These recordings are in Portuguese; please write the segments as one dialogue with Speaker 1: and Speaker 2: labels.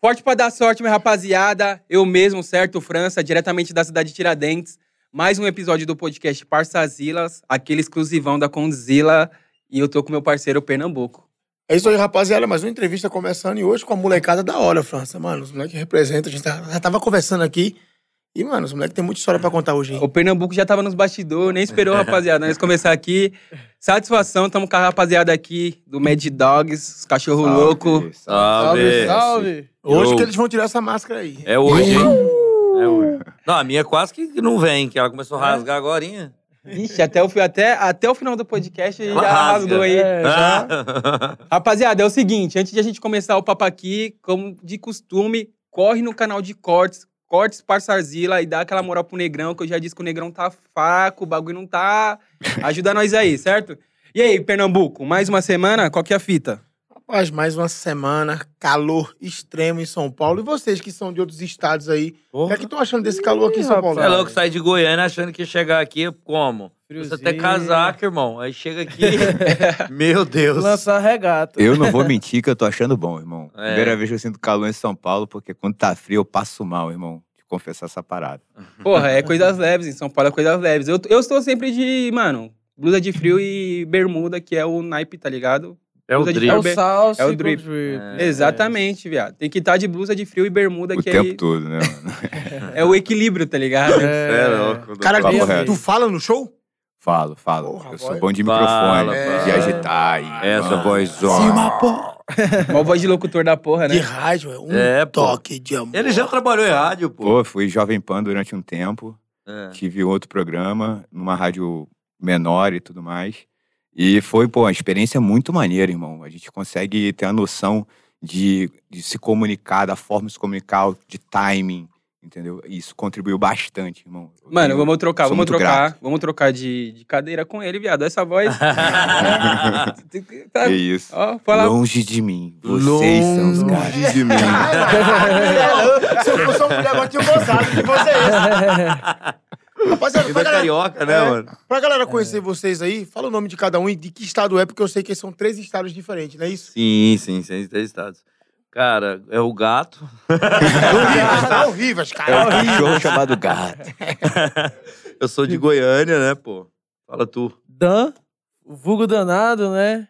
Speaker 1: Forte pra dar sorte, minha rapaziada. Eu mesmo, certo, França, diretamente da cidade de Tiradentes. Mais um episódio do podcast Parçazilas, aquele exclusivão da Condzilla. E eu tô com meu parceiro Pernambuco.
Speaker 2: É isso aí, rapaziada. Mais uma entrevista começando e hoje com a molecada da hora, França. Mano, os moleques representam. A gente tá- já tava conversando aqui. E, mano, os moleques têm muita história pra contar hoje. hein?
Speaker 1: O Pernambuco já tava nos bastidores, nem esperou, rapaziada. Nós começar aqui. Satisfação, tamo com a rapaziada aqui do Mad Dogs, os cachorro louco.
Speaker 3: Salve,
Speaker 4: salve.
Speaker 2: Hoje
Speaker 3: Eu-
Speaker 2: que eles vão tirar essa máscara aí.
Speaker 3: É hoje, hein? É hoje. Não, a minha quase que não vem, que ela começou a rasgar agorinha.
Speaker 1: Ixi, até o, fi- até, até o final do podcast já
Speaker 3: Ela rasga.
Speaker 1: rasgou aí.
Speaker 4: É, já.
Speaker 3: Ah.
Speaker 1: Rapaziada, é o seguinte, antes de a gente começar o papo aqui, como de costume, corre no canal de cortes, cortes Parçarzila e dá aquela moral pro Negrão, que eu já disse que o Negrão tá faco, o bagulho não tá. Ajuda nós aí, certo? E aí, Pernambuco, mais uma semana, qual que é a fita?
Speaker 2: Rapaz, mais uma semana, calor extremo em São Paulo. E vocês que são de outros estados aí, o que é que estão achando desse calor aqui em São Paulo?
Speaker 3: Você é louco, sai de Goiânia achando que ia chegar aqui como? Você
Speaker 4: Friozinho.
Speaker 3: até casaco, irmão. Aí chega aqui. Meu Deus.
Speaker 4: Lançar regata.
Speaker 5: Eu não vou mentir que eu tô achando bom, irmão.
Speaker 3: É.
Speaker 5: Primeira vez que eu sinto calor em São Paulo, porque quando tá frio eu passo mal, irmão. De confessar essa parada.
Speaker 1: Porra, é coisas leves, em São Paulo é coisas leves. Eu, eu estou sempre de, mano, blusa de frio e bermuda, que é o naipe, tá ligado?
Speaker 3: É
Speaker 1: o
Speaker 3: o
Speaker 1: drip.
Speaker 4: É o
Speaker 3: drip.
Speaker 4: salsa
Speaker 1: É o
Speaker 4: e com
Speaker 1: drip.
Speaker 3: É.
Speaker 1: Exatamente, viado. Tem que estar de blusa de frio e bermuda,
Speaker 5: o
Speaker 1: que é
Speaker 5: tempo
Speaker 1: aí
Speaker 5: todo, né, mano?
Speaker 1: é o equilíbrio, tá ligado?
Speaker 4: É.
Speaker 2: Cara,
Speaker 5: Papo
Speaker 2: tu,
Speaker 5: reto.
Speaker 2: tu fala no show?
Speaker 5: Falo, falo.
Speaker 2: Porra,
Speaker 5: eu sou
Speaker 2: voz-
Speaker 5: bom de
Speaker 3: Fala,
Speaker 5: microfone, de
Speaker 2: fala.
Speaker 5: agitar. E
Speaker 3: Essa
Speaker 5: vozona.
Speaker 2: Cima, pô.
Speaker 1: Mó voz de locutor da porra, né?
Speaker 2: De rádio, é um
Speaker 3: É, pô.
Speaker 2: toque de amor.
Speaker 3: Ele já trabalhou em rádio, pô.
Speaker 5: Pô, fui Jovem Pan durante um tempo.
Speaker 3: É.
Speaker 5: Tive outro programa, numa rádio menor e tudo mais. E foi, pô, uma experiência muito maneira, irmão. A gente consegue ter a noção de, de se comunicar, da forma de se comunicar, de timing, entendeu? E Isso contribuiu bastante, irmão. Eu
Speaker 1: Mano,
Speaker 5: tenho-
Speaker 1: vamos trocar,
Speaker 5: sou
Speaker 1: vamos
Speaker 5: muito
Speaker 1: trocar.
Speaker 5: grato.
Speaker 1: Vamos trocar de, de cadeira com ele, viado. Essa voz.
Speaker 5: Que
Speaker 1: tá,
Speaker 5: isso.
Speaker 1: ó, fala.
Speaker 5: Longe de mim. Vocês são os caras.
Speaker 2: Longe de mim. Se eu fosse uma mulher agora, eu tinha gozado de vocês. Rapaziada,
Speaker 3: E
Speaker 2: pra galera,
Speaker 3: da carioca, né,
Speaker 2: É.
Speaker 3: mano?
Speaker 2: pra galera conhecer vocês aí, fala o nome de cada um e de que estado é, porque eu sei que são três estados diferentes, não é isso?
Speaker 3: Sim, sim, sem ter estados. Cara, é o gato.
Speaker 2: É horrível, é horrível,
Speaker 5: É um
Speaker 2: cara.
Speaker 5: cachorro chamado gato.
Speaker 3: Eu sou de Goiânia, né, pô? Fala tu.
Speaker 4: Dan, o vulgo danado, né?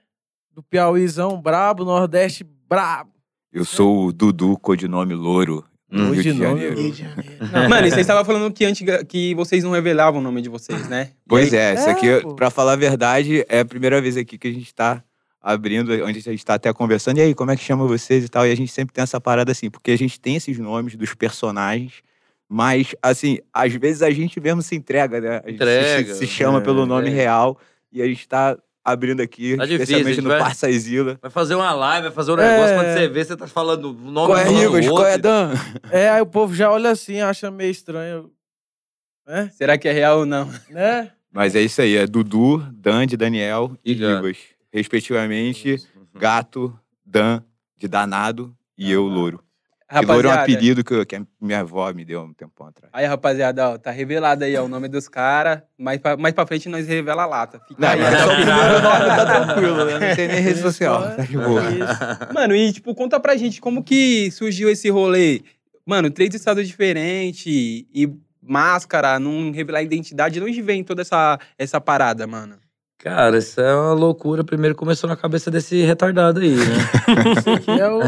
Speaker 4: Do Piauízão, brabo, Nordeste, brabo.
Speaker 5: Eu sou o Dudu, codinome Louro,
Speaker 3: Hum.
Speaker 5: do Rio de
Speaker 4: Codinome
Speaker 5: Janeiro.
Speaker 2: Rio de Janeiro.
Speaker 1: Mano, e vocês estavam falando que, antiga, que vocês não revelavam o nome de vocês, né?
Speaker 5: Pois é, isso
Speaker 4: É,
Speaker 5: aqui,
Speaker 4: pô.
Speaker 5: pra falar a verdade, é a primeira vez aqui que a gente tá abrindo, onde a gente tá até conversando. E aí, como é que chama vocês e tal? E a gente sempre tem essa parada assim, porque a gente tem esses nomes dos personagens, mas, assim, às vezes a gente mesmo se entrega, né? A gente se-
Speaker 3: Entrega,
Speaker 5: se, se chama pelo
Speaker 3: é,
Speaker 5: nome
Speaker 3: é.
Speaker 5: real e a gente tá abrindo aqui,
Speaker 3: Tá difícil, a
Speaker 5: especialmente
Speaker 3: gente
Speaker 5: no
Speaker 3: vai-
Speaker 5: Parça Isila.
Speaker 3: Vai fazer uma live, vai fazer um negócio,
Speaker 4: É.
Speaker 3: quando você vê, você tá falando o nome
Speaker 5: Qual é,
Speaker 3: do outro.
Speaker 5: Rivas? Qual é, Dan?
Speaker 4: É, aí o povo já olha assim, acha meio estranho. Né?
Speaker 1: Será que é real ou não?
Speaker 4: Né?
Speaker 5: Mas é isso aí, é Dudu, Dan de Daniel e
Speaker 3: E Gato.
Speaker 5: Rivas, respectivamente,
Speaker 3: uhum.
Speaker 5: Gato, Dan de Danado e eu, Louro. Que louro é um
Speaker 1: Rapaziada.
Speaker 5: apelido que, eu- que a minha avó me deu há um tempão atrás.
Speaker 1: Aí, rapaziada, ó, tá revelado aí ó, o nome dos caras. Mais pra, mais pra frente nós revela a lata. Fica
Speaker 5: Não,
Speaker 1: aí.
Speaker 5: mas é
Speaker 1: até
Speaker 5: o
Speaker 1: o final.
Speaker 5: primeiro nome, tá tranquilo, né? Não tem nem rede social. Tá de boa.
Speaker 4: Isso.
Speaker 1: Mano, e tipo, conta pra gente como que surgiu esse rolê. Mano, três estados diferentes e máscara, não revelar identidade. De onde vem toda essa, essa parada, mano?
Speaker 3: Cara, isso é uma loucura. Primeiro começou na cabeça desse retardado aí, né?
Speaker 4: Isso aqui é o.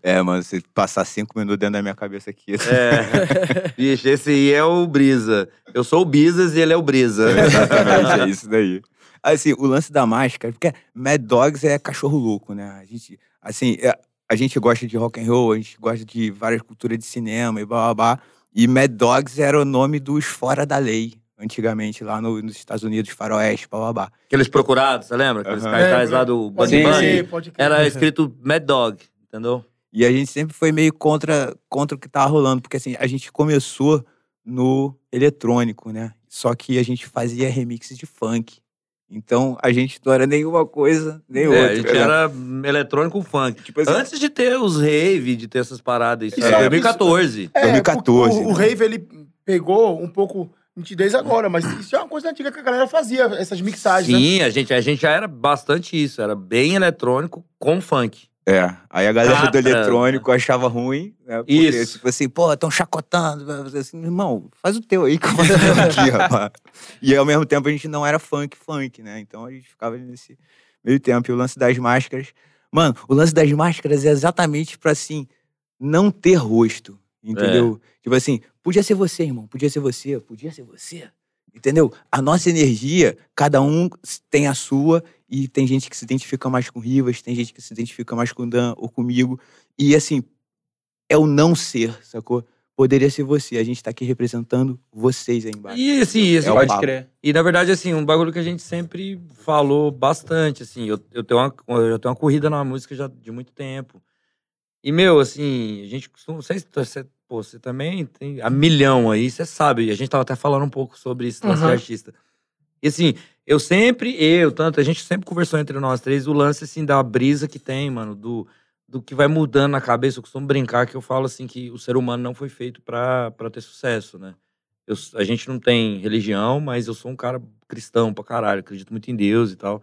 Speaker 5: É, mano, se passar cinco minutos dentro da minha cabeça aqui.
Speaker 3: É. Bicho, esse aí é o Brisa. Eu sou o Bizas e ele é o Brisa.
Speaker 5: Exatamente, é isso daí. Assim, o lance da máscara, porque Mad Dogs é cachorro louco, né? A gente, assim, é- a gente gosta de rock and roll, a gente gosta de várias culturas de cinema e blá blá blá. E Mad Dogs era o nome dos fora da lei, antigamente, lá no- nos Estados Unidos, faroeste, blá blá blá.
Speaker 3: Aqueles procurados, você lembra? Aqueles
Speaker 5: Aham.
Speaker 3: cartazes lá do
Speaker 2: Pode
Speaker 3: Bunny
Speaker 1: Sim,
Speaker 3: Bunny.
Speaker 1: sim.
Speaker 2: crer, pode crer.
Speaker 3: Era escrito Mad Dog, entendeu?
Speaker 5: E a gente sempre foi meio contra, contra o que tava rolando, porque assim, a gente começou no eletrônico, né? Só que a gente fazia remix de funk. Então a gente não era nenhuma coisa, nem
Speaker 3: É,
Speaker 5: outra.
Speaker 3: a gente
Speaker 5: né?
Speaker 3: era eletrônico funk.
Speaker 5: Tipo assim,
Speaker 3: Antes de ter os rave, de ter essas paradas, isso
Speaker 2: Isso
Speaker 3: é,
Speaker 2: é-
Speaker 3: 2014.
Speaker 2: É,
Speaker 5: 2014,
Speaker 2: porque O, o
Speaker 5: né?
Speaker 2: rave, ele pegou um pouco nitidez agora, mas isso é uma coisa antiga que a galera fazia, essas mixagens. né?
Speaker 3: Sim, a gente, a gente já era bastante isso. Era bem eletrônico com funk.
Speaker 5: É. Aí a galera
Speaker 3: Ah,
Speaker 5: do
Speaker 3: pra-
Speaker 5: eletrônico achava ruim. Né? Porque,
Speaker 3: Isso.
Speaker 5: Tipo assim, pô, estão chacotando. blá, blá, blá. Assim, irmão, faz o teu aí que eu faço o meu aqui, rapaz. E ao mesmo tempo a gente não era funk, funk, né? Então a gente ficava nesse meio tempo. E o lance das máscaras. Mano, o lance das máscaras é exatamente pra assim, não ter rosto. Entendeu?
Speaker 3: É.
Speaker 5: Tipo assim, podia ser você, irmão, podia ser você, podia ser você. Entendeu? A nossa energia, cada um tem a sua, e tem gente que se identifica mais com o Rivas, tem gente que se identifica mais com o Dan ou comigo. E assim, é o não ser, sacou? Poderia ser você. A gente tá aqui representando vocês aí embaixo.
Speaker 3: E assim, assim,
Speaker 5: É o
Speaker 1: Pode
Speaker 5: papo.
Speaker 1: crer.
Speaker 3: E na verdade, assim, um bagulho que a gente sempre falou bastante, assim, eu, eu, tenho, uma, eu tenho uma corrida na música já de muito tempo. E, meu, assim, a gente costuma. Você, você, pô, você também tem a milhão aí, você sabe. E a gente tava até falando um pouco sobre isso, lance de
Speaker 2: Uhum.
Speaker 3: artista. E assim, eu sempre, eu, tanto, a gente sempre conversou entre nós três o lance, assim, da brisa que tem, mano, do, do que vai mudando na cabeça. Eu costumo brincar que eu falo, assim, que o ser humano não foi feito pra pra ter sucesso, né? Eu- a gente não tem religião, mas eu sou um cara cristão pra caralho, acredito muito em Deus e tal.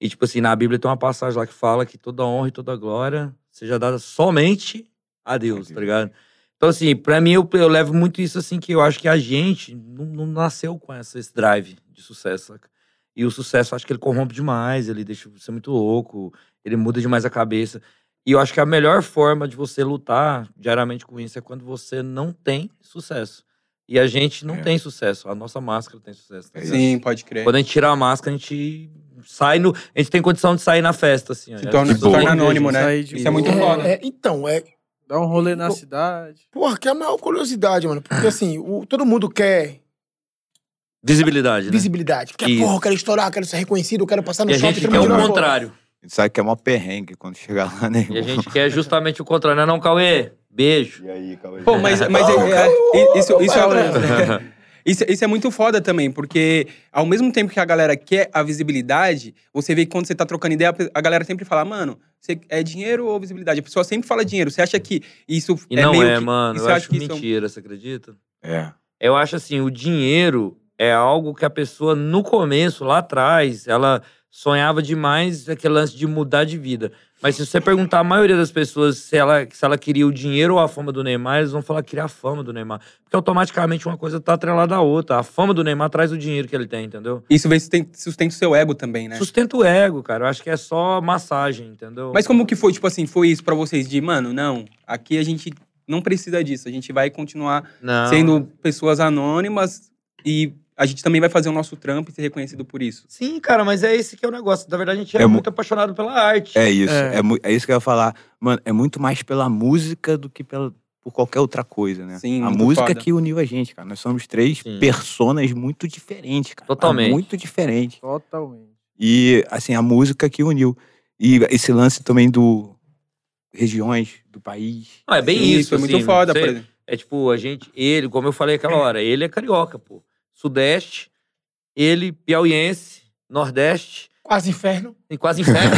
Speaker 3: E, tipo assim, na Bíblia tem uma passagem lá que fala que toda honra e toda glória seja dada somente a Deus,
Speaker 5: Deus.
Speaker 3: tá ligado? Então, assim, pra mim, eu, eu levo muito isso, assim, que eu acho que a gente não, não nasceu com essa, esse drive de sucesso, saca? E o sucesso, eu acho que ele corrompe demais, ele deixa você muito louco, ele muda demais a cabeça. E eu acho que a melhor forma de você lutar diariamente com isso é quando você não tem sucesso. E a gente não
Speaker 5: É.
Speaker 3: tem sucesso, a nossa máscara tem sucesso. tá
Speaker 5: É
Speaker 3: ligado?
Speaker 1: Sim, pode crer.
Speaker 3: Quando a gente tira a máscara, a gente sai no. A gente tem condição de sair na festa, assim. ó.
Speaker 1: Se torna-
Speaker 3: As
Speaker 1: se
Speaker 3: pessoas
Speaker 1: torna
Speaker 3: não
Speaker 1: anônimo,
Speaker 3: vejam
Speaker 1: né?
Speaker 4: Sair de
Speaker 1: Isso é muito
Speaker 4: boa,
Speaker 1: foda.
Speaker 2: É, então, é.
Speaker 4: Dar um rolê na cidade.
Speaker 2: Porra, que é a maior curiosidade, mano. Porque assim, o- todo mundo quer
Speaker 3: Visibilidade, né?
Speaker 2: visibilidade. Quer,
Speaker 3: Isso.
Speaker 2: porra, eu quero estourar, eu quero ser reconhecido, eu quero passar no
Speaker 3: E a
Speaker 2: shopping.
Speaker 3: gente
Speaker 2: todo
Speaker 3: quer
Speaker 2: mundo
Speaker 3: o
Speaker 2: tirar foto.
Speaker 3: contrário.
Speaker 5: A gente sabe que é mó perrengue quando chegar lá, né?
Speaker 3: E a
Speaker 5: irmão?
Speaker 3: gente quer justamente o contrário, né, não, Cauê? Beijo.
Speaker 5: E aí, calma aí.
Speaker 1: Pô, mas, mas é-
Speaker 2: Ô,
Speaker 1: é-
Speaker 2: cara,
Speaker 1: isso,
Speaker 2: ô,
Speaker 1: isso, é,
Speaker 2: cara.
Speaker 1: isso, isso é muito foda também, porque ao mesmo tempo que a galera quer a visibilidade, você vê que quando você tá trocando ideia, a galera sempre fala, mano, você é dinheiro ou visibilidade? A pessoa sempre fala dinheiro. Você acha que isso
Speaker 3: E
Speaker 1: é
Speaker 3: não
Speaker 1: meio
Speaker 3: é,
Speaker 1: que-
Speaker 3: mano.
Speaker 1: isso
Speaker 3: Eu acho
Speaker 1: que isso é um-
Speaker 3: mentira, você acredita?
Speaker 5: É.
Speaker 3: Eu acho assim, o dinheiro é algo que a pessoa, no começo, lá atrás, ela sonhava demais aquele lance de mudar de vida. Mas se você perguntar a maioria das pessoas se ela, se ela queria o dinheiro ou a fama do Neymar, eles vão falar que queria a fama do Neymar. Porque automaticamente uma coisa tá atrelada à outra. A fama do Neymar traz o dinheiro que ele tem, entendeu?
Speaker 1: Isso vem susten- sustenta o seu ego também, né?
Speaker 3: Sustenta o ego, cara. Eu acho que é só massagem, entendeu?
Speaker 1: Mas como que foi, tipo assim, foi isso pra vocês de, mano, não, aqui a gente não precisa disso, a gente vai continuar
Speaker 3: Não.
Speaker 1: sendo pessoas anônimas e a gente também vai fazer o nosso trampo e ser reconhecido por isso.
Speaker 3: Sim, cara, mas é esse que é o negócio. Na verdade, a gente era
Speaker 5: É mu-
Speaker 3: muito apaixonado pela arte.
Speaker 5: É isso.
Speaker 4: É.
Speaker 5: É. mu- é isso que eu ia falar. Mano, é muito mais pela música do que pela, por qualquer outra coisa, né?
Speaker 1: Sim,
Speaker 5: a
Speaker 1: muito
Speaker 5: música
Speaker 1: foda.
Speaker 5: que uniu a gente, cara. Nós somos três
Speaker 3: Sim.
Speaker 5: personas muito diferentes, cara.
Speaker 3: Totalmente.
Speaker 5: Muito diferentes.
Speaker 4: Totalmente.
Speaker 5: E, assim, a música que uniu. E esse lance também do... Regiões do país.
Speaker 3: Não, é bem
Speaker 1: Sim,
Speaker 3: isso.
Speaker 1: foi muito
Speaker 3: assim,
Speaker 1: foda,
Speaker 3: você-
Speaker 1: por exemplo.
Speaker 3: É tipo, a gente, ele, como eu falei aquela hora, ele é carioca, pô. Sudeste, ele piauiense, Nordeste,
Speaker 2: Quase inferno.
Speaker 3: e quase inferno.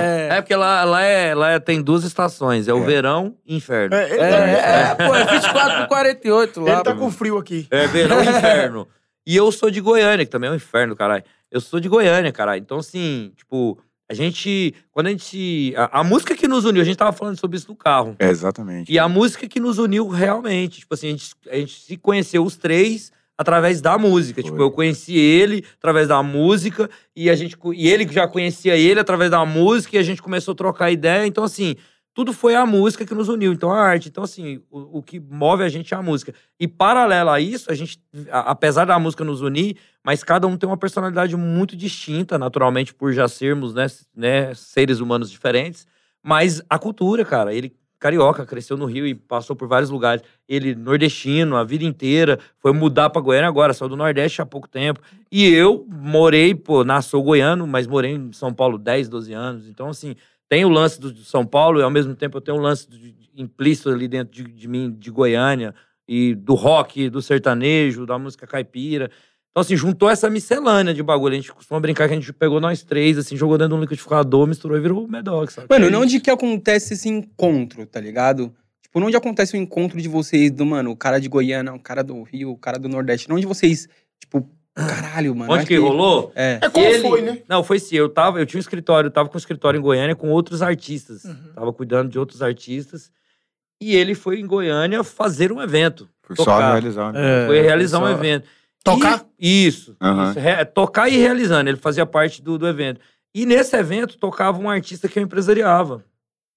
Speaker 3: é, é porque lá, lá, é, lá é- tem duas estações, é o
Speaker 5: É.
Speaker 3: verão e inferno.
Speaker 2: É,
Speaker 3: É,
Speaker 2: ele,
Speaker 4: É,
Speaker 2: tá,
Speaker 4: é, pô, é 24 por 48 lá.
Speaker 2: ele tá
Speaker 4: pô.
Speaker 2: com frio aqui.
Speaker 3: É, verão e inferno. E eu sou de Goiânia, que também é um inferno, caralho. Eu sou de Goiânia, caralho. Então, assim, tipo, a gente. Quando a gente. A, a música que nos uniu, a gente tava falando sobre isso no carro.
Speaker 5: É, exatamente.
Speaker 3: E a música que nos uniu realmente. Tipo assim, a gente, a gente se conheceu os três através da música.
Speaker 5: Foi.
Speaker 3: Tipo, eu conheci ele através da música e a gente co- e ele já conhecia ele através da música e a gente começou a trocar ideia. Então assim, tudo foi a música que nos uniu, então a arte. Então assim, o, o que move a gente é a música. E paralelo a isso, a gente a- apesar da música nos unir, mas cada um tem uma personalidade muito distinta, naturalmente por já sermos, né, s- né, seres humanos diferentes, mas a cultura, cara, ele carioca, cresceu no Rio e passou por vários lugares. Ele nordestino a vida inteira, foi mudar pra Goiânia agora, saiu do Nordeste há pouco tempo. E eu morei, pô, nasceu goiano, mas morei em São Paulo 10, 12 anos. Então, assim, tem o lance do de São Paulo e ao mesmo tempo eu tenho o lance do- de- implícito ali dentro de, de mim, de Goiânia, e do rock, do sertanejo, da música caipira. Então, assim, juntou essa miscelânea de bagulho. A gente costuma brincar que a gente pegou nós três, assim, jogou dentro de um liquidificador, misturou e virou o Medoc, sabe?
Speaker 1: Mano, não onde que acontece esse encontro, tá ligado? Tipo, onde acontece o encontro de vocês, do, mano, o cara de Goiânia, o cara do Rio, o cara do Nordeste, onde vocês, tipo, Caralho, mano.
Speaker 3: Onde
Speaker 1: acho
Speaker 3: que rolou?
Speaker 1: É.
Speaker 2: É como
Speaker 3: Ele-
Speaker 2: foi, né?
Speaker 3: Não, foi sim. Eu tava, eu tinha um escritório, eu tava com um escritório em Goiânia com outros artistas.
Speaker 2: Uhum.
Speaker 3: Tava cuidando de outros artistas. E ele foi em Goiânia fazer um evento.
Speaker 5: Foi só
Speaker 3: Tocar.
Speaker 5: realizar. né?
Speaker 4: É,
Speaker 3: foi realizar um
Speaker 4: só-
Speaker 3: evento.
Speaker 2: Tocar?
Speaker 3: E- isso.
Speaker 5: Aham.
Speaker 3: isso, re- é tocar e realizando. Ele fazia parte do, do evento. E nesse evento tocava um artista que eu empresariava.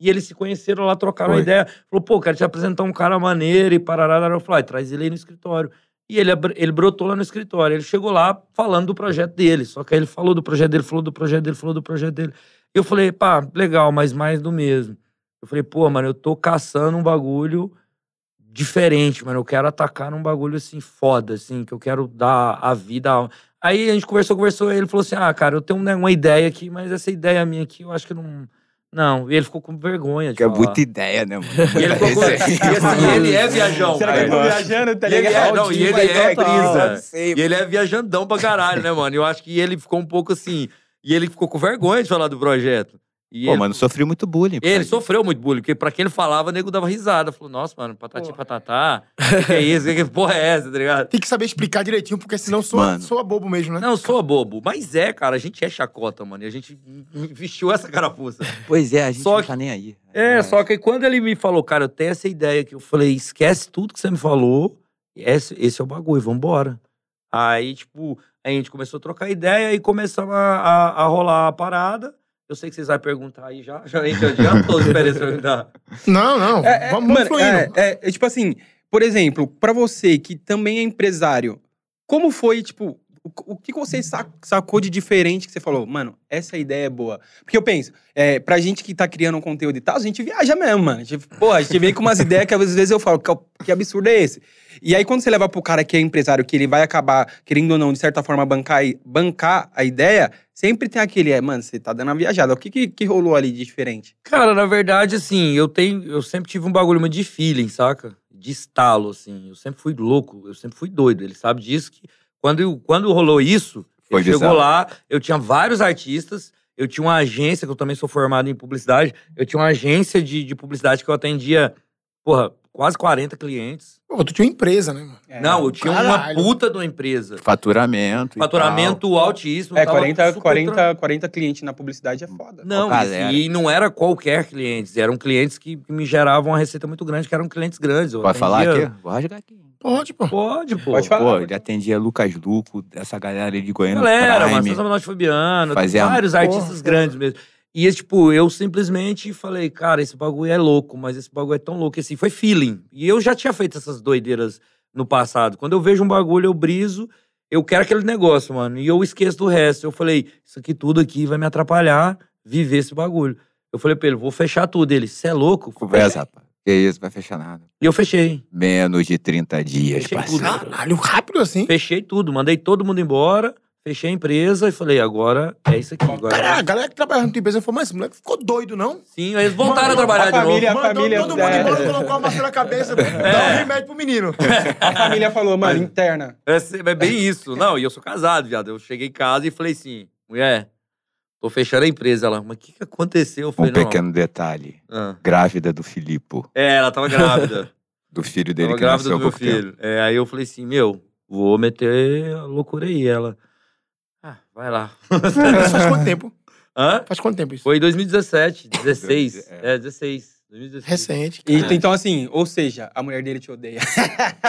Speaker 3: E eles se conheceram lá, trocaram uma
Speaker 5: Foi.
Speaker 3: ideia. Falou, pô, quero te apresentar um cara maneiro e parará. Eu falei, ah, traz ele aí no escritório. E ele, abr- ele brotou lá no escritório. Ele chegou lá falando do projeto dele. Só que aí ele falou do projeto dele, falou do projeto dele, falou do projeto dele. Eu falei, pá, legal, mas mais do mesmo. Eu falei, pô, mano, eu tô caçando um bagulho diferente, mano. Eu quero atacar num bagulho assim, foda, assim, que eu quero dar a vida. a- Aí a gente conversou, conversou, e ele falou assim: ah, cara, eu tenho né, uma ideia aqui, mas essa ideia minha aqui, eu acho que não. Não. E ele ficou com vergonha. De
Speaker 5: Que é
Speaker 3: falar.
Speaker 5: muita ideia, né, mano?
Speaker 3: E ele ficou com...
Speaker 5: Esse-
Speaker 3: e assim, ele é viajão.
Speaker 1: Será que eu
Speaker 3: velho.
Speaker 1: tô viajando, tá
Speaker 3: E ele
Speaker 1: ligado?
Speaker 3: é, não, e ele
Speaker 5: Vai
Speaker 3: é,
Speaker 5: dar uma
Speaker 3: brisa.
Speaker 5: Não sei,
Speaker 3: E ele é viajandão pra caralho, né, mano? Eu acho que ele ficou um pouco assim. E ele ficou com vergonha de falar do projeto. E
Speaker 5: Pô,
Speaker 3: ele-
Speaker 5: mano, sofri muito bullying.
Speaker 3: Ele
Speaker 5: pô.
Speaker 3: sofreu muito bullying, porque pra quem ele falava, o nego dava risada. Falou, nossa, mano, patati patatá. Que, que é isso? Que, que porra é essa, tá ligado?
Speaker 2: Tem que saber explicar direitinho, porque senão soa,
Speaker 5: Mano.
Speaker 2: soa bobo mesmo, né?
Speaker 3: Não, eu sou bobo. Mas é, cara, a gente é chacota, mano. E a gente vestiu essa carapuça.
Speaker 5: Pois é, a gente
Speaker 3: Só
Speaker 5: não
Speaker 3: que-
Speaker 5: tá nem aí.
Speaker 3: É, só que quando ele me falou, cara, eu tenho essa ideia aqui, eu falei, esquece tudo que você me falou, esse, esse é o bagulho, vambora. Aí, tipo, a gente começou a trocar ideia e começamos a, a- a rolar a parada. Eu sei que vocês vão perguntar aí já, já, a gente adiantou as experiências perguntar.
Speaker 2: Não, não.
Speaker 1: É, é,
Speaker 2: vamos
Speaker 1: mano,
Speaker 2: vamos fluindo.
Speaker 1: é, é, é, tipo assim, por exemplo, pra você que também é empresário, como foi, tipo, o, o que você sa- sacou de diferente que você falou? Mano, essa ideia é boa. Porque eu penso, é, pra gente que tá criando um conteúdo e tal, a gente viaja mesmo, mano. A gente, pô, a gente vem com umas ideias que às vezes eu falo, "Cal- que absurdo é esse? E aí quando você leva pro cara que é empresário, que ele vai acabar, querendo ou não, de certa forma, bancar, e- bancar a ideia, sempre tem aquele, é, mano, você tá dando uma viajada. O que, que, que rolou ali de diferente?
Speaker 3: Cara, na verdade, assim, eu tenho. Eu sempre tive um bagulho muito de feeling, saca? De estalo, assim. Eu sempre fui louco, eu sempre fui doido. Ele sabe disso que. Quando, eu- quando rolou isso,
Speaker 5: Foi
Speaker 3: ele
Speaker 5: de
Speaker 3: chegou
Speaker 5: estalo.
Speaker 3: lá, eu tinha vários artistas, eu tinha uma agência, que eu também sou formado em publicidade, eu tinha uma agência de, de publicidade que eu atendia, porra, quase 40 clientes.
Speaker 2: Pô, tu tinha uma empresa, né, mano?
Speaker 1: É,
Speaker 3: Não, eu tinha
Speaker 2: Caralho.
Speaker 3: uma puta de uma empresa.
Speaker 5: Faturamento. e
Speaker 3: Faturamento altíssimo.
Speaker 1: É,
Speaker 3: tava
Speaker 1: 40,
Speaker 3: super
Speaker 1: 40, 40 clientes na publicidade é foda.
Speaker 3: Não,
Speaker 5: Qual
Speaker 3: isso-
Speaker 5: galera?
Speaker 3: e não era qualquer cliente, eram clientes que que me geravam uma receita muito grande, que eram clientes grandes. eu
Speaker 5: Tal. Pode falar
Speaker 3: atendia-
Speaker 5: aqui? Vou rasgar aqui.
Speaker 2: Pode, pô.
Speaker 3: Pode, pô.
Speaker 1: Pode falar.
Speaker 5: Pô, ele atendia Lucas Luco, essa galera aí de Goiânia.
Speaker 3: Galera,
Speaker 5: Prime.
Speaker 3: Marcelo Norte Fabiano, tem
Speaker 5: Fazia-
Speaker 3: vários artistas grandes mesmo. E, tipo, eu simplesmente falei, cara, esse bagulho é louco, mas esse bagulho é tão louco. E, assim, foi feeling. E eu já tinha feito essas doideiras no passado. Quando eu vejo um bagulho, eu briso, eu quero aquele negócio, mano. E eu esqueço do resto. Eu falei, isso aqui tudo aqui vai me atrapalhar viver esse bagulho. Eu falei pra ele, vou fechar tudo. Ele, você é louco?
Speaker 5: Conversa, rapaz. Que isso, vai fechar nada.
Speaker 3: E eu fechei.
Speaker 5: Menos de 30 dias,
Speaker 3: Fechei
Speaker 5: parceiro.
Speaker 3: tudo.
Speaker 2: Caralho, rápido assim.
Speaker 3: Fechei tudo, mandei todo mundo embora, fechei a empresa e falei, agora é isso aqui.
Speaker 2: Caralho, a
Speaker 3: Agora...
Speaker 2: galera que trabalhava na empresa falou, mas esse moleque ficou doido, não?
Speaker 3: Sim, aí eles voltaram a trabalhar
Speaker 1: a
Speaker 3: de novo.
Speaker 1: família-
Speaker 2: Mandou
Speaker 1: família
Speaker 2: todo mundo
Speaker 1: é.
Speaker 2: embora, colocou a massa na cabeça,
Speaker 3: É.
Speaker 2: dá um remédio pro menino.
Speaker 1: A família falou, mano, interna.
Speaker 3: É, se- é bem isso. Não, e eu sou casado, viado. Eu cheguei em casa e falei assim, mulher, tô fechando a empresa. Ela, mas o que, que aconteceu? Eu
Speaker 5: Um
Speaker 3: falei, não.
Speaker 5: pequeno detalhe.
Speaker 3: ah.
Speaker 5: Grávida do Filipo,
Speaker 3: É, ela tava grávida.
Speaker 5: do filho dele
Speaker 3: tava
Speaker 5: que
Speaker 3: grávida
Speaker 5: nasceu
Speaker 3: do
Speaker 5: há
Speaker 3: meu
Speaker 5: pouco tempo.
Speaker 3: filho. É, aí eu falei assim, meu, vou meter a loucura aí. Ela, ah, vai lá.
Speaker 2: Isso faz quanto tempo?
Speaker 3: Hã?
Speaker 2: Faz quanto tempo isso?
Speaker 3: Foi em 2017, 16.
Speaker 5: É.
Speaker 3: é, 16. 2016.
Speaker 2: Recente.
Speaker 1: E, então, assim, ou seja, a mulher dele te odeia.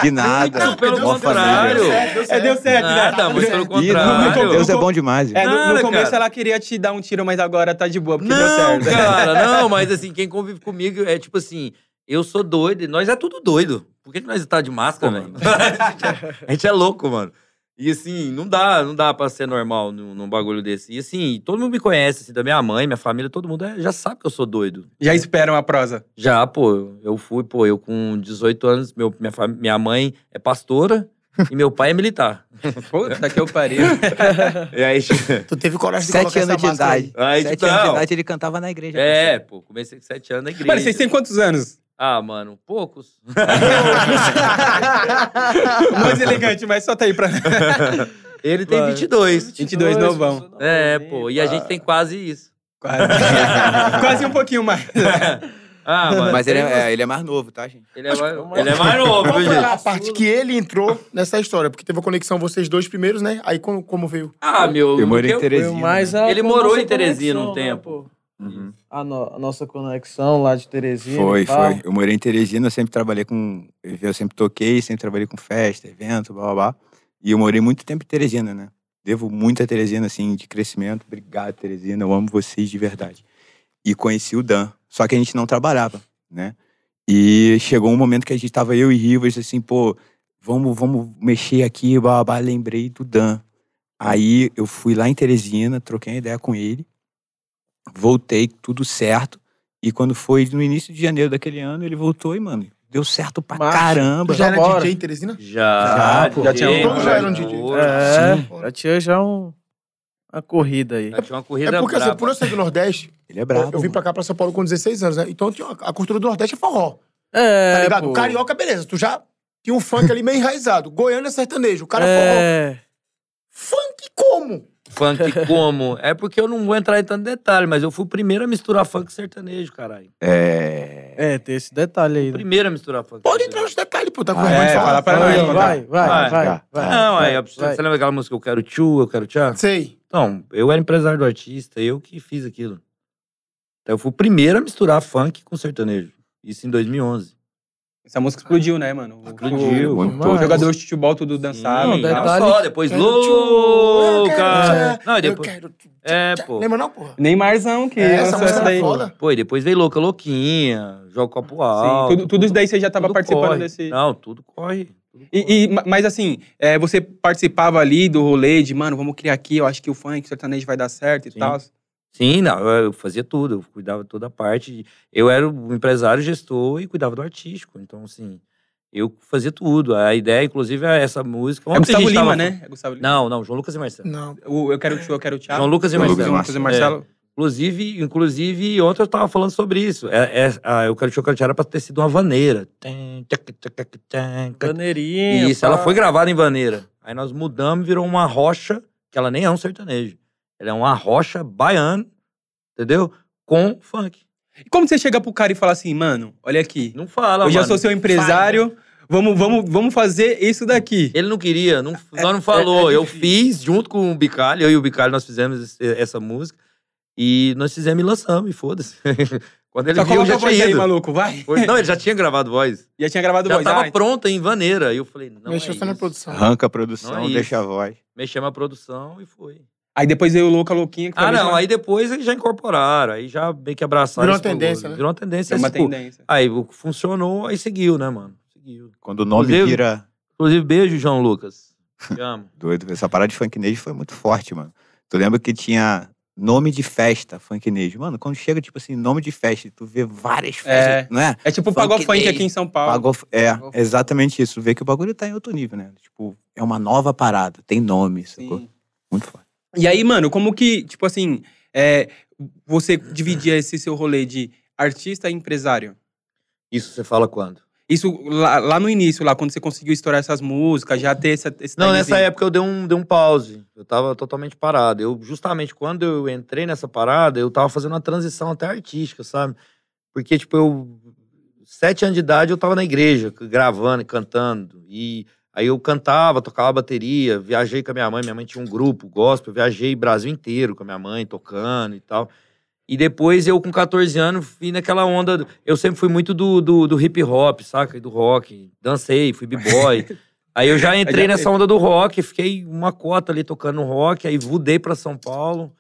Speaker 5: Que nada.
Speaker 3: Não, pelo
Speaker 5: Mó
Speaker 3: contrário.
Speaker 5: família.
Speaker 1: É, deu certo,
Speaker 3: Nada,
Speaker 1: né?
Speaker 3: muito pelo
Speaker 5: Ih,
Speaker 1: Contrário.
Speaker 5: não,
Speaker 1: Não,
Speaker 5: Deus
Speaker 3: contrário.
Speaker 5: é bom demais.
Speaker 1: É, no, no
Speaker 3: Nada,
Speaker 1: começo
Speaker 3: cara.
Speaker 1: ela queria te dar um tiro, mas agora tá de boa, porque deu
Speaker 3: Não,
Speaker 1: certo.
Speaker 3: cara, não, mas assim, quem convive comigo é tipo assim, eu sou doido, e nós é tudo doido. Por que, que nós tá de máscara, velho? a, gente é- a gente é louco, mano. E assim, não dá, não dá pra ser normal num, num bagulho desse. E assim, todo mundo me conhece, assim, da minha mãe, minha família, todo mundo é- já sabe que eu sou doido.
Speaker 1: Já esperam a prosa.
Speaker 3: Já, pô, eu fui, pô, eu com 18 anos, meu, minha, fam- minha mãe é pastora e meu pai é militar.
Speaker 1: Puta que eu parei.
Speaker 3: E aí,
Speaker 2: Tu teve coragem de
Speaker 5: Sete
Speaker 2: colocar
Speaker 5: anos
Speaker 2: essa
Speaker 5: de
Speaker 2: máscara aí?
Speaker 5: idade.
Speaker 3: aí
Speaker 5: Sete
Speaker 3: tipo,
Speaker 5: anos de
Speaker 3: não.
Speaker 5: idade ele cantava na igreja.
Speaker 3: É, pô, comecei com 7 anos na igreja.
Speaker 1: Mano, vocês têm quantos anos?
Speaker 3: Ah, mano, poucos.
Speaker 1: Mais elegante, mas só tá aí pra...
Speaker 3: Ele tem
Speaker 1: Mano.
Speaker 3: 22.
Speaker 1: 22 novão.
Speaker 3: É, pô, e a gente tem quase isso.
Speaker 1: Quase. Quase um pouquinho mais.
Speaker 3: Ah, mano.
Speaker 5: Mas ele
Speaker 3: tem-
Speaker 5: é, é, ele é mais novo, tá, gente?
Speaker 3: Ele é, mais, ele é mais novo,
Speaker 2: Qual
Speaker 3: viu,
Speaker 2: foi
Speaker 3: gente?
Speaker 2: a parte que ele entrou nessa história? Porque teve a conexão vocês dois primeiros, né? Aí como, como veio?
Speaker 3: Ah, meu.
Speaker 5: Eu morei em
Speaker 3: porque-
Speaker 5: Teresina.
Speaker 4: mais
Speaker 5: né?
Speaker 4: a
Speaker 3: Ele
Speaker 4: a
Speaker 3: morou
Speaker 4: nossa
Speaker 3: em Teresina
Speaker 4: conexão,
Speaker 3: um
Speaker 4: né,
Speaker 3: tempo.
Speaker 4: pô?
Speaker 5: Uhum.
Speaker 4: a, no- a nossa conexão lá de Teresina.
Speaker 5: Foi,
Speaker 4: e tal.
Speaker 5: foi. Eu morei em Teresina, eu sempre trabalhei com. Eu sempre toquei, sempre trabalhei com festa, evento, blá blá blá. E eu morei muito tempo em Teresina, né? Devo muito a Teresina, assim, de crescimento. Obrigado, Teresina. Eu amo vocês de verdade. E conheci o Dan. Só que a gente não trabalhava, né? E chegou um momento que a gente tava eu e Rivas, assim, pô, vamos, vamos mexer aqui, blá, blá, blá. lembrei do Dan. Aí eu fui lá em Teresina, troquei uma ideia com ele, voltei, tudo certo. E quando foi no início de janeiro daquele ano, ele voltou e, mano, deu certo pra
Speaker 4: Macho,
Speaker 5: caramba.
Speaker 2: Tu já era
Speaker 4: Vambora.
Speaker 2: DJ em Teresina?
Speaker 3: Já,
Speaker 5: Já, pô. Já
Speaker 2: tinha um- já era um DJ.
Speaker 4: É,
Speaker 5: Sim.
Speaker 4: já tinha já um, uma corrida aí.
Speaker 3: Já tinha uma corrida
Speaker 2: É porque, assim,
Speaker 3: braba.
Speaker 2: por eu ser do Nordeste,
Speaker 5: Ele é brabo.
Speaker 2: eu vim
Speaker 5: mano.
Speaker 2: pra cá, pra São Paulo, com 16 anos, né? Então tinha- a cultura do Nordeste é forró.
Speaker 4: É,
Speaker 2: Tá ligado?
Speaker 4: pô.
Speaker 2: Carioca, beleza. Tu já tinha um funk ali meio enraizado. Goiânia é sertanejo. O cara forró.
Speaker 4: é,
Speaker 2: Funk como?
Speaker 3: Funk como? É porque eu não vou entrar em tanto detalhe, mas eu fui o primeiro a misturar funk sertanejo, caralho.
Speaker 5: É.
Speaker 4: é, tem esse detalhe aí. né?
Speaker 3: Primeiro a misturar funk
Speaker 2: Pode entrar
Speaker 3: sertanejo.
Speaker 2: nos detalhes, pô. Tá com
Speaker 5: Ah,
Speaker 2: vergonha de
Speaker 5: é,
Speaker 2: falar.
Speaker 1: fala pra
Speaker 4: Vai,
Speaker 1: nós,
Speaker 4: vai, vai, vai, vai,
Speaker 5: Vai, vai.
Speaker 3: Não, aí,
Speaker 4: vai.
Speaker 3: você lembra aquela música Eu Quero Tchu, Eu Quero Tchá?
Speaker 2: Sei.
Speaker 3: Então, eu era empresário do artista, eu que fiz aquilo. Então, eu fui o primeiro a misturar funk com sertanejo. Isso em 2011.
Speaker 1: Essa música explodiu, né, mano? O-
Speaker 3: Explodiu.
Speaker 5: Muito
Speaker 1: O, o
Speaker 4: Mas-
Speaker 1: jogador de futebol tudo dançava.
Speaker 4: Não,
Speaker 1: e tal.
Speaker 4: detalhe-
Speaker 3: Não só, depois
Speaker 2: Quero tchu, eu quero
Speaker 3: louca.
Speaker 2: tchá,
Speaker 3: Não, e
Speaker 2: eu
Speaker 3: depois...
Speaker 2: quero tchu,
Speaker 3: É,
Speaker 2: tchá.
Speaker 3: pô.
Speaker 2: Lembra não, porra?
Speaker 1: Neymarzão que
Speaker 2: É, essa
Speaker 1: lançou
Speaker 2: música
Speaker 1: essa
Speaker 2: era
Speaker 1: daí.
Speaker 2: foda.
Speaker 3: Pô, e depois veio Louca Louquinha, Joga Copo
Speaker 1: Sim,
Speaker 3: Alto.
Speaker 1: tudo, tudo isso daí você já tava
Speaker 3: tudo
Speaker 1: participando
Speaker 3: corre.
Speaker 1: desse.
Speaker 3: Não, tudo corre. tudo corre.
Speaker 1: E, e- ma- mas assim, é, você participava ali do rolê de, mano, vamos criar aqui, eu acho que o funk o sertanejo vai dar certo e
Speaker 3: Sim.
Speaker 1: tal.
Speaker 3: Sim, não, eu eu fazia tudo, eu cuidava toda a parte. Eu era o empresário, gestor e cuidava do artístico. Então, assim, eu fazia tudo. A ideia, inclusive, é essa
Speaker 1: É
Speaker 3: música. Ontem a
Speaker 1: Gustavo
Speaker 3: gente
Speaker 1: Lima,
Speaker 3: tava falando-
Speaker 1: né? É Gustavo Lima.
Speaker 3: Não, não, João Lucas e Marcelo.
Speaker 2: Não.
Speaker 1: O, eu quero o tio, eu quero o Thiago.
Speaker 3: João Lucas e
Speaker 5: João
Speaker 3: Marcelo.
Speaker 5: Lucas e
Speaker 1: João Lucas e
Speaker 3: É.
Speaker 1: Marcelo.
Speaker 3: Inclusive, inclusive, ontem eu tava falando sobre isso. É, é, a, eu quero chocar era pra ter sido uma vaneira. Tem, tchac, tchac, tchac,
Speaker 4: Bandeirinha.
Speaker 3: Isso,
Speaker 4: pá.
Speaker 3: ela foi gravada em Vaneira. Aí nós mudamos, virou uma rocha, que ela nem é um sertanejo. Ela é uma rocha baiana, entendeu? Com funk.
Speaker 1: E como você chega pro cara e fala assim, mano, olha aqui,
Speaker 3: É. Não fala,
Speaker 1: eu já
Speaker 3: mano. né?
Speaker 1: sou seu empresário, vamos, vamos, vamos fazer isso daqui.
Speaker 3: Ele não queria, não, nós não falou.
Speaker 1: é- é
Speaker 3: eu fiz junto com o Bicalho, eu e o Bicalho, nós fizemos esse- essa música. E nós fizemos e lançamos, e foda-se. Quando ele
Speaker 1: Só
Speaker 3: viu,
Speaker 1: coloca
Speaker 3: já
Speaker 1: a voz
Speaker 3: tinha
Speaker 1: aí,
Speaker 3: ido.
Speaker 1: maluco, vai.
Speaker 3: Foi- Não, ele já tinha gravado voz.
Speaker 1: Já tinha gravado
Speaker 3: Já
Speaker 1: voz.
Speaker 3: tava
Speaker 1: ah,
Speaker 3: pronta em Vaneira. E eu falei, não
Speaker 2: Mexeu
Speaker 3: é
Speaker 2: só na
Speaker 3: isso.
Speaker 2: produção.
Speaker 5: Arranca a
Speaker 3: Não é
Speaker 5: produção,
Speaker 3: isso.
Speaker 5: deixa a voz.
Speaker 3: Mexemos a produção e foi.
Speaker 1: Aí depois veio o Louca Louquinha. Que foi
Speaker 3: Ah,
Speaker 1: a
Speaker 3: não.
Speaker 1: mesma-
Speaker 3: Aí depois eles já incorporaram. Aí já meio que abraçaram.
Speaker 2: Virou
Speaker 3: esse
Speaker 2: uma tendência,
Speaker 3: bagulho.
Speaker 2: né?
Speaker 3: Virou uma tendência.
Speaker 1: É uma
Speaker 3: tipo,
Speaker 1: tendência.
Speaker 3: Aí o que funcionou, aí seguiu, né, mano? Seguiu.
Speaker 5: Quando o nome
Speaker 3: Inclusive-
Speaker 5: vira.
Speaker 3: Inclusive, beijo, João Lucas. Te amo.
Speaker 5: Doido, essa parada de funknejo foi muito forte, mano. Tu lembra que tinha nome de festa, funknejo. Mano, quando chega, tipo assim, nome de festa, tu vê várias
Speaker 1: É.
Speaker 5: festas, não é?
Speaker 1: É tipo o
Speaker 5: Funk
Speaker 1: Pagou Funk
Speaker 5: Day.
Speaker 1: aqui em São Paulo.
Speaker 5: Pagou, é,
Speaker 4: Pagou-
Speaker 5: exatamente isso. Tu vê que o bagulho tá em outro nível, né? Tipo, é uma nova parada, tem nome, sacou?
Speaker 1: Sim.
Speaker 5: Muito forte.
Speaker 1: E aí, mano, como que, tipo assim, é, você dividia esse seu rolê de artista e empresário?
Speaker 3: Isso você fala quando?
Speaker 1: Isso lá, lá no início, lá quando você conseguiu estourar essas músicas, já ter essa, esse
Speaker 3: Não,
Speaker 1: timezinho.
Speaker 3: nessa época eu dei um, dei um pause. Eu tava totalmente parado. Eu, justamente, quando eu entrei nessa parada, eu tava fazendo uma transição até artística, sabe? Porque, tipo, eu. Sete anos de idade eu tava na igreja, c- gravando e cantando. E aí eu cantava, tocava bateria, viajei com a minha mãe. Minha mãe tinha um grupo gospel, eu viajei Brasil inteiro com a minha mãe, tocando e tal. E depois eu, com 14 anos, fui naquela onda. do- Eu sempre fui muito do, do, do hip hop, saca? E do rock. Dancei, fui b-boy. aí eu já entrei
Speaker 1: Já-
Speaker 3: nessa onda do rock, fiquei uma cota ali tocando rock, aí mudei pra São Paulo.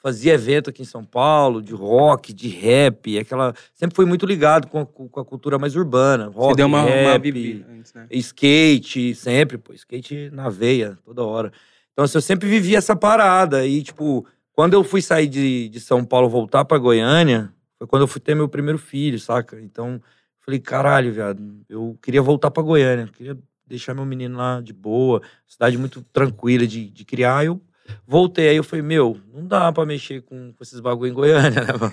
Speaker 3: Fazia evento aqui em São Paulo, de rock, de rap, aquela. Sempre fui muito ligado com a, cu- com a cultura mais urbana. Rock,
Speaker 1: Você deu uma,
Speaker 3: rap,
Speaker 1: uma bebida antes, né?
Speaker 3: skate, sempre, pô, skate na veia, toda hora. Então, assim, eu sempre vivi essa parada. E, tipo, quando eu fui sair de, de São Paulo voltar pra Goiânia, foi quando eu fui ter meu primeiro filho, saca? Então, eu falei, caralho, viado, eu queria voltar pra Goiânia, eu queria deixar meu menino lá de boa, cidade muito tranquila de, de criar. Eu voltei, aí eu falei, meu, não dá pra mexer com, com esses bagulho em Goiânia, né, mano?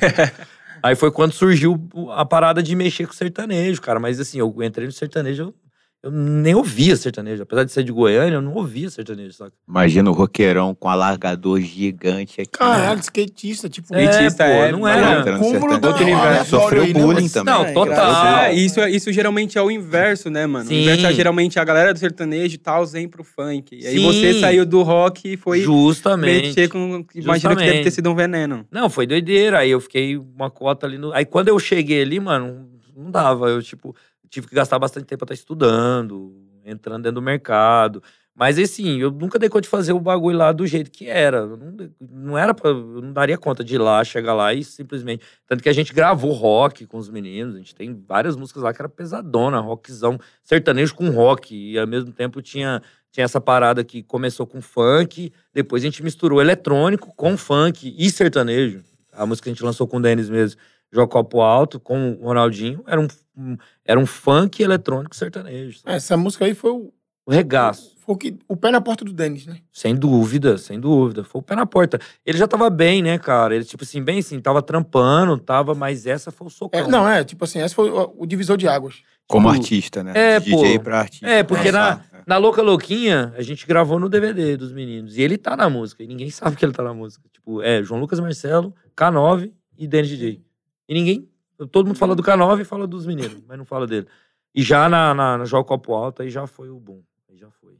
Speaker 3: Aí foi quando surgiu a parada de mexer com sertanejo, cara. Mas assim, eu entrei no sertanejo, eu eu nem ouvia sertanejo. Apesar de ser de Goiânia, eu não ouvia sertanejo, saca?
Speaker 5: Imagina o roqueirão com alargador gigante aqui. Tá
Speaker 2: Caralho, skatista, tipo.
Speaker 1: É, Skatista, é,
Speaker 3: não
Speaker 1: mas
Speaker 3: era.
Speaker 5: Entrando
Speaker 2: cúmulo
Speaker 5: sertanejo.
Speaker 2: da-
Speaker 1: Outro nível.
Speaker 5: Sofreu
Speaker 2: Aí, né,
Speaker 5: bullying
Speaker 2: mas-
Speaker 5: também.
Speaker 3: Não,
Speaker 5: né?
Speaker 3: total.
Speaker 5: Graças a
Speaker 1: Ah,
Speaker 5: Deus.
Speaker 1: isso, é- isso geralmente é o inverso, né, mano?
Speaker 3: Sim.
Speaker 1: O inverso é geralmente a galera do sertanejo e tal, vem pro funk. E aí
Speaker 3: Sim.
Speaker 1: você saiu do rock e foi
Speaker 3: Justamente.
Speaker 1: mexer com. Imagino que
Speaker 3: Justamente.
Speaker 1: deve ter sido um veneno.
Speaker 3: Não, foi doideira. Aí eu fiquei uma cota ali no. Aí quando eu cheguei ali, mano, não dava. Eu, tipo, tive que gastar bastante tempo pra estar estudando, entrando dentro do mercado. Mas assim, eu nunca dei conta de fazer o bagulho lá do jeito que era. Eu não, não era pra. Eu não daria conta de ir lá, chegar lá e simplesmente. Tanto que a gente gravou rock com os meninos. A gente tem várias músicas lá que era pesadona, rockzão, sertanejo com rock. E ao mesmo tempo tinha, tinha essa parada que começou com funk, depois a gente misturou eletrônico com funk e sertanejo. A música que a gente lançou com o Denis mesmo, Joga o Copo Alto, com o Ronaldinho, era um, um- era um funk eletrônico sertanejo. sabe?
Speaker 2: Essa música aí foi o,
Speaker 3: O regaço.
Speaker 2: foi o, que, o pé na porta do Denis, né?
Speaker 3: Sem dúvida, sem dúvida. Foi o pé na porta. Ele já tava bem, né, cara? Ele, tipo assim, bem assim, tava trampando, tava, mas essa foi o socão.
Speaker 2: É, não, é, tipo assim, esse foi o, o divisor de águas.
Speaker 5: Como artista, né?
Speaker 3: É,
Speaker 5: De DJ
Speaker 3: pô.
Speaker 5: pra artista.
Speaker 3: É, porque na,
Speaker 5: Nossa,
Speaker 3: na Louca Louquinha, a gente gravou no DVD dos meninos. E ele tá na música. E ninguém sabe que ele tá na música. Tipo, é João Lucas Marcelo, K9 e Danny DJ. E ninguém. Todo mundo fala do K9 e fala dos meninos, mas não fala dele. E já na, na, na Joga o Copo Alto, aí já foi o boom. Aí já foi.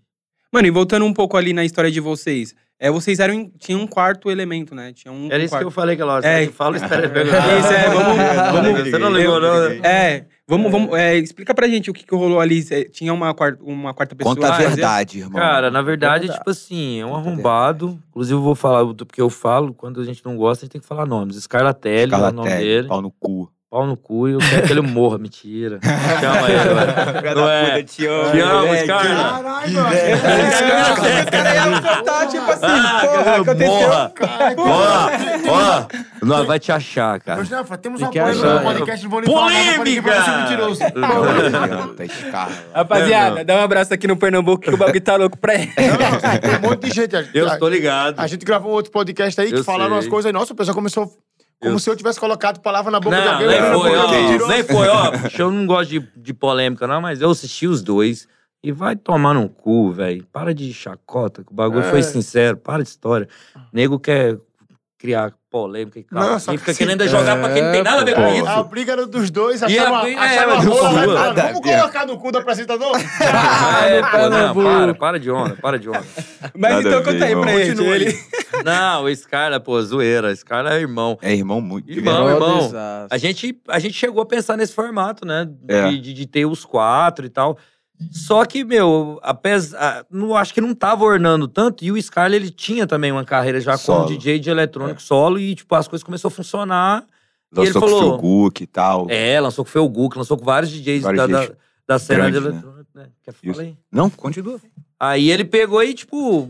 Speaker 1: Mano, e voltando um pouco ali na história de vocês. É, vocês eram. em- Tinham um quarto elemento, né? Tinha um.
Speaker 3: Era
Speaker 1: um
Speaker 3: isso que eu
Speaker 1: quarto.
Speaker 3: falei aquela hora.
Speaker 1: É.
Speaker 3: É. Fala, espera.
Speaker 1: Isso, é, vamos-
Speaker 5: vamos-
Speaker 3: Você não ligou, não? né?
Speaker 1: É, vamos. vamos é, explica pra gente o que, que rolou ali. Cê- Tinha uma quarta, uma quarta pessoa.
Speaker 5: Conta a
Speaker 1: fazia-
Speaker 5: verdade, irmão.
Speaker 3: é Cara, na verdade,
Speaker 4: verdade.
Speaker 3: tipo assim, é um
Speaker 5: Puta
Speaker 3: arrombado. Inclusive, eu vou falar, do- porque eu falo, quando a gente não gosta, a gente tem que falar nomes. Scarlatelli, é o nome
Speaker 5: Carlatelli,
Speaker 3: dele.
Speaker 5: pau no cu.
Speaker 3: Pau no cu e eu quero que ele morra. Mentira. Chama ele, velho. Não é.
Speaker 5: Te
Speaker 3: Te amo, Scarla.
Speaker 2: Caralho, mano.
Speaker 1: O cara ia cantar, tipo assim,
Speaker 3: Ah,
Speaker 1: porra,
Speaker 3: quero que um-" ele
Speaker 1: aconteceu.
Speaker 3: morra. Ó, ó. Nós vai te achar, cara.
Speaker 2: Mas, Rafa, temos
Speaker 4: Tem
Speaker 2: uma
Speaker 4: que
Speaker 2: polêmica
Speaker 4: achar,
Speaker 2: no podcast, não vou nem falar nada,
Speaker 3: é. Polêmica!
Speaker 2: pra ninguém parecer mentiroso.
Speaker 5: Não adianta, Scarla.
Speaker 1: Rapaziada, dá um abraço aqui no Pernambuco que o bagulho tá louco pra ele.
Speaker 2: Não, Tem um monte de gente. A,
Speaker 3: Eu
Speaker 2: a-
Speaker 3: estou ligado.
Speaker 2: a gente gravou um outro podcast aí que
Speaker 3: Eu
Speaker 2: falaram
Speaker 3: sei.
Speaker 2: umas coisas aí. Nossa, o pessoal começou como
Speaker 3: Eu-
Speaker 2: se eu tivesse colocado palavra na boca de
Speaker 3: Não,
Speaker 2: alguém.
Speaker 3: nem
Speaker 2: eu era
Speaker 3: foi,
Speaker 2: um
Speaker 3: ó.
Speaker 2: mentiroso.
Speaker 3: Nem foi, ó. Bicho, Eu não gosto de, de polêmica, não, mas eu assisti os dois. E vai tomar no cu, velho. Para de chacota, que o bagulho
Speaker 2: É.
Speaker 3: foi sincero. Para de história. Nego quer criar polêmica e calma.
Speaker 2: Não, só
Speaker 3: e
Speaker 2: que
Speaker 3: fica
Speaker 2: assim-
Speaker 3: querendo jogar pra quem não tem nada a ver com
Speaker 5: É,
Speaker 3: isso.
Speaker 2: A briga era dos dois,
Speaker 3: E
Speaker 2: acharam
Speaker 3: a
Speaker 2: uma,
Speaker 3: briga-
Speaker 2: acharam
Speaker 3: é,
Speaker 2: uma
Speaker 3: mas
Speaker 2: rola
Speaker 3: não
Speaker 2: lá e
Speaker 3: foi.
Speaker 2: falaram, Vamos
Speaker 5: Nada a
Speaker 2: colocar no cu do apresentador?
Speaker 3: É, pô, não,
Speaker 4: Pernambuco.
Speaker 3: para, para de onda, para de onda.
Speaker 1: Mas
Speaker 5: Nada a
Speaker 1: então
Speaker 5: ver,
Speaker 1: conta aí
Speaker 5: irmão.
Speaker 1: pra ele.
Speaker 2: Continua
Speaker 1: ele.
Speaker 3: Não, o Scarla, pô, zoeira. O Scarla é irmão.
Speaker 5: É irmão muito. de
Speaker 3: Irmão,
Speaker 5: verdade.
Speaker 3: irmão.
Speaker 4: Desastre.
Speaker 3: A gente, a gente chegou a pensar nesse formato, né? De,
Speaker 5: É.
Speaker 3: de- de ter os quatro e tal. Só que, meu, apesar, não, acho que não tava ornando tanto. E o Scarlett, ele tinha também uma carreira já
Speaker 5: Solo. É.
Speaker 3: como DJ de eletrônico solo. E, tipo, as coisas começaram a funcionar. E ele
Speaker 5: Lançou com o
Speaker 3: falou-
Speaker 5: Fiuk e tal.
Speaker 3: É, lançou com o Felguk, lançou com vários DJs
Speaker 5: Vários
Speaker 3: da, da,
Speaker 5: DJs
Speaker 3: da cena
Speaker 5: grandes,
Speaker 3: de
Speaker 5: né?
Speaker 3: eletrônico, né? Quer falar
Speaker 5: Isso.
Speaker 3: aí?
Speaker 5: Não, continua.
Speaker 3: Aí ele pegou e, tipo,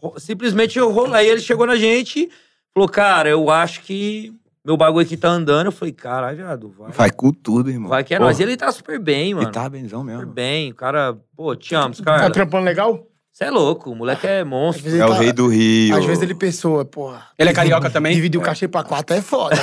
Speaker 3: ro- simplesmente eu rolei. Aí ele chegou na gente e falou, cara, eu acho que meu bagulho aqui tá andando. Eu falei, caralho, viado, vai.
Speaker 5: Vai com tudo, irmão.
Speaker 3: Vai que é
Speaker 5: Porra.
Speaker 3: nós. E ele tá super bem, mano.
Speaker 5: E tá benzão
Speaker 3: Super
Speaker 5: mesmo.
Speaker 3: bem, o cara. Pô, te amo,
Speaker 2: Tá
Speaker 3: cara.
Speaker 2: trampando legal?
Speaker 3: Você é louco, o moleque é
Speaker 2: Às
Speaker 3: monstro.
Speaker 2: vezes
Speaker 5: É
Speaker 2: ele
Speaker 5: o
Speaker 2: tá-
Speaker 5: rei do Rio.
Speaker 2: Às vezes ele pensou, porra.
Speaker 1: Ele é carioca também? É,
Speaker 2: Dividir o cachê pra quatro é foda.
Speaker 5: né?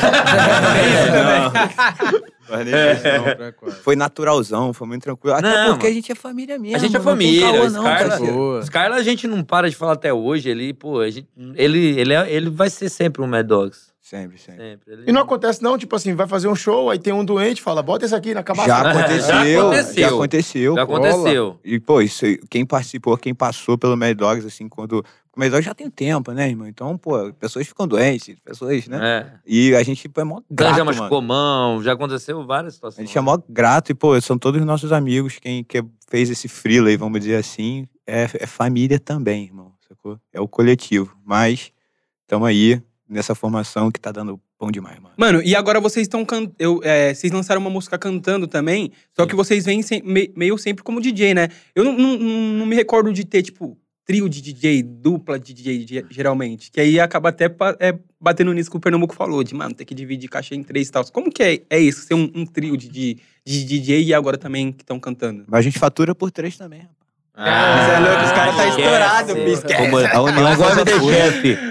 Speaker 5: Mas nem isso, não.
Speaker 4: Pra quatro.
Speaker 5: Foi naturalzão, foi muito tranquilo. Até
Speaker 3: É. Não,
Speaker 5: porque
Speaker 3: mano.
Speaker 5: a gente é família mesmo.
Speaker 3: A gente é
Speaker 5: não tem
Speaker 3: família, é
Speaker 5: caô
Speaker 3: os
Speaker 5: não,
Speaker 3: caras-
Speaker 5: parceiro.
Speaker 4: Boa.
Speaker 3: Os caras a gente não para de falar até hoje. Ele, pô, a gente- ele, ele, é- ele vai ser sempre um Mad Dogs.
Speaker 5: Sempre, sempre.
Speaker 3: Sempre. Ele-
Speaker 2: E não acontece, não, tipo assim, vai fazer um show, aí tem um doente, fala, bota esse aqui na cabeça.
Speaker 5: Já aconteceu. Já aconteceu.
Speaker 3: aconteceu. Já aconteceu.
Speaker 5: E, pô, isso, aí, quem participou, quem passou pelo Mad Dogs, assim, quando. O Mad Dogs já tem um tempo, né, irmão? Então, pô, pessoas ficam doentes, pessoas, né?
Speaker 3: É.
Speaker 5: E a gente pô, é mó
Speaker 3: Então, já
Speaker 5: grato. Mano.
Speaker 3: machucou mão, já aconteceu várias
Speaker 5: A
Speaker 3: situações.
Speaker 5: gente é mó grato e, pô, são todos nossos amigos. Quem que fez esse freela aí, vamos dizer assim, é, é família também, irmão. Sacou? É o coletivo. Mas estamos aí nessa formação que tá dando bom demais, mano.
Speaker 1: Mano, e agora vocês estão cantando. é, vocês lançaram uma música cantando também, só que vocês vêm sem- me- meio sempre como DJ, né? Eu não, não- não- não me recordo de ter, tipo, trio de DJ, dupla de DJ, ge- geralmente. Que aí acaba até pa- é, batendo nisso que o Pernambuco falou, de, mano, ter que dividir caixa em três e tal. Como que é, é isso, ser um, um trio de, de- de DJ e agora também que estão cantando?
Speaker 5: Mas a gente fatura por três também, rapaz.
Speaker 1: Você é louco, os caras tá
Speaker 3: Ah, esquece.
Speaker 1: estourado, bicho.
Speaker 5: Como- A união
Speaker 3: Agora
Speaker 5: faz
Speaker 3: me
Speaker 5: a
Speaker 3: deixa.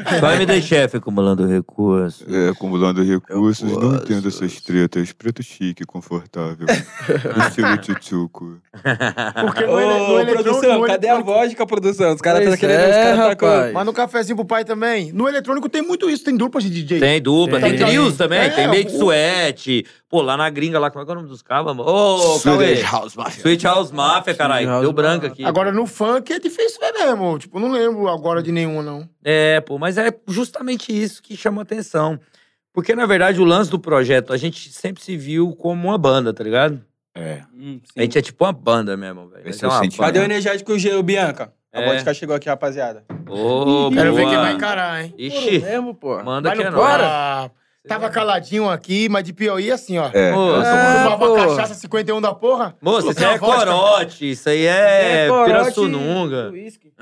Speaker 5: força.
Speaker 3: Vai me deixar acumulando recurso.
Speaker 6: É, acumulando recursos, não entendo
Speaker 3: gosto.
Speaker 6: essas tretas. Preto chique, confortável. estilo tchutchuco.
Speaker 2: Porque no, ele- no
Speaker 1: Ô,
Speaker 2: eletrônico-
Speaker 1: produção,
Speaker 2: no
Speaker 1: cadê a
Speaker 2: eletrônico-
Speaker 1: vodka, produção? Os caras
Speaker 4: Pois
Speaker 1: estão querendo...
Speaker 4: é,
Speaker 1: os caras tá com-
Speaker 4: rapaz.
Speaker 2: Manda um cafezinho pro pai também. No eletrônico tem muito isso, tem duplas de DJ.
Speaker 3: Tem dupla, tem,
Speaker 2: Tem.
Speaker 3: trios também,
Speaker 2: É,
Speaker 3: tem meio de
Speaker 2: o-
Speaker 3: suete. Pô, lá na gringa, lá, como é que é o nome dos caras, mano? Ô, Cauê.
Speaker 5: House Mafia.
Speaker 3: Sweet House Mafia, caralho.
Speaker 4: House
Speaker 3: Deu branco
Speaker 4: Mafia.
Speaker 3: aqui.
Speaker 2: Agora no funk é difícil ver mesmo. Tipo, não lembro agora de nenhuma, não.
Speaker 3: É, pô, mas é justamente isso que chama atenção. Porque, na verdade, o lance do projeto, a gente sempre se viu como uma banda, tá ligado?
Speaker 5: É.
Speaker 1: Hum, sim.
Speaker 3: A gente é tipo uma banda mesmo, velho. Nós
Speaker 5: Esse é o
Speaker 3: uma
Speaker 5: sentimento.
Speaker 1: Cadê o
Speaker 3: banda.
Speaker 1: energético gel, Bianca? A
Speaker 3: É.
Speaker 1: vodka chegou aqui, rapaziada.
Speaker 3: Ô,
Speaker 2: Quero ver
Speaker 3: boa.
Speaker 2: quem vai encarar, hein?
Speaker 4: Puro
Speaker 3: Ixi,
Speaker 4: mesmo, pô.
Speaker 3: manda
Speaker 2: vai
Speaker 3: que
Speaker 2: no
Speaker 3: é
Speaker 2: Bora.
Speaker 3: nóis.
Speaker 2: Ah, tava caladinho aqui, mas de Piauí assim, ó.
Speaker 6: É,
Speaker 3: Ô,
Speaker 6: elas são
Speaker 4: é,
Speaker 6: uma-
Speaker 2: Tomava
Speaker 4: pô.
Speaker 2: cachaça 51 da porra.
Speaker 3: Moço, isso
Speaker 2: Colocar
Speaker 3: aí é
Speaker 2: a vodka.
Speaker 3: corote, isso aí é,
Speaker 4: corote e
Speaker 3: pirassununga.
Speaker 4: uísque.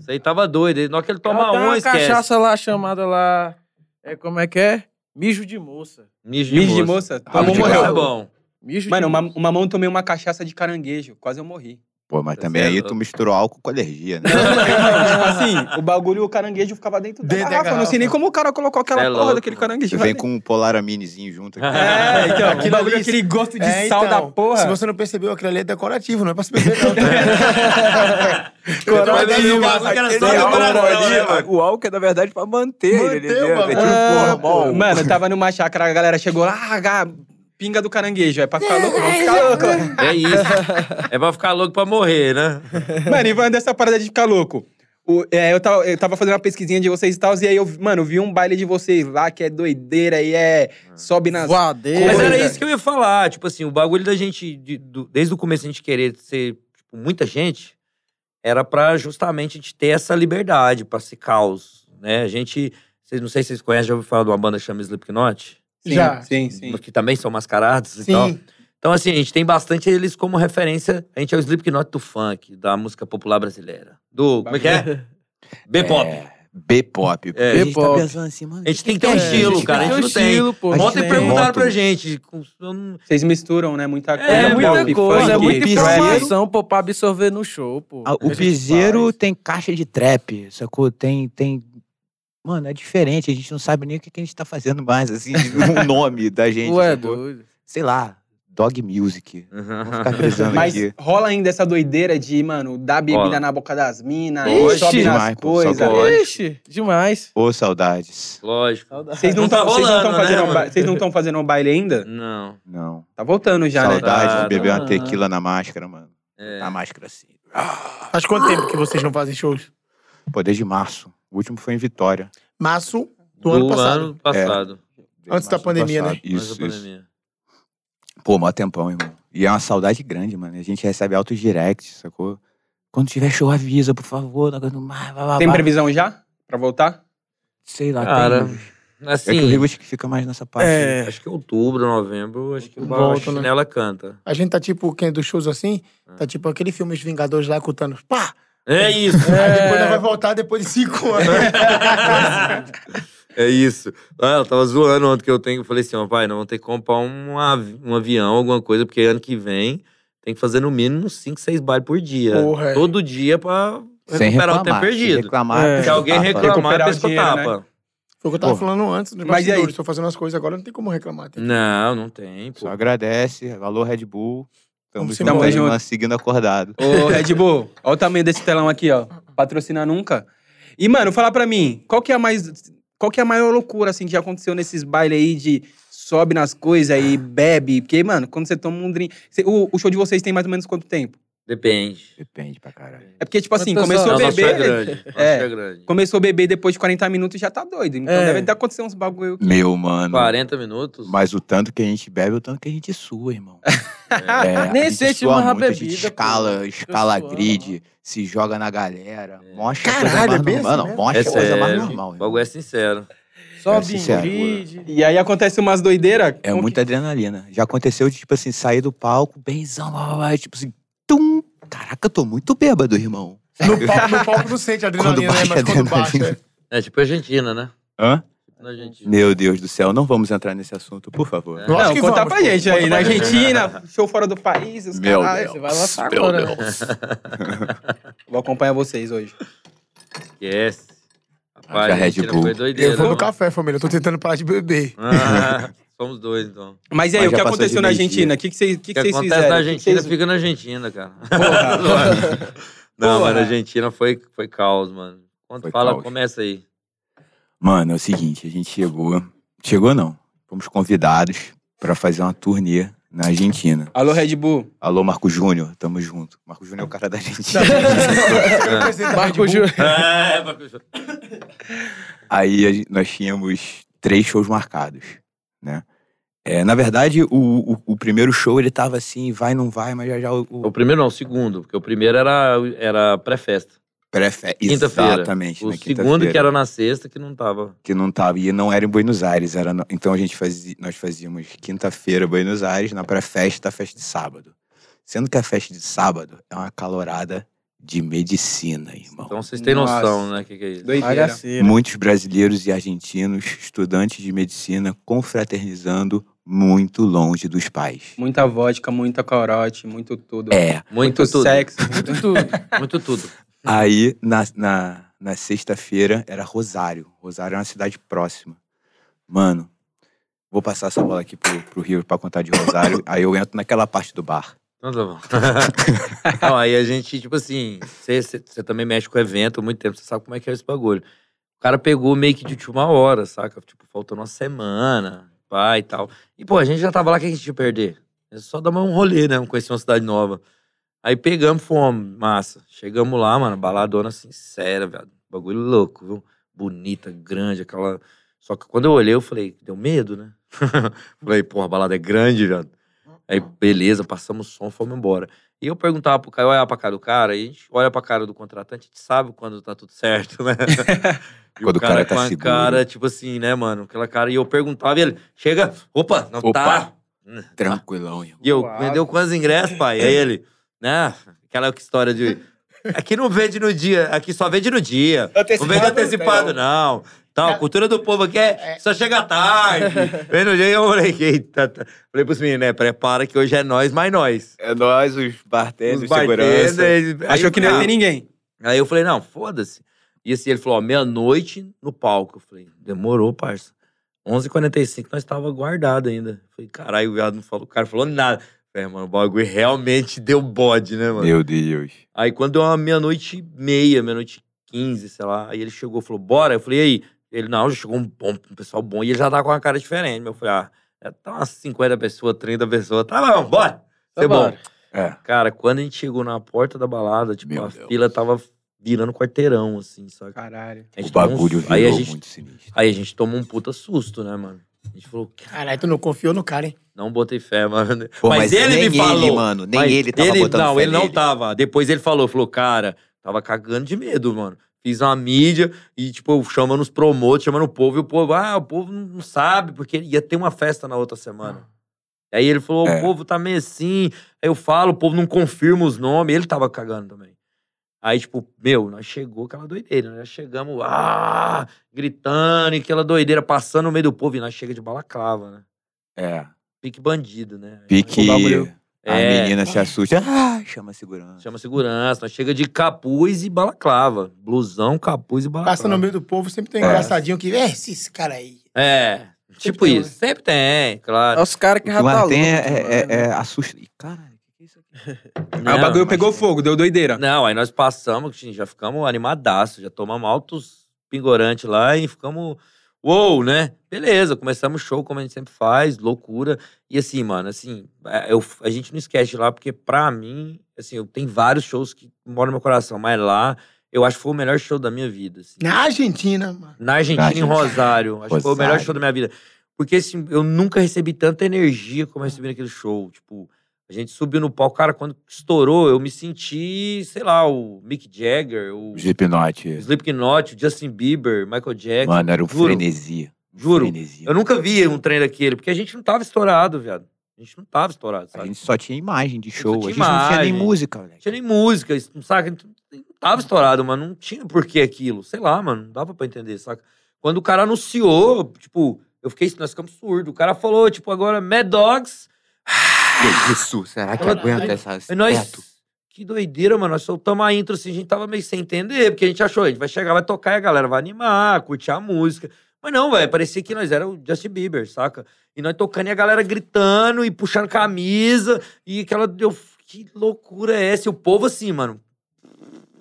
Speaker 3: Isso aí tava doido. Na hora que ele toma
Speaker 2: tá
Speaker 4: Ela tem
Speaker 3: um,
Speaker 4: uma
Speaker 3: esquece.
Speaker 4: cachaça lá chamada lá. É como é que é? Mijo de moça.
Speaker 3: Mijo
Speaker 1: Mijo de moça. Tomou,
Speaker 5: Rabo de
Speaker 1: morreu.
Speaker 5: galo.
Speaker 3: É bom.
Speaker 4: Mijo
Speaker 1: Mano,
Speaker 4: de
Speaker 1: uma,
Speaker 4: moça.
Speaker 1: uma mão tomei uma cachaça de caranguejo. Quase eu morri.
Speaker 5: Pô, mas
Speaker 3: Tá
Speaker 5: também
Speaker 3: certo.
Speaker 5: aí tu misturou álcool com alergia, né?
Speaker 1: tipo assim, o bagulho, o caranguejo ficava dentro da
Speaker 2: Dentro da
Speaker 1: garrafa. Eu não sei nem
Speaker 2: garrafa.
Speaker 1: como o cara colocou aquela
Speaker 3: Cê é
Speaker 1: porra
Speaker 3: louco.
Speaker 1: daquele caranguejo. lá
Speaker 5: Vem
Speaker 1: dentro.
Speaker 5: com um polaraminezinho junto aqui.
Speaker 1: É, então,
Speaker 2: Aquilo
Speaker 1: o bagulho,
Speaker 2: ali-
Speaker 1: aquele gosto de
Speaker 2: É,
Speaker 1: sal
Speaker 2: então,
Speaker 1: da porra.
Speaker 2: Se você não percebeu, aquilo ali é decorativo, não é pra se perder, não. né?
Speaker 3: Vai
Speaker 2: Decorativo.
Speaker 3: beber um bagulho que era só
Speaker 2: Ele
Speaker 3: do
Speaker 2: é
Speaker 3: coração,
Speaker 2: corote,
Speaker 3: né, mano?
Speaker 5: O álcool é, na verdade, pra manter.
Speaker 2: Manter
Speaker 5: ele,
Speaker 2: o
Speaker 5: né?
Speaker 2: bagulho.
Speaker 5: tipo,
Speaker 4: É,
Speaker 5: porra,
Speaker 4: pô.
Speaker 5: bom.
Speaker 1: Mano, eu tava numa chácara, a galera chegou lá, ah, gá, pinga do caranguejo. É pra ficar louco, vamos ficar louco.
Speaker 3: É isso. é pra ficar louco pra morrer, né?
Speaker 1: Mano, e falando dessa parada de ficar louco. O- é, eu, tava, eu tava fazendo uma pesquisinha de vocês e tal, e aí eu, mano, vi um baile de vocês lá que é doideira e é. Sobe nas.
Speaker 4: Voadeira.
Speaker 3: Mas era
Speaker 1: Coisa.
Speaker 3: isso que eu ia falar. Tipo assim, o bagulho da gente, de- do- desde o começo a gente querer ser tipo, muita gente, era pra justamente a gente ter essa liberdade, pra ser caos, né? A gente, vocês não sei se vocês conhecem, já ouviu falar de uma banda que chama Slipknot?
Speaker 1: Sim,
Speaker 2: Já.
Speaker 1: Sim, sim.
Speaker 3: Que também são mascarados e tal.
Speaker 2: Sim.
Speaker 3: Então assim, a gente tem bastante eles como referência. A gente é o Slipknot do funk, da música popular brasileira. Do, como é que é? B-pop.
Speaker 5: É, B-pop.
Speaker 3: É,
Speaker 5: a gente tá
Speaker 4: B-pop.
Speaker 5: pensando assim, mano.
Speaker 3: A gente tem que ter um
Speaker 5: É,
Speaker 3: estilo,
Speaker 5: gente,
Speaker 3: cara. A
Speaker 5: tem
Speaker 3: gente
Speaker 5: um
Speaker 3: não tem.
Speaker 4: estilo, pô.
Speaker 5: A gente
Speaker 3: Ontem
Speaker 5: tem.
Speaker 3: perguntaram pra
Speaker 5: Rótulo.
Speaker 3: gente. com- eu não-
Speaker 1: Vocês misturam, né? Muita coisa.
Speaker 4: É,
Speaker 3: É,
Speaker 4: muita
Speaker 1: pop,
Speaker 4: coisa, é
Speaker 1: funk,
Speaker 4: muita
Speaker 1: trap.
Speaker 4: informação, pô, pra absorver no show, pô.
Speaker 5: Ah, o piseiro tem caixa de trap, sacou? Tem, tem... Mano, é diferente. A gente não sabe nem o que que a gente tá fazendo mais, assim. o nome da gente, é
Speaker 4: Ué,
Speaker 5: sacou?
Speaker 4: doido.
Speaker 5: Sei lá, Dog Music. Vou ficar frisando
Speaker 1: Mas
Speaker 5: Tá aqui.
Speaker 1: rola ainda essa doideira de, mano, dar bebida
Speaker 3: Rola.
Speaker 1: na boca das minas,
Speaker 5: Oxe,
Speaker 1: sobe nas
Speaker 5: demais, pô,
Speaker 1: coisas.
Speaker 5: só pode.
Speaker 4: Ixi, demais.
Speaker 5: Ô, saudades.
Speaker 3: Lógico.
Speaker 1: Vocês não
Speaker 3: Não tá rolando,
Speaker 1: estão
Speaker 3: né,
Speaker 1: fazendo, um
Speaker 3: mano?
Speaker 1: ba- vocês não tão fazendo um baile ainda?
Speaker 3: Não.
Speaker 5: Não.
Speaker 1: Tá voltando já, né?
Speaker 5: Saudades
Speaker 3: Tá,
Speaker 5: de beber
Speaker 4: tá.
Speaker 5: uma tequila na máscara, mano.
Speaker 3: É.
Speaker 5: Na máscara, assim.
Speaker 2: Faz quanto tempo que vocês não fazem shows?
Speaker 5: Pô, desde março. O último foi em Vitória.
Speaker 2: Março do, ano passado.
Speaker 3: ano passado. É,
Speaker 5: Desde
Speaker 2: Antes da
Speaker 5: março
Speaker 2: pandemia,
Speaker 5: passado.
Speaker 2: né?
Speaker 3: Antes
Speaker 5: Isso,
Speaker 3: da
Speaker 5: isso.
Speaker 3: pandemia.
Speaker 5: Pô, mó tempão, irmão. E é uma saudade grande, mano. A gente recebe altos directs, sacou? Quando tiver show, avisa, por favor. Negócio do mar, blá, blá,
Speaker 1: Tem
Speaker 5: blá.
Speaker 1: previsão já? Pra voltar?
Speaker 5: Sei lá,
Speaker 3: Cara,
Speaker 5: tem. É que o
Speaker 3: Assim,
Speaker 5: Rio acho que fica mais nessa parte.
Speaker 4: É.
Speaker 3: acho que outubro, novembro, acho que o
Speaker 2: Volta,
Speaker 3: Volta,
Speaker 2: né?
Speaker 3: chinela canta.
Speaker 2: A gente tá tipo, quem dos shows assim, tá tipo aquele filme Os Vingadores lá com o Thanos. Pá!
Speaker 3: É isso.
Speaker 2: Aí depois nós vai voltar depois de cinco anos.
Speaker 3: É isso. Ah, eu tava zoando ontem que eu tenho. Eu falei assim, ó, pai, nós vamos ter que comprar um, av- um avião, alguma coisa, porque ano que vem tem que fazer no mínimo uns 5, 6 bailes por dia.
Speaker 2: Porra.
Speaker 3: Todo dia pra
Speaker 5: Sem
Speaker 3: recuperar
Speaker 5: reclamar.
Speaker 3: o tempo
Speaker 5: se
Speaker 3: perdido.
Speaker 5: reclamar.
Speaker 4: É.
Speaker 5: pesca
Speaker 3: Se alguém
Speaker 5: tapa, né?
Speaker 3: reclamar,
Speaker 1: Ah, tá. Recuperar o
Speaker 3: pesca o
Speaker 1: dinheiro, né?
Speaker 3: tapa.
Speaker 2: Foi o que eu tava
Speaker 5: Porra.
Speaker 2: falando antes, nos
Speaker 1: Mas e aí?
Speaker 2: bastidores. Tô fazendo as coisas agora, não tem como reclamar. Tem
Speaker 3: Não, não tem, pô.
Speaker 5: Só agradece. Valor, Red Bull. Tamo
Speaker 2: Vamos
Speaker 5: junto,
Speaker 1: embora.
Speaker 5: irmão, seguindo acordado.
Speaker 1: Ô, Red Bull, olha o tamanho desse telão aqui, ó. Patrocina nunca. E, mano, fala pra mim, qual que é a mais. Qual que é a maior loucura, assim, que já aconteceu nesses bailes aí de sobe nas coisas e bebe? Porque, mano, quando você toma um drink. cê- o, o show de vocês tem mais ou menos quanto tempo?
Speaker 3: Depende.
Speaker 5: Depende pra caralho.
Speaker 1: É porque, tipo assim,
Speaker 4: Quantas
Speaker 1: começou
Speaker 3: Não,
Speaker 1: a
Speaker 4: horas?
Speaker 3: nosso show é
Speaker 1: beber.
Speaker 3: grande. Nosso show
Speaker 1: É.
Speaker 3: é grande.
Speaker 1: Começou a beber depois de 40 minutos e já tá doido. Então
Speaker 4: É.
Speaker 1: deve ter acontecido uns bagulho.
Speaker 5: Meu, mano.
Speaker 3: 40 minutos.
Speaker 5: Mas o tanto que a gente bebe, o tanto que a gente sua, irmão. É, a
Speaker 4: Ah, Nem
Speaker 5: gente
Speaker 4: sente
Speaker 5: sua
Speaker 4: mais a
Speaker 5: muito, A gente
Speaker 4: bebida,
Speaker 5: escala,
Speaker 4: pô.
Speaker 5: escala
Speaker 4: Tô suando,
Speaker 5: grid, se joga na galera, mostra a
Speaker 2: Caralho,
Speaker 5: coisa
Speaker 2: é
Speaker 5: mais
Speaker 2: bem
Speaker 5: normal.
Speaker 2: assim
Speaker 5: Não,
Speaker 2: mesmo?
Speaker 5: mostra
Speaker 3: é
Speaker 5: a coisa mais
Speaker 3: sério.
Speaker 5: normal.
Speaker 3: O
Speaker 5: irmão.
Speaker 3: bagulho é sincero.
Speaker 4: Sobe em
Speaker 5: é sincero.
Speaker 4: grid.
Speaker 1: E aí acontece umas doideiras.
Speaker 5: É muita adrenalina. Já aconteceu de, tipo assim, sair do palco, benzão, blá, blá, blá, tipo assim, tum! Caraca, eu tô muito bêbado, irmão.
Speaker 2: No palco, no palco não sente a
Speaker 5: Quando
Speaker 2: adrenalina, né?
Speaker 5: baixa
Speaker 2: Mas quando
Speaker 5: a adrenalina.
Speaker 2: baixa.
Speaker 3: É tipo a Argentina, né?
Speaker 5: Hã?
Speaker 3: Na Argentina.
Speaker 5: Meu Deus do céu, não vamos entrar nesse assunto, por favor.
Speaker 3: É.
Speaker 1: Não,
Speaker 2: Lógico que
Speaker 1: contar
Speaker 2: vamos,
Speaker 1: pra
Speaker 2: pô.
Speaker 1: gente
Speaker 2: Conta
Speaker 1: aí. Na
Speaker 2: pra gente.
Speaker 1: Argentina, show fora do país, os
Speaker 5: Meu
Speaker 1: caralho.
Speaker 5: Deus.
Speaker 4: Você vai lá pra
Speaker 5: Meu
Speaker 4: fora, né?
Speaker 5: Deus.
Speaker 1: Vou acompanhar vocês hoje.
Speaker 3: Esquece. Vai,
Speaker 5: Já é Red
Speaker 3: mentira,
Speaker 5: Bull.
Speaker 3: Foi doideira.
Speaker 2: Eu vou no café, família. Eu tô tentando parar de beber.
Speaker 3: Ah, somos dois, então.
Speaker 1: Mas e aí,
Speaker 5: Mas
Speaker 1: o que
Speaker 5: já passou de
Speaker 1: aconteceu na
Speaker 5: meio-dia.
Speaker 1: Argentina? O que, que vocês, o
Speaker 3: O
Speaker 1: que
Speaker 3: que
Speaker 1: que vocês
Speaker 3: acontece
Speaker 1: fizeram?
Speaker 3: na
Speaker 1: O que que
Speaker 3: Argentina
Speaker 1: vocês-
Speaker 3: fica na Argentina, cara.
Speaker 1: Porra.
Speaker 3: Não, mas
Speaker 1: Porra.
Speaker 3: na Argentina foi, foi caos, mano. Quando
Speaker 5: Foi
Speaker 3: fala,
Speaker 5: caos.
Speaker 3: começa aí.
Speaker 5: Mano, é o seguinte, a gente chegou. Chegou não. Fomos convidados pra fazer uma turnê na Argentina.
Speaker 1: Alô, Red Bull.
Speaker 5: Alô, Marco Júnior, tamo junto. Marco Júnior é o cara da Argentina. Ah,
Speaker 4: Marco Ju...
Speaker 3: Ah. É, pra-
Speaker 5: Aí a gen- nós tínhamos três shows marcados, né? É, na verdade, o, o, o primeiro show ele tava assim, vai, não vai, mas já já o, o
Speaker 3: o primeiro não, o segundo, porque o primeiro era, era pré-festa.
Speaker 5: pré-fé.
Speaker 3: quinta-feira.
Speaker 5: Exatamente.
Speaker 3: O
Speaker 5: na
Speaker 3: segundo, que
Speaker 5: quinta-feira.
Speaker 3: era na sexta, que não tava.
Speaker 5: que não tava e não era em Buenos Aires, era no- então a gente fazia, nós fazíamos quinta-feira Buenos Aires na pré-festa da festa de sábado. Sendo que a festa de sábado é uma calorada de medicina, irmão.
Speaker 3: Então vocês têm noção,
Speaker 1: Nossa.
Speaker 3: né? O que, que é isso?
Speaker 1: Doideira.
Speaker 5: Muitos brasileiros e argentinos, estudantes de medicina, confraternizando muito longe dos pais.
Speaker 1: Muita vodka, muita corote, muito tudo.
Speaker 5: É,
Speaker 3: Muito, tudo.
Speaker 1: sexo.
Speaker 4: Muito tudo.
Speaker 3: Muito tudo.
Speaker 5: aí na, na, na sexta-feira era Rosário. Rosário é uma cidade próxima. Mano, vou passar essa bola aqui pro, pro Rio pra contar de Rosário. aí eu entro naquela parte do bar.
Speaker 3: Então tá bom. não, aí a gente, tipo assim, você- você você também mexe com evento há muito tempo, você sabe como é que é esse bagulho. O cara pegou meio que de última hora, saca? Tipo, faltando uma semana, pá e tal. E, pô, a gente já tava lá, o que a gente ia perder? É só dar mais um rolê, né? Conhecer uma cidade nova. Aí pegamos, fomos, massa. Chegamos lá, mano, baladona sincera, velho. Bagulho louco, viu? Bonita, grande, aquela. Só que quando eu olhei, eu falei, deu medo, né? falei, porra, a balada é grande, velho. Aí, beleza, passamos o som, fomos embora. E eu perguntava pro cara, eu olhava pra cara do cara, e a gente olha pra cara do contratante, a gente sabe quando tá tudo certo, né? E
Speaker 5: Quando o cara tá
Speaker 3: com a
Speaker 5: seguro.
Speaker 3: cara, tipo assim, né, mano? Aquela cara, e eu perguntava, e ele, chega, opa, não
Speaker 5: Opa.
Speaker 3: tá.
Speaker 5: Tranquilão, irmão.
Speaker 3: E eu,
Speaker 1: Uau.
Speaker 3: vendeu quantos ingressos, pai? Aí ele, né? Aquela história de. Aqui não vende no dia, aqui só vende no dia. Não vende antecipado, não. Tal, cultura do povo aqui é só chega tarde. Vem no dia e eu falei, eita, tá. falei pros meninos, né? Prepara que hoje é nós mais nós.
Speaker 5: É nós, os bartenders,
Speaker 3: Os bartenders. eles- aí
Speaker 1: Achou
Speaker 3: eu
Speaker 1: que não ia
Speaker 3: falei,
Speaker 1: ter ninguém.
Speaker 3: Aí eu falei, não, foda-se. E assim, ele falou, ó, meia-noite no palco. Eu falei, demorou, parça. 11h45, nós tava guardado ainda. Eu falei, caralho, o viado não falou, o cara falou nada. Eu Falei, "É, mano, o bagulho realmente deu bode, né, mano?
Speaker 5: Meu Deus.
Speaker 3: Aí quando deu uma meia-noite e meia, meia-noite e quinze, sei lá, aí ele chegou e falou, bora? Eu falei, e aí? Ele, não, já chegou um, bom, um pessoal bom, e ele já tá com uma cara diferente. Eu falei, ah, é, tá umas 50 pessoas, 30 pessoas, tá bom, bora. Tá bom.
Speaker 5: É.
Speaker 3: Cara, quando a gente chegou na porta da balada, tipo,
Speaker 5: Meu
Speaker 3: a
Speaker 5: Deus.
Speaker 3: fila tava virando quarteirão, assim, só que...
Speaker 1: Caralho.
Speaker 3: A gente
Speaker 5: É. o
Speaker 3: tomou um
Speaker 5: bagulho
Speaker 3: su- aí a
Speaker 5: virou
Speaker 3: gente,
Speaker 5: muito sinistro.
Speaker 3: Aí a gente tomou um puta susto, né, mano? A gente falou, "Cara,
Speaker 2: Caralho, tu não confiou no cara, hein?
Speaker 3: não botei fé, mano.
Speaker 5: Pô,
Speaker 3: mas, ele
Speaker 5: nem
Speaker 3: me falou.
Speaker 5: mano. Nem
Speaker 3: Mas
Speaker 5: ele tá. tava botando
Speaker 3: Não,
Speaker 5: fé
Speaker 3: ele não
Speaker 5: nele.
Speaker 3: tava. Depois ele falou, falou, cara, tava cagando de medo, mano. Fiz uma mídia e, tipo, chamando os promotores, chamando o povo. E o povo, ah, o povo não sabe, porque ia ter uma festa na outra semana. Aí ele falou,
Speaker 5: É.
Speaker 3: o povo tá meio assim. Aí eu falo, o povo não confirma os nomes. Ele tava cagando também. Aí, tipo, meu, nós chegou aquela doideira. Nós chegamos, ah, gritando, e aquela doideira, passando no meio do povo. E nós chega de balaclava, né?
Speaker 5: É.
Speaker 3: Pique bandido, né?
Speaker 5: Pique.
Speaker 3: O bagulho-
Speaker 5: A
Speaker 3: É.
Speaker 5: menina se assusta. Ah, chama a segurança.
Speaker 3: Chama segurança, nós chega de capuz e balaclava. Blusão, capuz e balaclava.
Speaker 2: Passa no meio do povo, sempre tem um
Speaker 5: É.
Speaker 2: engraçadinho que. É, esse cara aí.
Speaker 3: É, tipo
Speaker 2: tem,
Speaker 3: isso. Sempre tem, claro.
Speaker 4: É os caras que
Speaker 5: O que
Speaker 4: já tá
Speaker 5: mais
Speaker 4: louco.
Speaker 5: tem é, é,
Speaker 4: mano.
Speaker 5: é, é assusta. Ih, caralho, o que é isso aqui?
Speaker 1: Aí o bagulho
Speaker 5: mas-
Speaker 1: pegou fogo, deu doideira.
Speaker 3: Não, aí nós passamos, gente, já ficamos animadaço, já tomamos altos pingorantes lá e ficamos... Uou, né? Beleza, começamos o show como a gente sempre faz, loucura. E assim, mano, assim, é, eu, a gente não esquece de lá, porque pra mim, assim, eu, tem vários shows que moram no meu coração, mas lá eu acho que foi o melhor show da minha vida. assim.
Speaker 2: Na Né? Argentina, mano.
Speaker 3: Na Argentina, em
Speaker 5: Argentina.
Speaker 3: Rosário. Acho que foi o melhor
Speaker 5: Rosário.
Speaker 3: show da minha vida. Porque assim, eu nunca recebi tanta energia como eu recebi naquele show. Tipo, a gente subiu no palco, cara, quando estourou, eu me senti, sei lá, o Mick Jagger, o
Speaker 5: Slipknot.
Speaker 3: Slipknot, o Justin Bieber, Michael Jackson.
Speaker 5: Mano, era um
Speaker 3: juro.
Speaker 5: frenesi.
Speaker 3: Juro.
Speaker 5: Frenesi.
Speaker 3: Eu nunca vi um trem daquele, porque a gente não tava estourado, viado. A gente não tava estourado,
Speaker 5: A
Speaker 3: sabe?
Speaker 5: gente só tinha imagem de
Speaker 3: só
Speaker 5: show. A
Speaker 3: tinha
Speaker 5: gente não tinha nem
Speaker 3: imagem.
Speaker 5: música, moleque.
Speaker 3: Não tinha nem música, isso, não saca? Não tava estourado, mano. Não tinha por que aquilo. Sei lá, mano. Não dava pra entender, saca? Quando o cara anunciou, tipo, eu fiquei, nós ficamos surdos. O cara falou, tipo, agora Mad Dogs.
Speaker 5: Que isso? Será que
Speaker 3: Ela- tá-
Speaker 5: aguenta essa
Speaker 3: E nós.
Speaker 5: teto?
Speaker 3: Que doideira, mano. Nós soltamos a intro assim, a gente tava meio sem entender, porque a gente achou, a gente vai chegar, vai tocar e a galera vai animar, curtir a música. Mas não, velho, parecia que nós era o Justin Bieber, saca? E nós tocando e a galera gritando e puxando camisa e aquela deu. Que loucura é essa? E o povo assim, mano.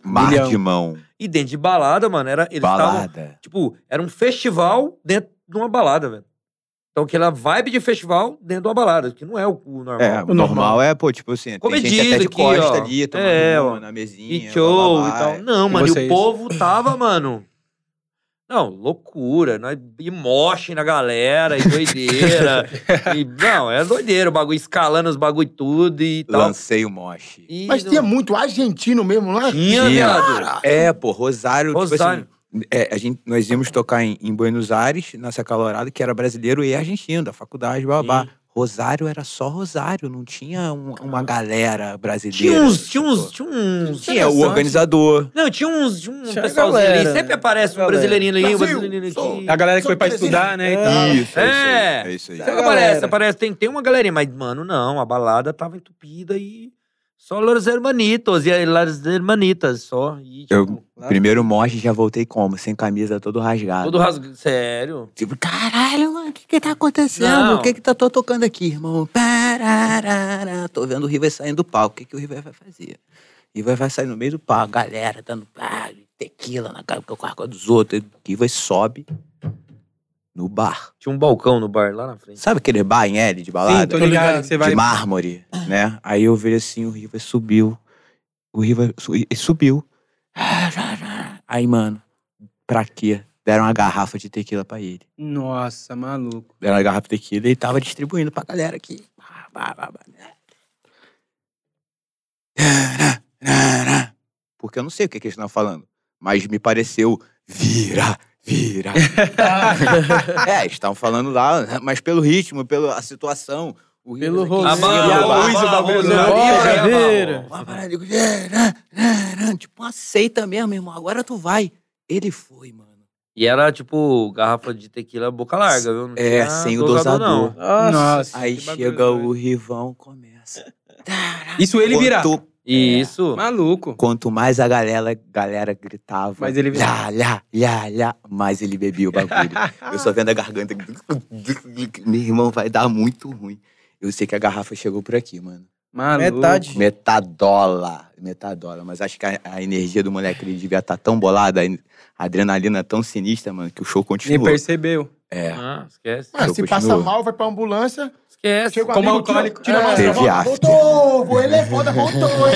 Speaker 6: Mar
Speaker 1: Milhão.
Speaker 6: de mão.
Speaker 3: E dentro de balada, mano, era. Eles estavam
Speaker 5: Balada.
Speaker 3: Tipo, era um festival dentro de uma balada, velho. Então, aquela vibe de festival dentro de uma balada, que não é o, o normal.
Speaker 5: É, o normal é, pô, tipo assim, tem gente até
Speaker 3: Comedido
Speaker 5: de
Speaker 3: aqui,
Speaker 5: costa
Speaker 3: ó.
Speaker 5: ali, tomando
Speaker 3: É,
Speaker 5: uma
Speaker 3: ó.
Speaker 5: na mesinha.
Speaker 3: E show
Speaker 5: blá, blá, blá.
Speaker 2: é.
Speaker 3: e tal. Não, mano, e o
Speaker 1: vocês?
Speaker 3: povo tava, mano. Não, loucura. Nós, e moche na galera, e doideira. e, não, era doideira, o bagulho escalando os bagulho tudo e tal.
Speaker 5: Lancei o moche.
Speaker 3: E
Speaker 2: Mas
Speaker 3: não-
Speaker 2: tinha muito argentino mesmo é? lá.
Speaker 3: Tinha,
Speaker 5: Tinha.
Speaker 3: viado.
Speaker 5: É, pô, Rosário,
Speaker 3: Rosário.
Speaker 5: tipo assim. é, a gente, nós íamos tocar em, em Buenos Aires, nessa calorada, que era brasileiro e argentino, da faculdade, babá. Rosário era só Rosário, não tinha um- uma galera brasileira.
Speaker 3: Tinha uns, tinha
Speaker 5: sacou?
Speaker 3: uns, tinha uns.
Speaker 2: é
Speaker 5: Tinha o organizador.
Speaker 3: Não, tinha uns, tinha um
Speaker 4: Tinha a
Speaker 3: pessoalzinho
Speaker 4: galera,
Speaker 3: ali. Sempre
Speaker 4: né?
Speaker 3: aparece um
Speaker 4: Galera.
Speaker 3: brasileirinho ali, um
Speaker 2: Brasil,
Speaker 3: brasileirinho aqui.
Speaker 2: sou-
Speaker 1: A galera que
Speaker 2: Só
Speaker 1: foi pra
Speaker 2: Teresina.
Speaker 1: estudar, né? e
Speaker 4: É.
Speaker 1: tal.
Speaker 6: Isso,
Speaker 3: É.
Speaker 6: é isso aí. É isso
Speaker 4: Sabe?
Speaker 6: aí.
Speaker 4: galera.
Speaker 3: Aparece, aparece. Tem, tem uma galerinha, mas, mano, não. A balada tava entupida e só Los Hermanitos e aí Las Hermanitas só. E, tipo,
Speaker 5: Eu- Primeiro moche, já voltei como? Sem camisa, todo rasgado.
Speaker 3: todo rasgado. Sério?
Speaker 5: Tipo, caralho, mano, o que que tá acontecendo?
Speaker 3: Não.
Speaker 5: O que que tá tô tocando aqui, irmão? Pararara. Tô vendo o River saindo do palco. O que que o River vai fazer? O River vai sair no meio do palco, galera dando pá, tequila na cara, com a cara é dos outros. O River sobe no bar.
Speaker 3: Tinha um balcão no bar lá na frente.
Speaker 5: Sabe aquele bar em L de
Speaker 1: Sim,
Speaker 5: balada?
Speaker 1: tô ligado.
Speaker 2: ligado.
Speaker 1: que Você vai...
Speaker 5: De mármore, né? Aí eu vejo assim, o River subiu. O River su- e- subiu. Aí, mano, pra quê? Deram uma garrafa de tequila pra ele
Speaker 1: Nossa, maluco.
Speaker 5: era uma garrafa de tequila e tava distribuindo pra galera aqui. Bah, bah, bah, bah, né? Tará, tará. Porque eu não sei o que, que eles estavam falando, mas me pareceu vira, vira. é, eles estavam falando lá, né, mas pelo ritmo, pela situação. O ritmo
Speaker 4: Pelo
Speaker 5: aqui em
Speaker 4: rolê.
Speaker 5: cima,
Speaker 4: A mão,
Speaker 5: lá,
Speaker 1: a luz, o bagulho
Speaker 3: Rosário,
Speaker 1: do-
Speaker 3: Rosário,
Speaker 4: Bora,
Speaker 3: Rosário.
Speaker 5: uma parada, digo, tará, tará, Tipo uma seita mesmo, irmão. Agora tu vai. Ele foi, mano.
Speaker 3: E era, tipo, garrafa de tequila boca larga, viu? Não
Speaker 5: É,
Speaker 3: tinha
Speaker 5: sem o
Speaker 3: não.
Speaker 5: dosador.
Speaker 4: Nossa.
Speaker 5: Aí
Speaker 1: que bagulho
Speaker 5: chega
Speaker 1: doido.
Speaker 5: o Rivão, começa. Tará.
Speaker 1: Isso ele virar.
Speaker 5: Quanto,
Speaker 3: Isso.
Speaker 1: Maluco.
Speaker 5: quanto mais a galera, galera gritava,
Speaker 1: Mas ele virou.
Speaker 5: lá, lá, lá, lá, mais ele bebia o bagulho. eu só vendo a garganta. Meu irmão, vai dar muito ruim. Eu sei que a garrafa chegou por aqui, mano.
Speaker 1: Maluco.
Speaker 4: Metade.
Speaker 5: Metadola. Metadola. Mas acho que a, a energia do moleque ele devia estar tão bolada, a adrenalina tão sinistra, mano, que o show
Speaker 1: Nem
Speaker 3: Tipo,
Speaker 5: continuou.
Speaker 1: percebeu.
Speaker 5: É.
Speaker 3: Ah, esquece.
Speaker 2: Mano,
Speaker 5: Eu
Speaker 2: se
Speaker 5: continuo.
Speaker 2: passa mal, vai pra ambulância.
Speaker 3: Esquece.
Speaker 2: Chega o
Speaker 1: Como
Speaker 2: amigo, tira,
Speaker 1: alcoólico.
Speaker 2: tira
Speaker 4: É.
Speaker 2: mais
Speaker 5: Teve
Speaker 2: trabalho.
Speaker 5: after.
Speaker 2: Voltou, vô, ele é foda, voltou. hein?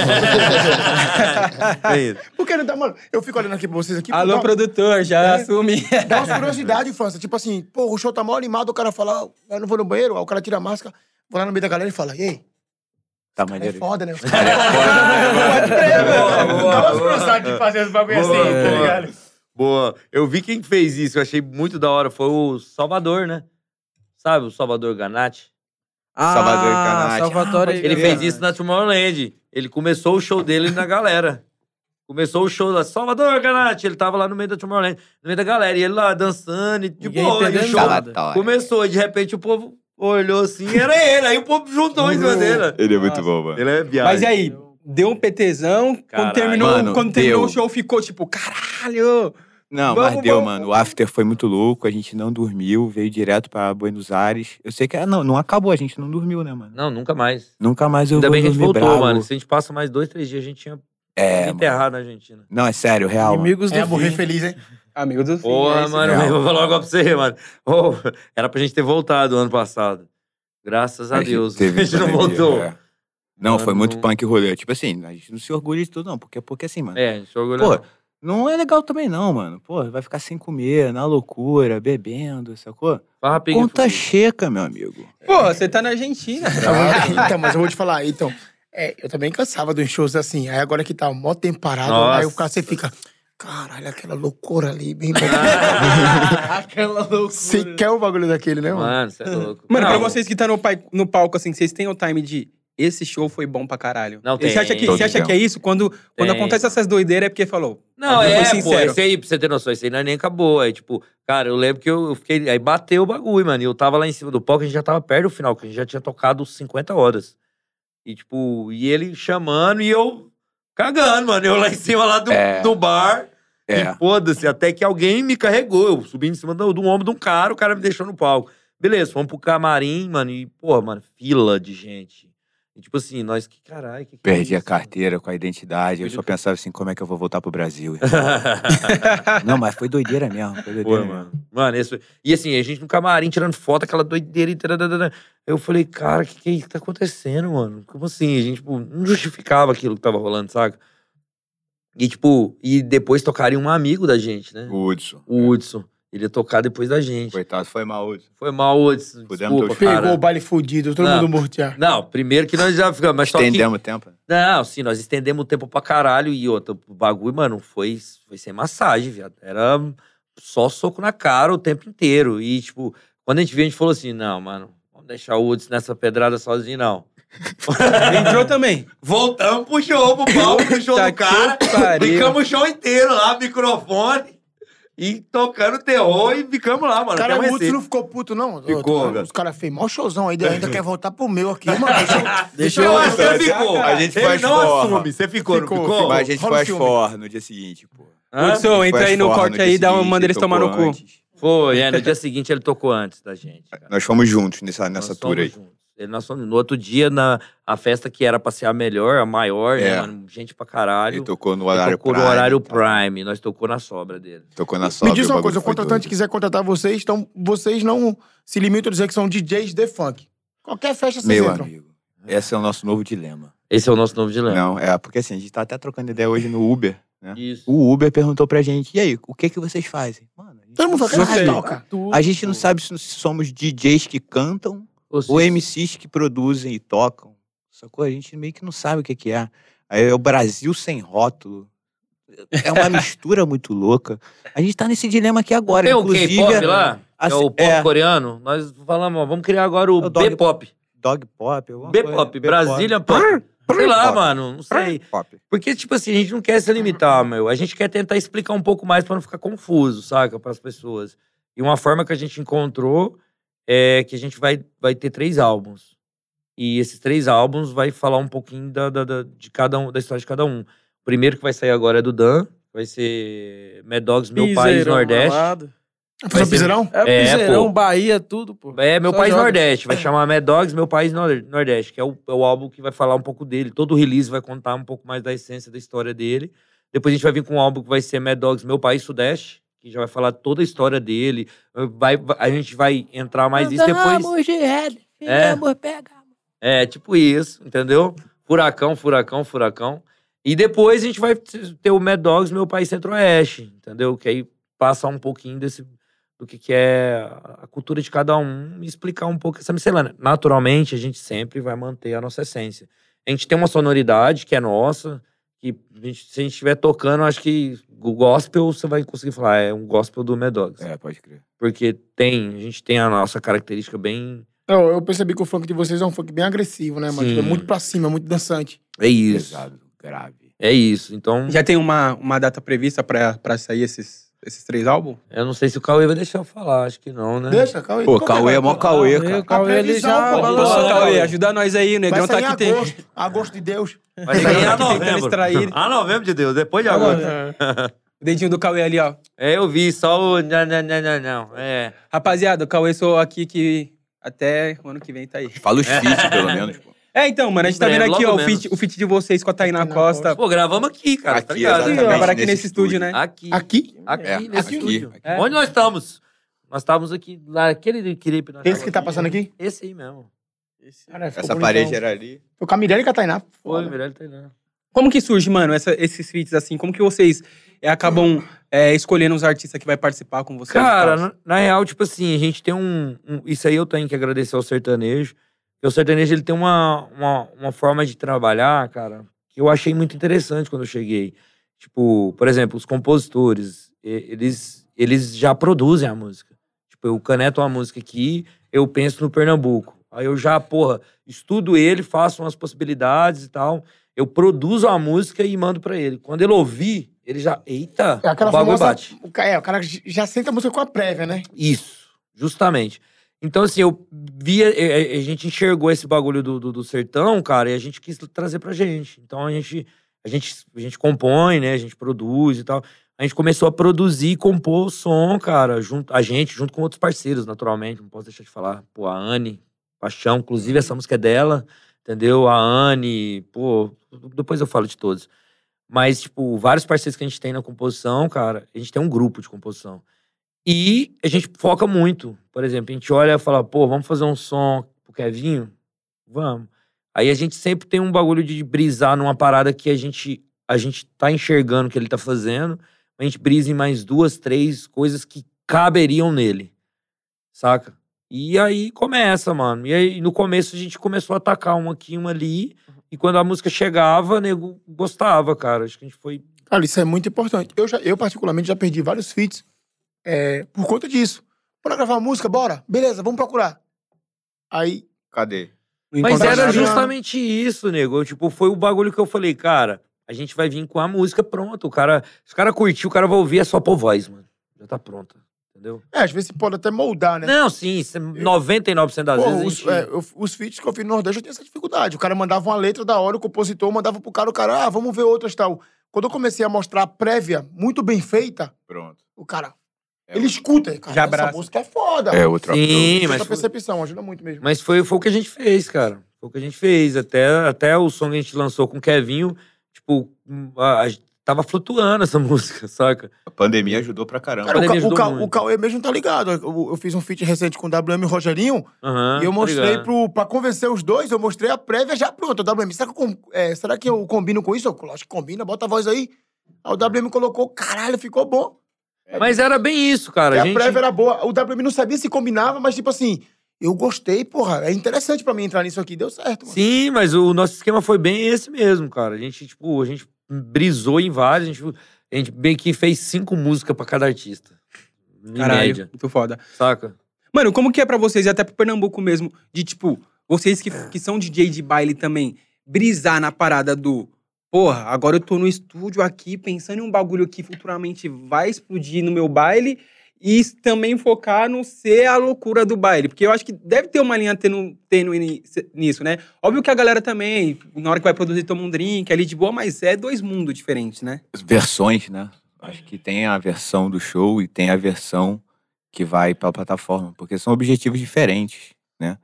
Speaker 3: É isso.
Speaker 2: Porque não dá, mano. Eu fico olhando aqui pra vocês aqui.
Speaker 1: Alô,
Speaker 2: dá-
Speaker 1: produtor, já
Speaker 2: É.
Speaker 1: assume.
Speaker 2: Dá umas curiosidades, França. Tipo assim, pô, o show tá mal animado, o cara fala, "Ah, eu não vou no banheiro, aí o cara tira a máscara, vou lá no meio da galera e fala, ei,
Speaker 5: Tá
Speaker 2: é
Speaker 5: maneiro.
Speaker 2: foda, né? Os
Speaker 5: Cara,
Speaker 2: caras-
Speaker 5: é foda, mano.
Speaker 2: Pode crer, velho.
Speaker 3: Boa, boa,
Speaker 2: Dá umas
Speaker 3: boa.
Speaker 2: curiosidades de fazer os bagulho assim,
Speaker 3: Boa,
Speaker 2: tá
Speaker 3: boa.
Speaker 2: ligado?
Speaker 3: Boa. Eu vi quem fez isso, eu achei muito da hora. Foi o Salvador, né? Sabe o Salvador Ganatti?
Speaker 4: Ah,
Speaker 5: Salvador Canatti.
Speaker 4: Salvatore. é
Speaker 3: Ele fez isso na Tomorrowland. Ele começou o show dele na galera. Começou o show lá, Salvador Ganatti. Ele tava lá no meio da Tomorrowland, no meio da galera. E ele lá dançando e de
Speaker 4: Ninguém
Speaker 3: boa. E o
Speaker 4: entendendo
Speaker 5: é
Speaker 3: show
Speaker 4: nada.
Speaker 5: Salvatore.
Speaker 3: começou. E de repente o povo olhou assim, era ele. Aí o povo juntou em cima dele.
Speaker 6: Ele é muito bom, mano.
Speaker 3: Ele é viagem.
Speaker 1: Mas e aí, deu um PTzão.
Speaker 3: Caralho.
Speaker 1: Quando terminou,
Speaker 5: Mano,
Speaker 1: quando terminou o
Speaker 5: deu.
Speaker 1: show, ficou tipo, caralho.
Speaker 5: Não,
Speaker 1: Vamos,
Speaker 5: mas deu,
Speaker 1: vamos,
Speaker 5: mano. O after foi muito louco, a gente não dormiu, veio direto pra Buenos Aires. Eu sei que ah, não, não acabou, a gente não dormiu, né, mano?
Speaker 3: Não, nunca mais.
Speaker 5: Nunca mais eu
Speaker 3: Ainda
Speaker 5: vou
Speaker 3: bem que a gente
Speaker 5: dormir
Speaker 3: voltou,
Speaker 5: bravo.
Speaker 3: mano. Se a gente passa mais dois, três dias, a gente tinha
Speaker 5: É, mano.
Speaker 3: enterrado na Argentina.
Speaker 5: Não, é sério, real. mano.
Speaker 4: Inimigos
Speaker 2: É,
Speaker 4: do
Speaker 2: morrer
Speaker 4: fim.
Speaker 2: feliz, hein?
Speaker 1: Amigo do fim. é
Speaker 3: Porra,
Speaker 1: isso
Speaker 3: mano,
Speaker 1: mesmo.
Speaker 3: eu vou falar logo pra você, mano. Ô, era pra gente ter voltado ano passado. Graças a,
Speaker 5: gente
Speaker 3: Deus.
Speaker 5: É, teve
Speaker 3: a gente não
Speaker 5: pandemia,
Speaker 3: voltou.
Speaker 5: é. Não, foi
Speaker 3: Mano,
Speaker 5: muito
Speaker 3: não-
Speaker 5: punk o rolê. Tipo assim, a gente não se orgulha de tudo, não. Porque, porque assim, mano.
Speaker 3: É, a gente orgulha.
Speaker 5: Pô, não é legal também, não, mano. Pô, vai ficar sem comer, na loucura, bebendo, sacou?
Speaker 3: Farra pinga
Speaker 5: Conta
Speaker 3: fudida.
Speaker 5: checa, meu amigo.
Speaker 1: Pô, você tá na Argentina.
Speaker 2: Então, mas eu vou te falar, então. é, eu também cansava dos shows assim. Aí agora que tá um mó tempo parado,
Speaker 3: Nossa.
Speaker 2: aí o cara você fica. Caralho, aquela loucura ali, bem bom.
Speaker 5: Ah,
Speaker 4: Aquela loucura.
Speaker 2: Você quer o bagulho daquele, né, mano?
Speaker 3: Ah, Mano, você é louco.
Speaker 1: Mano, pra
Speaker 3: Não,
Speaker 1: vocês que tá no, pai- no palco, assim, vocês têm o time de. Esse show foi bom pra caralho.
Speaker 3: Não
Speaker 1: Você
Speaker 3: tem.
Speaker 1: acha que,
Speaker 5: Todo
Speaker 1: você acha
Speaker 5: dia.
Speaker 1: que é isso? Quando, quando
Speaker 3: Tem.
Speaker 1: acontece essas doideiras é porque falou.
Speaker 3: Não,
Speaker 1: Eu
Speaker 3: é,
Speaker 1: fui sincero.
Speaker 3: pô, isso aí, pra você ter noção, isso aí não é nem acabou. Aí, tipo, cara, eu lembro que eu eu fiquei. Aí bateu o bagulho, mano. E eu tava lá em cima do palco, a gente já tava perto do final, que a gente já tinha tocado 50 horas. E, tipo, e ele chamando, e eu Cagando, mano. Eu lá em cima, lá do,
Speaker 5: É.
Speaker 3: do bar.
Speaker 5: É.
Speaker 3: E foda-se, até que alguém me carregou. Eu subi em cima do, do ombro de um cara, o cara me deixou no palco. Beleza, fomos pro camarim, mano. E, porra, mano, fila de gente. E, tipo assim, nós que caralho. Que que é
Speaker 5: Perdi a
Speaker 3: isso?
Speaker 5: carteira com a identidade. Eu
Speaker 3: Perdi
Speaker 5: só
Speaker 3: a
Speaker 5: pensava assim, como é que eu vou voltar pro Brasil? Não, mas foi doideira mesmo. Foi doideira
Speaker 3: Foi,
Speaker 5: mesmo.
Speaker 3: mano. Mano, esse... E assim, a gente no camarim tirando foto, aquela doideira e tadadadada. Eu falei, cara, o que, que é isso que tá acontecendo, mano? Como assim? A gente, tipo, não justificava aquilo que tava rolando, saca? E, tipo, e depois tocaria um amigo da gente, né?
Speaker 5: O Hudson.
Speaker 3: O Hudson. Ele ia tocar depois da gente.
Speaker 5: Coitado, foi mal, Hudson.
Speaker 3: Foi mal, Hudson.
Speaker 5: Pudemos
Speaker 3: Desculpa,
Speaker 5: ter-
Speaker 2: Pegou
Speaker 3: cara.
Speaker 2: o baile fudido, todo
Speaker 3: Não.
Speaker 2: mundo mortear.
Speaker 3: Não, primeiro que nós já ficamos, mas só que-
Speaker 5: Estendemos o tempo.
Speaker 3: Não, sim, nós estendemos o tempo pra caralho e outro o bagulho, mano, foi, foi sem massagem, viado. Era só soco na cara o tempo inteiro. E, tipo, quando a gente viu, a gente falou assim: não, mano, vamos deixar o Woods nessa pedrada sozinho, não.
Speaker 1: Entrou também.
Speaker 3: Voltamos pro show, pro palco, pro show
Speaker 1: Puta
Speaker 3: do cara.
Speaker 1: que pariu.
Speaker 3: Ficamos o show inteiro lá, microfone, e tocando terror e ficamos lá, mano.
Speaker 2: Cara,
Speaker 3: até
Speaker 2: o Hudson
Speaker 3: amanhecer.
Speaker 2: não ficou puto, não.
Speaker 3: Ficou,
Speaker 2: Outro,
Speaker 3: velho.
Speaker 2: Os caras fez mó showzão ainda, ainda quer voltar pro meu aqui, mano.
Speaker 4: Deixa
Speaker 3: eu
Speaker 4: eu...
Speaker 3: acho que você
Speaker 2: tá
Speaker 3: ficou.
Speaker 5: A gente
Speaker 3: Ele
Speaker 5: faz
Speaker 3: não
Speaker 5: forma.
Speaker 3: assume. Você ficou,
Speaker 2: Ficou,
Speaker 3: não ficou?
Speaker 5: Mas a gente
Speaker 2: rola o
Speaker 5: faz
Speaker 2: filme.
Speaker 5: for no dia seguinte, pô.
Speaker 3: Hã?
Speaker 1: Hudson, entra
Speaker 5: Faz
Speaker 1: aí no
Speaker 5: for
Speaker 1: corte
Speaker 5: dia
Speaker 1: aí, dá uma
Speaker 5: seguinte,
Speaker 1: manda eles
Speaker 5: tocou
Speaker 1: tomar no cu.
Speaker 5: antes.
Speaker 3: Foi, é, no dia seguinte ele tocou antes da gente. Cara.
Speaker 5: Nós fomos juntos nessa, nessa
Speaker 3: Nós
Speaker 5: tour aí.
Speaker 3: fomos juntos. Ele, nós fomos- no outro dia, na, a festa que era pra ser a melhor, a maior, né,
Speaker 5: É.
Speaker 3: mano, gente pra caralho.
Speaker 5: Ele
Speaker 3: Ele
Speaker 5: tocou no horário
Speaker 3: tocou
Speaker 5: prime.
Speaker 3: no horário
Speaker 5: tá?
Speaker 3: prime, nós tocou na sobra dele.
Speaker 5: Tocou na sobra.
Speaker 2: Me diz
Speaker 5: o
Speaker 2: uma
Speaker 5: bagulho
Speaker 2: coisa, o
Speaker 5: foi
Speaker 2: contratante
Speaker 5: doido.
Speaker 2: quiser contratar vocês, então vocês não se limitam a dizer que são DJs de funk. Qualquer festa vocês
Speaker 5: Meu
Speaker 2: entram.
Speaker 5: amigo, esse é o nosso novo dilema.
Speaker 3: Esse é o nosso novo dilema.
Speaker 5: Não, é, porque assim, a gente tá até trocando ideia hoje no Uber, né?
Speaker 3: Isso.
Speaker 5: O Uber perguntou pra gente, e aí, o que que vocês fazem? Mano, a gente,
Speaker 2: Todo mundo fala, é
Speaker 1: Não
Speaker 2: cara,
Speaker 1: sei.
Speaker 2: toca.
Speaker 5: a gente não sabe se somos DJs que cantam
Speaker 3: Ou seja,
Speaker 5: ou MCs que produzem e tocam. Sacou? A gente meio que não sabe o que que é. Aí é o Brasil sem rótulo. É uma mistura muito louca. A gente tá nesse dilema aqui agora.
Speaker 3: Tem o
Speaker 5: inclusive,
Speaker 3: K-pop lá, que é
Speaker 5: assim,
Speaker 3: o pop coreano. Nós falamos, ó, vamos criar agora
Speaker 5: É
Speaker 3: o
Speaker 5: o dog-
Speaker 3: B-pop.
Speaker 5: Dog pop. alguma coisa.
Speaker 3: B-pop,
Speaker 5: B-pop.
Speaker 3: Brasília Pop. Sei lá,
Speaker 5: Pop.
Speaker 3: mano, não sei.
Speaker 5: Pop.
Speaker 3: Porque, tipo assim, a gente não quer se limitar, meu. A gente quer tentar explicar um pouco mais pra não ficar confuso, saca? Para as pessoas. E uma forma que a gente encontrou é que a gente vai, vai ter três álbuns. E esses três álbuns vai falar um pouquinho da, da, da- de cada um, da história de cada um. O primeiro que vai sair agora é do Dan. Vai ser Mad Dogs, Meu País Nordeste.
Speaker 2: Fazer
Speaker 3: Vai
Speaker 2: um
Speaker 3: ser-
Speaker 2: piseirão?
Speaker 4: É,
Speaker 3: É,
Speaker 4: Piseirão,
Speaker 3: pô.
Speaker 4: Bahia, tudo, pô.
Speaker 3: É, Meu
Speaker 4: Só
Speaker 3: País
Speaker 4: joga.
Speaker 3: Nordeste. Vai chamar Mad Dogs, Meu País Nor- Nordeste, que é o, é o álbum que vai falar um pouco dele. Todo release vai contar um pouco mais da essência da história dele. Depois a gente vai vir com um álbum que vai ser Mad Dogs, Meu País Sudeste, que já vai falar toda a história dele. Vai, vai- a gente vai entrar mais nisso depois. É. É, tipo isso, entendeu? Furacão, furacão, furacão. E depois a gente vai ter o Mad Dogs, Meu País Centro-Oeste, entendeu? Que aí passar um pouquinho desse do que, que é a cultura de cada um e explicar um pouco essa miscelânea. Naturalmente, a gente sempre vai manter a nossa essência. A gente tem uma sonoridade que é nossa, que a gente- se a gente estiver tocando, acho que o gospel você vai conseguir falar, é um gospel do Mad Dogs.
Speaker 5: É, pode crer.
Speaker 3: Porque tem, a gente tem a nossa característica bem.
Speaker 2: Eu, eu percebi que o funk de vocês é um funk bem agressivo, né, mano?
Speaker 3: Sim.
Speaker 2: Tipo, É muito pra cima, é muito dançante.
Speaker 3: É isso.
Speaker 5: Pesado, grave.
Speaker 3: É isso. Então,
Speaker 1: Já tem uma, uma data prevista pra, pra sair esses, esses três álbuns?
Speaker 3: eu não sei se o Cauê vai deixar eu falar, acho que não, né?
Speaker 2: Deixa, Cauê.
Speaker 5: É. Pô,
Speaker 2: Qual
Speaker 5: Cauê
Speaker 2: que
Speaker 5: é mó Cauê,
Speaker 4: Cauê,
Speaker 5: cara.
Speaker 4: o Cauê, ele
Speaker 2: previsão,
Speaker 4: já
Speaker 2: pô.
Speaker 1: Pô,
Speaker 4: balançou. né,
Speaker 3: Boa,
Speaker 1: Cauê, ajuda nós aí, o Negrão
Speaker 2: Vai
Speaker 1: tá
Speaker 2: sair
Speaker 1: aqui
Speaker 2: em
Speaker 1: tem.
Speaker 2: agosto, agosto de Deus.
Speaker 3: Vai
Speaker 1: Negrão
Speaker 3: sair é a
Speaker 1: tá tentando extrair.
Speaker 3: novembro. A novembro de Deus, depois de agora.
Speaker 4: Agora,
Speaker 1: O dedinho do Cauê ali, ó.
Speaker 3: É, eu vi, só o. Não, não, não, não, não. É.
Speaker 1: Rapaziada, o Cauê sou aqui que até o ano que vem tá aí.
Speaker 5: Fala
Speaker 3: É.
Speaker 5: os feats, pelo menos, pô.
Speaker 1: É, então, mano, a gente
Speaker 3: Em
Speaker 1: tá
Speaker 3: breve,
Speaker 1: vendo aqui, ó,
Speaker 3: logo
Speaker 1: o feat,
Speaker 3: menos.
Speaker 1: o feat de vocês com a Tainá
Speaker 2: Tainá
Speaker 1: Costa.
Speaker 3: Pô, gravamos aqui, cara, tá
Speaker 5: Aqui,
Speaker 3: ligado?
Speaker 1: Sim,
Speaker 5: exatamente.
Speaker 1: ó, agora Tá. aqui
Speaker 5: nesse
Speaker 1: nesse estúdio, né?
Speaker 5: estúdio.
Speaker 3: Aqui.
Speaker 2: Aqui?
Speaker 3: Aqui,
Speaker 5: É,
Speaker 3: nesse
Speaker 5: aqui,
Speaker 3: estúdio.
Speaker 5: aqui.
Speaker 3: É. Onde nós estamos? Nós estávamos aqui, naquele clipe. nós
Speaker 2: Esse que tá
Speaker 3: estávamos
Speaker 2: passando aqui?
Speaker 3: Esse aí mesmo.
Speaker 2: Cara, ficou
Speaker 5: Essa
Speaker 2: bonitão.
Speaker 5: parede era ali.
Speaker 2: Foi com a Mirella e com a Tainá.
Speaker 3: Foi, melhor ele tá aí, né?
Speaker 1: Como que surge, mano, essa- esses feats assim? Como que vocês é, acabam é, escolhendo os artistas que vai participar com vocês? e
Speaker 3: Cara,
Speaker 1: tal?
Speaker 3: na, na real, tipo assim, a gente tem um, um- Isso aí eu tenho que agradecer ao sertanejo. Porque o sertanejo ele tem uma, uma, uma forma de trabalhar, cara, que eu achei muito interessante quando eu cheguei. Tipo, por exemplo, os compositores, e- eles, eles já produzem a música. Tipo, eu caneto uma música aqui, eu penso no Pernambuco. Aí eu já, porra, estudo ele, faço umas possibilidades e tal. Eu produzo a música e mando pra ele. Quando ele ouvir, ele já. Eita!
Speaker 2: É aquela
Speaker 3: o bagulho
Speaker 2: famosa-
Speaker 3: bate.
Speaker 2: O ca- É, o cara já senta a música com a prévia, né?
Speaker 3: Isso, justamente. Então, assim, eu via, eh, eh, a gente enxergou esse bagulho do, do, do sertão, cara, e a gente quis trazer pra gente. Então a gente A gente, a gente compõe, né? A gente produz e tal. A gente começou a produzir e compor o som, cara, junto, a gente, junto com outros parceiros, naturalmente. Não posso deixar de falar. Pô, a Anne, Paixão, inclusive essa música é dela, entendeu? A Anne, pô, depois eu falo de todos. Mas, tipo, vários parceiros que a gente tem na composição, cara, a gente tem um grupo de composição. E a gente foca muito. Por exemplo, a gente olha e fala, pô, vamos fazer um som pro Kevinho? Vamos. Aí a gente sempre tem um bagulho de brisar numa parada que a gente, a gente tá enxergando o que ele tá fazendo, a gente brisa em mais duas, três coisas que caberiam nele, saca? E aí começa, mano. E aí no começo a gente começou a atacar um aqui, um ali, e quando a música chegava, nego gostava, cara. Acho que a gente foi.
Speaker 2: Cara, isso é muito importante. Eu, já, eu particularmente, já perdi vários feats é, por conta disso. Bora gravar uma música? Bora. Beleza, vamos procurar. Aí,
Speaker 5: Cadê?
Speaker 3: Mas
Speaker 2: encontra
Speaker 3: era
Speaker 2: nada.
Speaker 3: justamente isso, nego. Eu, Tipo, foi o bagulho que eu falei, cara, a gente vai vir com a música pronta. O cara, se o cara curtir, o cara vai ouvir, é só por voz, mano. Já tá pronta, entendeu?
Speaker 2: é, às vezes você pode até moldar, né?
Speaker 3: Não, sim, isso é 99% das
Speaker 2: Pô,
Speaker 3: vezes a
Speaker 2: os,
Speaker 3: gente...
Speaker 2: é, eu- os feats que eu fiz no Nordeste eu tinha essa dificuldade. O cara mandava uma letra da hora, o compositor mandava pro cara, o cara, ah, vamos ver outras tal. Quando eu comecei a mostrar a prévia muito bem feita,
Speaker 5: Pronto.
Speaker 2: o cara,
Speaker 5: É
Speaker 2: ele escuta, cara,
Speaker 1: Já
Speaker 2: essa
Speaker 1: abraça.
Speaker 2: música é foda.
Speaker 6: É outra
Speaker 3: Sim, mas,
Speaker 2: Essa percepção ajuda muito mesmo.
Speaker 3: mas foi, foi o que a gente fez, cara. Foi o que a gente fez. Até, até o som que a gente lançou com o Kevinho, tipo, a- a- tava flutuando essa música, saca?
Speaker 5: A pandemia ajudou pra caramba.
Speaker 2: Cara, o,
Speaker 3: Mas
Speaker 2: Ca-
Speaker 3: ele
Speaker 2: o,
Speaker 3: ajudou
Speaker 2: Ca-
Speaker 3: muito.
Speaker 2: o Cauê mesmo tá ligado. Eu, eu fiz um feat recente com o WM e o Rogerinho
Speaker 3: Aham,
Speaker 2: e eu
Speaker 3: tá
Speaker 2: mostrei
Speaker 3: ligado?
Speaker 2: pro, pra convencer os dois, eu mostrei a prévia já pronta. O WM, será que, eu, com- é, será que eu combino com isso? Eu, lógico que combina, bota a voz aí. Aí o WM colocou, caralho, ficou bom.
Speaker 3: Mas era bem isso, cara.
Speaker 2: E
Speaker 3: A
Speaker 2: É a
Speaker 3: gente...
Speaker 2: prévia era boa. O WM não sabia se combinava, mas tipo assim, eu gostei, porra. É interessante pra mim entrar nisso aqui. Deu certo, mano.
Speaker 3: Sim, mas o nosso esquema foi bem esse mesmo, cara. A gente, tipo, a gente brisou em vários, a gente, a gente bem que fez cinco músicas pra cada artista. Em
Speaker 1: Caralho,
Speaker 3: média,
Speaker 1: muito foda.
Speaker 3: saca?
Speaker 1: Mano, como que é pra vocês, e até pro Pernambuco mesmo, de tipo, vocês que, que são DJ de baile também, brisar na parada do. Porra, agora eu tô no estúdio aqui pensando em um bagulho que futuramente vai explodir no meu baile e s- também focar no ser a loucura do baile. Porque eu acho que deve ter uma linha tenu- tênue ni- se- nisso, né? Óbvio que a galera também, na hora que vai produzir, toma um drink ali de boa, mas é dois mundos diferentes, né?
Speaker 5: versões, né? Acho que tem a versão do show e tem a versão que vai para a plataforma, porque são objetivos diferentes, né?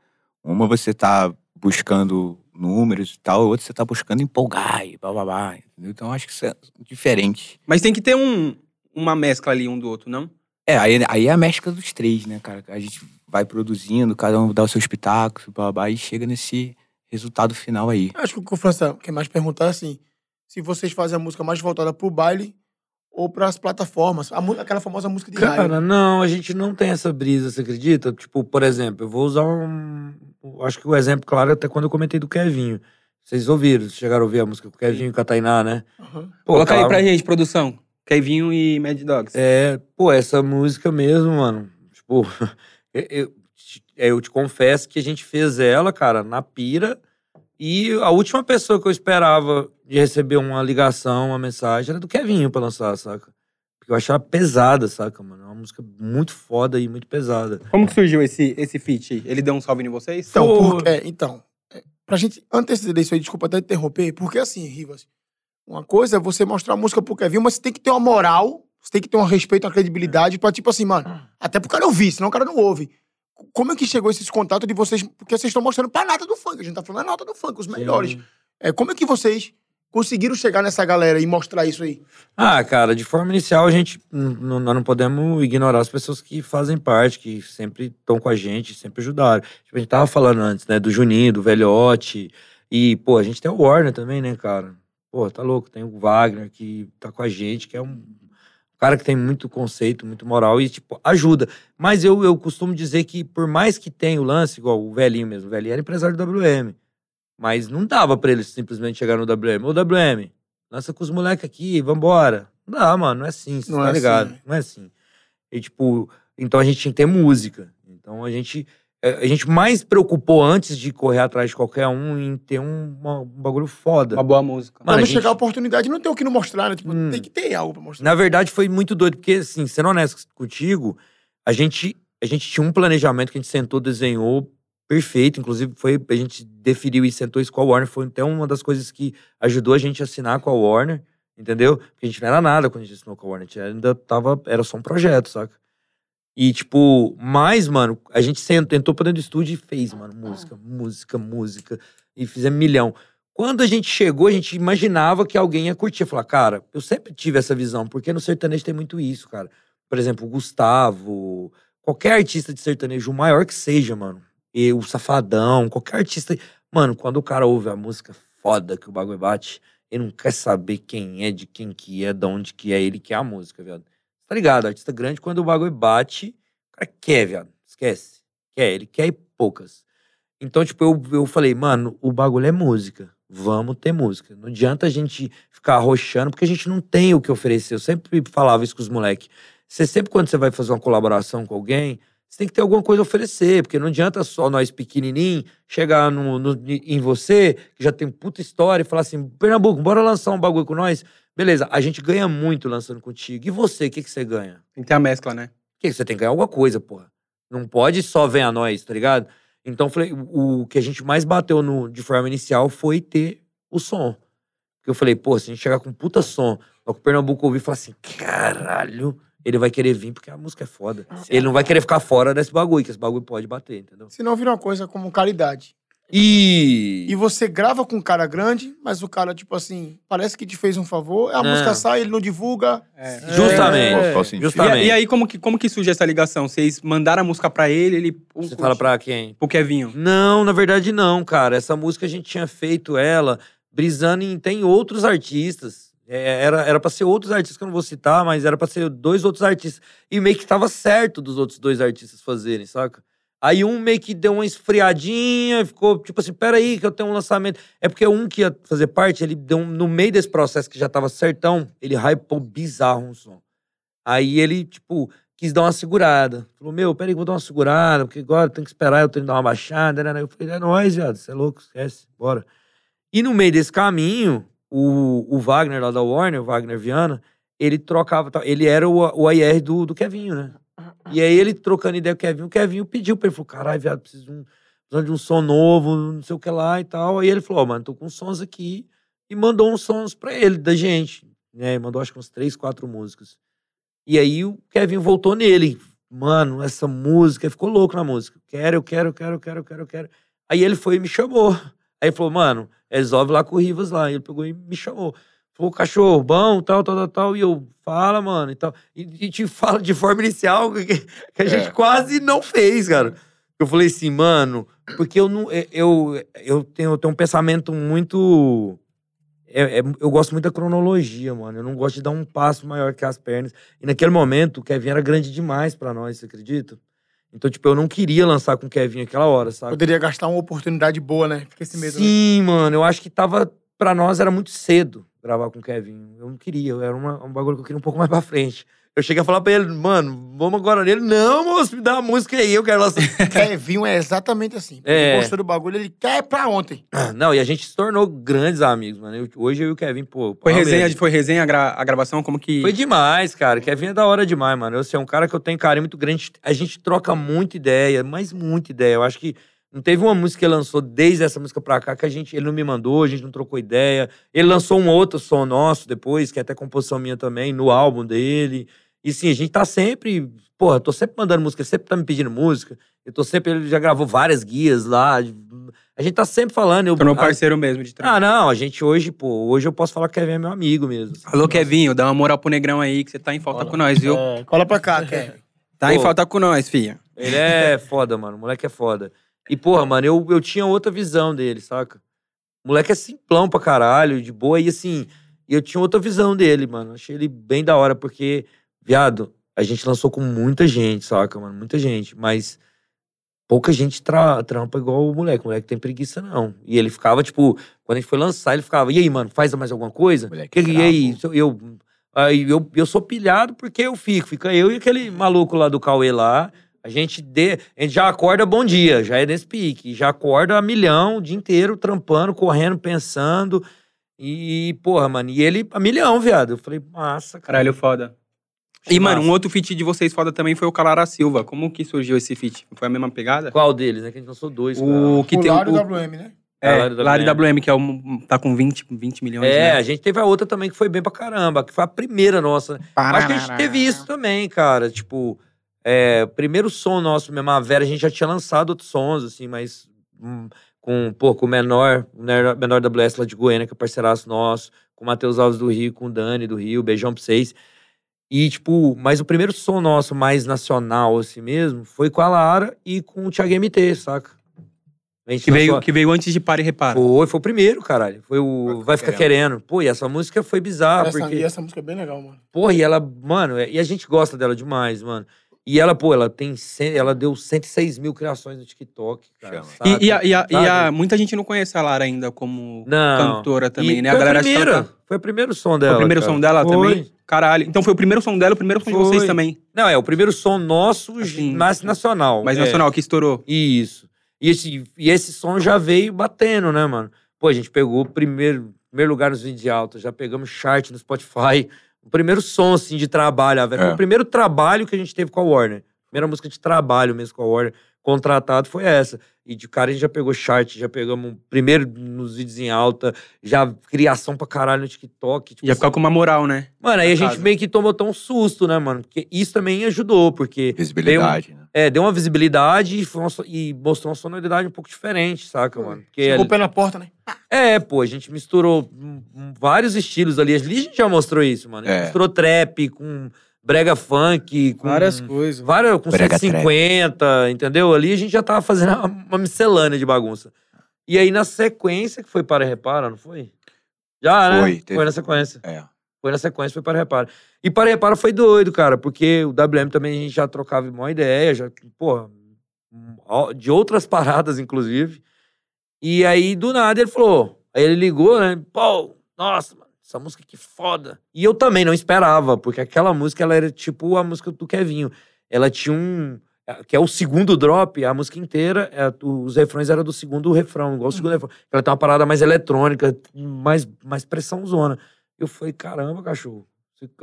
Speaker 5: Uma você tá buscando números e tal, a outra você tá buscando empolgar e blá blá blá. entendeu? Então acho que isso é diferente.
Speaker 1: Mas tem que ter um, uma mescla ali um do outro, não?
Speaker 5: É, aí, aí é a mescla dos três, né, cara? A gente vai produzindo, cada um dá os seus pitacos, blá blá, blá e chega nesse resultado final aí.
Speaker 2: Acho que o que o França quer mais perguntar é assim: se vocês fazem a música mais voltada pro baile ou pras plataformas. A mu- aquela famosa música de raio.
Speaker 3: Cara, né? não, a gente não tem essa brisa, você acredita? Tipo, por exemplo, eu vou usar um. Acho que o exemplo claro é até quando eu comentei do Kevinho. Vocês ouviram, vocês chegaram a ouvir a música com o Kevinho e com a Tainá, né?
Speaker 2: Aham.
Speaker 3: Pô,
Speaker 1: Coloca aí
Speaker 3: aquela-
Speaker 1: pra gente, produção. Kevinho e Mad Dogs.
Speaker 3: É, pô, essa música mesmo, mano. Tipo, eu, eu te- é, eu te confesso que a gente fez ela, cara, na pira. E a última pessoa que eu esperava de receber uma ligação, uma mensagem, era do Kevinho pra lançar, saca? Porque eu achava pesada, saca, mano? É Uma música muito foda e muito pesada.
Speaker 1: Como que surgiu esse, esse feat? aí? Ele deu um salve em vocês?
Speaker 2: Então,
Speaker 3: Pô.
Speaker 2: por- é, então, é, pra gente anteceder isso aí, desculpa até interromper, porque assim, Rivas, uma coisa é você mostrar a música pro Kevin, mas você tem que ter uma moral, você tem que ter um respeito, uma credibilidade pra, tipo assim, mano, até pro cara ouvir, senão o cara não ouve. Como é que chegou esse contato de vocês? Porque vocês estão mostrando pra nata do funk, a gente tá falando a nota do funk, os melhores. É, como é que vocês conseguiram chegar nessa galera e mostrar isso aí?
Speaker 3: Ah, cara, de forma inicial, a gente. n- n- Nós não podemos ignorar as pessoas que fazem parte, que sempre estão com a gente, sempre ajudaram. Tipo, a gente tava falando antes, né? Do Juninho, do Velhote. E, pô, a gente tem o Warner também, né, cara? Pô, tá louco. Tem o Wagner que tá com a gente, que é um cara que tem muito conceito, muito moral e, tipo, ajuda. Mas eu, eu costumo dizer que, por mais que tenha o lance, igual o velhinho mesmo, o velhinho era empresário do WM. Mas não dava pra ele simplesmente chegar no WM. Ô, WM, lança com os moleques aqui, vambora. Não dá, mano, não é assim, você
Speaker 2: Não
Speaker 3: tá
Speaker 2: é assim,
Speaker 3: ligado?
Speaker 2: né?
Speaker 3: Não é assim. E, tipo, então a gente tinha que ter música. Então a gente. eh, A gente mais preocupou antes de correr atrás de qualquer um em ter um, uma- um bagulho foda.
Speaker 1: Uma boa música.
Speaker 3: Mano,
Speaker 2: Quando
Speaker 3: a gente-
Speaker 2: chegar a oportunidade, não tem o que não mostrar, né? Tipo,
Speaker 3: Hum.
Speaker 2: tem que ter algo pra mostrar.
Speaker 3: Na verdade, foi muito doido, porque, assim, sendo honesto contigo, a gente, a gente tinha um planejamento que a gente sentou, desenhou perfeito. Inclusive, foi, a gente definiu e sentou isso com a Warner. Foi até uma das coisas que ajudou a gente a assinar com a Warner, entendeu? Porque a gente não era nada quando a gente assinou com a Warner. A gente ainda tava. Era só um projeto, saca? E, tipo, mais, mano, a gente sentou, entrou pra dentro do estúdio e fez, mano, música, música, música. E fizemos milhão. Quando a gente chegou, a gente imaginava que alguém ia curtir. Falar, cara, eu sempre tive essa visão, porque no sertanejo tem muito isso, cara. Por exemplo, o Gustavo, qualquer artista de sertanejo, o maior que seja, mano. E o Safadão, qualquer artista. Mano, quando o cara ouve a música foda que o bagulho bate, ele não quer saber quem é, de quem que é, de onde que é, ele quer a música, viado. Tá ligado? Artista grande, quando o bagulho bate, o cara quer, viado. Esquece. Quer, ele quer e poucas. Então, tipo, eu, eu falei, mano, o bagulho é música. Vamos ter música. Não adianta a gente ficar arrochando, porque a gente não tem o que oferecer. Eu sempre falava isso com os moleques. Você sempre, quando você vai fazer uma colaboração com alguém, você tem que ter alguma coisa a oferecer, porque não adianta só nós pequenininho chegar no, no- em você, que já tem puta história, e falar assim: Pernambuco, bora lançar um bagulho com nós. Beleza, a gente ganha muito lançando contigo. E você, o que, que você ganha?
Speaker 1: Tem que ter a mescla, né?
Speaker 3: que você tem que ganhar alguma coisa, porra. Não pode só vem a nós, tá ligado? Então, eu falei, o o que a gente mais bateu no, de forma inicial foi ter o som. Porque eu falei, pô, se a gente chegar com um puta som, o Pernambuco ouvir e falar assim, caralho, ele vai querer vir porque a música é foda. Ele não vai querer ficar fora desse bagulho, que esse bagulho pode bater, entendeu?
Speaker 2: Senão vira uma coisa como caridade. E
Speaker 3: E...
Speaker 2: você grava com um cara grande, mas o cara, tipo assim, parece que te fez um favor, a
Speaker 3: É.
Speaker 2: música sai, ele não divulga.
Speaker 1: É.
Speaker 3: Justamente.
Speaker 6: Faz sentido.
Speaker 1: E,
Speaker 3: Justamente.
Speaker 1: a- e aí, como que, como que surge essa ligação? Vocês mandaram a música pra ele, ele.
Speaker 3: Você fala pra quem?
Speaker 1: O Kevinho.
Speaker 3: Não, na verdade não, cara. Essa música a gente tinha feito ela brisando em tem outros artistas. É, era era para ser outros artistas que eu não vou citar, mas era pra ser dois outros artistas e meio que tava certo dos outros dois artistas fazerem, saca? Aí um meio que deu uma esfriadinha, ficou tipo assim, peraí que eu tenho um lançamento. É porque um que ia fazer parte, ele deu um- no meio desse processo que já tava certão, ele hypou bizarro um som. Aí ele, tipo, quis dar uma segurada. Falou, meu, peraí, que eu vou dar uma segurada, porque agora tem que esperar, eu tenho que dar uma baixada. né, né. Eu falei, é nóis, viado, você é louco, esquece, bora. E no meio desse caminho, o, o Wagner lá da Warner, o Wagner Viana, ele trocava, tá, ele era o, o AR do, do Kevinho, né? E aí ele trocando ideia com o Kevinho, o Kevinho pediu pra ele, falou, caralho, viado, preciso de um, precisando de um som novo, não sei o que lá e tal. Aí ele falou, ó, mano, tô com uns sons aqui. E mandou uns sons pra ele, da gente. Né? Mandou acho que uns três, quatro músicas. E aí o Kevin voltou nele. Mano, essa música, ele ficou louco na música. Quero, eu quero, eu quero, eu quero, eu quero, eu quero. Aí ele foi e me chamou. Aí ele falou, mano, resolve lá com o Rivas lá. Ele pegou e me chamou. Falou, cachorro, bom, tal, tal, tal, tal. E eu, fala, mano, e tal. E, e te fala de forma inicial que, que a gente
Speaker 6: É.
Speaker 3: quase não fez, cara. Eu falei assim, mano, porque eu não. Eu, eu, eu tenho, eu tenho um pensamento muito. é- é- eu gosto muito da cronologia, mano. Eu não gosto de dar um passo maior que as pernas. E naquele momento, o Kevin era grande demais pra nós, você acredita? Então, tipo, eu não queria lançar com o Kevin naquela hora, sabe?
Speaker 2: Poderia gastar uma oportunidade boa, né? Fica esse medo. né?
Speaker 3: Sim, mano. Eu acho que tava. Pra nós era muito cedo gravar com o Kevin. Eu não queria. Era uma- um bagulho que eu queria um pouco mais pra frente. Eu cheguei a falar pra ele, mano, vamos agora nele. Não, moço, me dá a música aí, eu quero lançar.
Speaker 2: Kevinho é exatamente assim.
Speaker 3: É.
Speaker 2: Ele gostou do bagulho, ele quer pra ontem.
Speaker 3: não, e a gente se tornou grandes amigos, mano. Eu- hoje eu e o Kevin, pô.
Speaker 1: Foi
Speaker 3: pau
Speaker 1: resenha,
Speaker 3: mesmo.
Speaker 1: foi resenha a, gra- a gravação? Como que.
Speaker 3: Foi demais, cara. Kevin é da hora demais, mano. Eu sei, é um cara que eu tenho carinho muito grande. A gente troca muita ideia, mas muita ideia. Eu acho que não teve uma música que ele lançou desde essa música pra cá que a gente, ele não me mandou, a gente não trocou ideia. Ele lançou um outro som nosso depois, que é até composição minha também, no álbum dele. E sim, a gente tá sempre. Porra, eu tô sempre mandando música, ele sempre tá me pedindo música. Eu tô sempre. Ele já gravou várias guias lá. A gente tá sempre falando. Eu,
Speaker 1: Tornou
Speaker 3: a-
Speaker 1: parceiro mesmo de trampo.
Speaker 3: Ah, não, a gente hoje, pô, hoje eu posso falar que Kevin é meu amigo mesmo.
Speaker 1: Alô, Kevinho, dá uma moral pro Negrão aí, que você tá em falta
Speaker 3: Bora.
Speaker 1: com nós, viu?
Speaker 2: É, cola pra cá, Kevin.
Speaker 1: Tá em
Speaker 3: Pô.
Speaker 1: falta com nós, filha.
Speaker 3: Ele é foda, mano. O moleque é foda. E, porra, mano, eu, eu tinha outra visão dele, saca? O moleque é simplão pra caralho, de boa. E, assim, eu tinha outra visão dele, mano. Achei ele bem da hora, porque, viado, a gente lançou com muita gente, saca, mano? Muita gente. Mas pouca gente tra- trampa igual o moleque. O moleque tem preguiça, não. E ele ficava, tipo, quando a gente foi lançar, ele ficava, e aí, mano, faz mais alguma coisa?
Speaker 5: Moleque
Speaker 3: Que- e aí,
Speaker 5: brabo.
Speaker 3: eu, eu, aí eu, eu sou pilhado porque eu fico. Fica eu e aquele maluco lá do Cauê lá. A gente, dê, a gente já acorda bom dia, já é nesse pique. Já acorda a milhão o dia inteiro, trampando, correndo, pensando. E, porra, mano, e ele a milhão, viado. Eu falei, massa, cara.
Speaker 1: Caralho, foda. E, mano, um outro feat de vocês foda também foi o Calara Silva. Como que surgiu esse feat? Foi a mesma pegada?
Speaker 3: Qual deles, né? Que a gente lançou dois.
Speaker 1: O que
Speaker 2: o
Speaker 1: tem
Speaker 2: Lário
Speaker 1: o,
Speaker 2: WM, né?
Speaker 1: é,
Speaker 3: Lari
Speaker 1: Lari
Speaker 3: WM.
Speaker 1: WM, que é um, tá com 20, 20 milhões,
Speaker 3: É,
Speaker 1: né?
Speaker 3: a gente teve a outra também que foi bem pra caramba, que foi a primeira nossa. Acho que a gente teve isso também, cara. Tipo, é, primeiro som nosso mesmo, a Vera, a gente já tinha lançado outros sons, assim, mas hum, com, pô, com o menor, o menor menor da WS lá de Goiânia, que é parceiraço nosso, com o Matheus Alves do Rio, com o Dani do Rio, beijão pra vocês. E, tipo, mas o primeiro som nosso mais nacional, assim mesmo, foi com a Lara e com o Thiago MT, saca? A gente
Speaker 1: Que veio,
Speaker 3: lançou-
Speaker 1: que veio antes de Para e Repara.
Speaker 3: Foi, foi o primeiro, caralho. Foi o Vai Ficar Querendo. Pô, e essa música foi bizarra,
Speaker 2: essa,
Speaker 3: porque...
Speaker 2: E essa música é bem legal, mano.
Speaker 3: Porra, e ela, mano, é- e a gente gosta dela demais, mano. E ela, pô, ela tem. cem- Ela deu 106 mil criações no TikTok, cara.
Speaker 5: Chama.
Speaker 3: saca?
Speaker 1: E, e a- e a- e a-
Speaker 3: Sabe?
Speaker 1: muita gente não conhece a Lara ainda como
Speaker 3: Não.
Speaker 1: cantora também,
Speaker 3: E
Speaker 1: né? A
Speaker 3: Foi a
Speaker 1: galera acha que ela
Speaker 3: primeira.
Speaker 1: tá-
Speaker 3: Foi o primeiro som
Speaker 1: Foi
Speaker 3: dela.
Speaker 1: o primeiro
Speaker 3: cara.
Speaker 1: som dela
Speaker 3: Foi.
Speaker 1: também? Caralho. Então foi o primeiro som dela, o primeiro som de vocês
Speaker 3: Foi.
Speaker 1: também.
Speaker 3: Não, é o primeiro som nosso,
Speaker 1: Assim,
Speaker 3: mas nacional.
Speaker 1: Mas
Speaker 3: é.
Speaker 1: nacional, que estourou.
Speaker 3: Isso. E esse, e esse som já veio batendo, né, mano? Pô, a gente pegou o primeiro, primeiro lugar nos vídeos de alta, já pegamos chart no Spotify. O primeiro som, assim, de trabalho, ah, velho.
Speaker 6: É.
Speaker 3: Foi o primeiro trabalho que a gente teve com a Warner. Primeira música de trabalho mesmo com a Warner, contratado, foi essa. E de cara a gente já pegou chart, já pegamos o primeiro nos vídeos em alta, já criação pra caralho no TikTok. tipo
Speaker 1: Ia
Speaker 3: assim.
Speaker 1: ficar com uma moral, né?
Speaker 3: Mano, aí a gente
Speaker 1: casa.
Speaker 3: meio que tomou tão susto, né, mano? Porque isso também ajudou, porque
Speaker 5: Visibilidade, né?
Speaker 3: é, deu uma visibilidade e, foi uma so- e mostrou uma sonoridade um pouco diferente,
Speaker 5: Hum.
Speaker 3: saca, mano? Porque
Speaker 2: Ficou
Speaker 3: ele-
Speaker 2: o pé na porta, né?
Speaker 3: é, pô, a gente misturou hum, hum, vários estilos ali. Ali a gente já mostrou isso, mano. A gente
Speaker 6: É.
Speaker 3: misturou trap com brega funk, com
Speaker 4: Várias coisas.
Speaker 3: várias com
Speaker 5: Brega
Speaker 3: 150, entendeu? Ali a gente já tava fazendo uma- uma miscelânea de bagunça. E aí na sequência que foi para e repara, não foi? Já, né?
Speaker 5: Foi, teve-
Speaker 3: Foi na sequência.
Speaker 5: É.
Speaker 3: Foi na sequência, foi para reparo. E para reparo foi doido, cara, porque o WM também a gente já trocava uma ideia, já, porra, ó, de outras paradas, inclusive. E aí, do nada, ele falou. Aí ele ligou, né? Pô, nossa, mano, essa música que foda. E eu também não esperava, porque aquela música, ela era tipo a música do Kevinho. Ela tinha um. Que é o segundo drop, a música inteira, é, os refrões eram do segundo refrão, igual o segundo refrão. Ela tem uma parada mais eletrônica, mais, mais pressão zona. Eu falei, caramba, cachorro.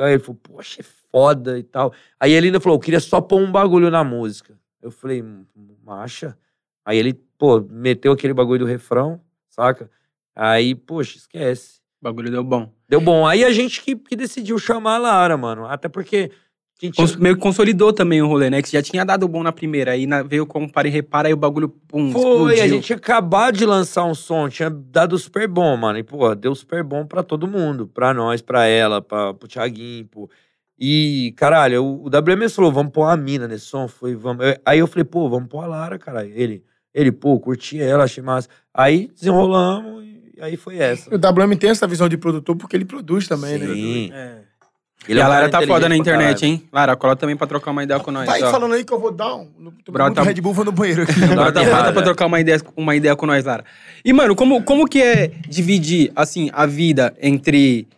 Speaker 3: Aí ele falou, poxa, é foda e tal. Aí ele ainda falou, eu queria só pôr um bagulho na música. Eu falei, "M- macha. Aí ele, pô, meteu aquele bagulho do refrão, saca? Aí, poxa, esquece.
Speaker 1: O bagulho deu bom.
Speaker 3: Deu bom. Aí a gente que, que decidiu chamar a Lara, mano. Até porque. a gente-
Speaker 1: Cons- meio que consolidou também o rolê, né? Que já tinha dado bom na primeira. Aí na- veio com Para e Repara e o bagulho, pum,
Speaker 3: Foi,
Speaker 1: explodiu.
Speaker 3: a gente tinha acabado de lançar um som, tinha dado super bom, mano. E, pô, deu super bom pra todo mundo. Pra nós, pra ela, pra, pro Thiaguinho, pô. E, caralho, o, o WMS falou, vamos pôr a mina nesse som. Foi, vamos. Eu- Aí eu falei, pô, vamos pôr a Lara, caralho. Ele, ele, pô, curti ela, achei massa. Aí desenrolamos e aí foi essa.
Speaker 2: O WM tem essa visão de produtor porque ele produz também, né?
Speaker 3: Sim.
Speaker 4: É.
Speaker 1: E
Speaker 3: é
Speaker 1: a
Speaker 3: um
Speaker 1: Lara
Speaker 3: cara
Speaker 1: tá foda na
Speaker 3: inteligente pra
Speaker 1: internet, hein? Lara, cola também pra trocar uma ideia com nós.
Speaker 2: Tá aí
Speaker 1: ó.
Speaker 2: falando aí que eu vou dar um. no- tomei
Speaker 1: Brota-
Speaker 3: tá-
Speaker 2: muito Red Bull vou no banheiro aqui.
Speaker 5: tá
Speaker 3: Dá uma
Speaker 1: Bora dar
Speaker 3: guerrada.
Speaker 1: tá
Speaker 5: né?
Speaker 1: pra trocar uma ideia, uma ideia com nós, Lara. E, mano, como, como que é dividir, assim, a vida entre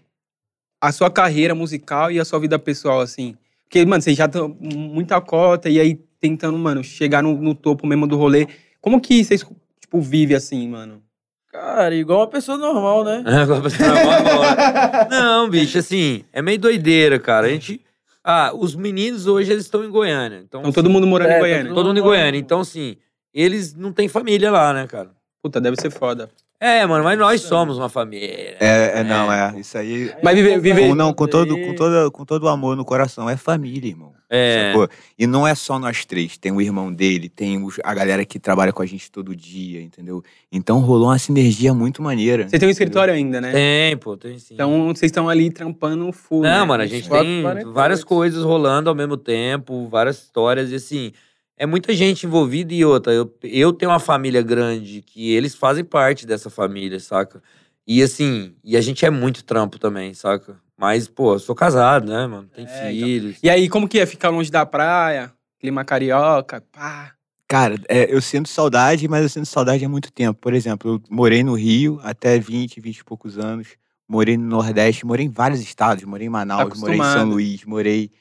Speaker 1: a sua carreira musical e a sua vida pessoal, assim? Porque, mano, vocês já estão muita cota e aí tentando, mano, chegar no, no topo mesmo do rolê. Como que vocês, tipo, vivem assim, mano?
Speaker 4: Cara, igual uma pessoa normal, né?
Speaker 3: Agora você vai pra fora. Não, bicho, assim, é meio doideira, cara. A gente. Ah, os meninos hoje eles estão em Goiânia. Então,
Speaker 1: Então todo mundo morando
Speaker 4: É,
Speaker 1: em
Speaker 4: tá
Speaker 1: Goiânia.
Speaker 3: todo mundo em Goiânia. Então, assim, eles não têm família lá, né, cara?
Speaker 1: Puta, deve ser foda.
Speaker 3: É, mano, mas nós somos uma família.
Speaker 5: É, é, não, é. Isso aí.
Speaker 1: Mas viver- viver-
Speaker 5: Com, não, com todo, com, todo, com todo o amor no coração. É família, irmão.
Speaker 3: É.
Speaker 5: Sacou? E não é só nós três. Tem o irmão dele, tem os- a galera que trabalha com a gente todo dia, entendeu? Então rolou uma sinergia muito maneira.
Speaker 1: Vocês têm um escritório ainda, né?
Speaker 3: É, Tem, pô, tem sim.
Speaker 1: Então vocês estão ali trampando full.
Speaker 3: Não,
Speaker 1: né?
Speaker 3: mano, a gente
Speaker 4: Quatro,
Speaker 3: tem
Speaker 4: quarenta e
Speaker 3: várias
Speaker 4: oito.
Speaker 3: coisas rolando ao mesmo tempo, várias histórias, e assim, é muita gente envolvida e outra. Eu, eu tenho uma família grande que eles fazem parte dessa família, saca? E assim, e a gente é muito trampo também, saca? Mas, pô, eu sou casado, né, mano? Tem
Speaker 1: É, então.
Speaker 3: filhos.
Speaker 1: E aí, como que é ficar longe da praia? Clima carioca, pá.
Speaker 5: Cara, é, eu sinto saudade, mas eu sinto saudade há muito tempo. Por exemplo, eu morei no Rio até 20, 20 e poucos anos. Morei no Nordeste, morei em vários estados. Morei em Manaus, morei em São
Speaker 1: acostumado.
Speaker 5: Luís, morei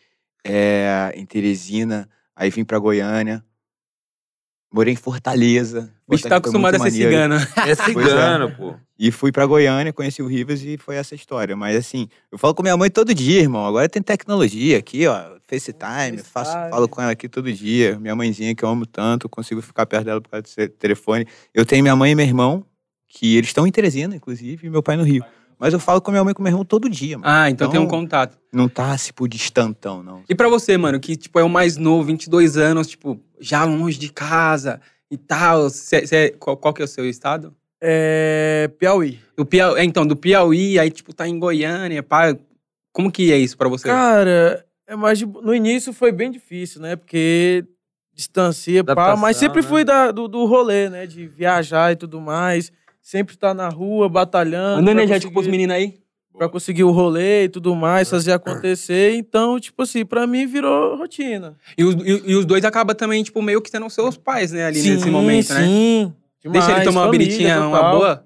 Speaker 5: é, em Teresina. Aí vim pra Goiânia. Morei em Fortaleza.
Speaker 1: O bicho tá
Speaker 5: Fortaleza foi muito
Speaker 1: acostumado a ser
Speaker 5: maneiro.
Speaker 1: cigano.
Speaker 3: É cigano, pô.
Speaker 5: E fui pra Goiânia, conheci o Rivers e foi essa história. Mas assim, eu falo com minha mãe todo dia, irmão. Agora tem tecnologia aqui, ó. FaceTime, faço,
Speaker 4: FaceTime.
Speaker 5: falo com ela aqui todo dia. Minha mãezinha, que eu amo tanto, eu consigo ficar perto dela por causa do ce- telefone. Eu tenho minha mãe e meu irmão, que eles estão em Teresina, inclusive, e meu pai no Rio. Mas eu falo com minha mãe e com meu irmão todo dia, mano.
Speaker 1: Ah, então tem um
Speaker 5: Então-
Speaker 1: contato.
Speaker 5: Não tá, tipo, distantão, não.
Speaker 1: E pra você, mano, que tipo é o mais novo, 22 anos, tipo, já longe de casa e tal, cê- cê- qual, qual que é o seu estado?
Speaker 4: É. Piauí.
Speaker 1: Do Piauí, é, então, do Piauí, aí tipo tá em Goiânia, pá. Como que é isso pra você?
Speaker 4: Cara, é mais de... no início foi bem difícil, né? Porque distancia, pá,
Speaker 3: Adaptação,
Speaker 4: mas sempre
Speaker 3: né?
Speaker 4: fui da- do, do rolê, né? De viajar e tudo mais. Sempre estar na rua, batalhando.
Speaker 1: Andando
Speaker 4: pra
Speaker 1: energético pros
Speaker 4: conseguir-
Speaker 1: meninos aí?
Speaker 4: Pra conseguir o rolê e tudo mais, fazer acontecer. Então, tipo assim, pra mim virou rotina.
Speaker 1: E os, e- e os dois acabam também, tipo, meio que sendo seus pais, né, ali nesse momento, né?
Speaker 4: Sim, demais,
Speaker 1: Deixa ele tomar uma
Speaker 4: família,
Speaker 1: biritinha, uma
Speaker 4: total.
Speaker 1: boa?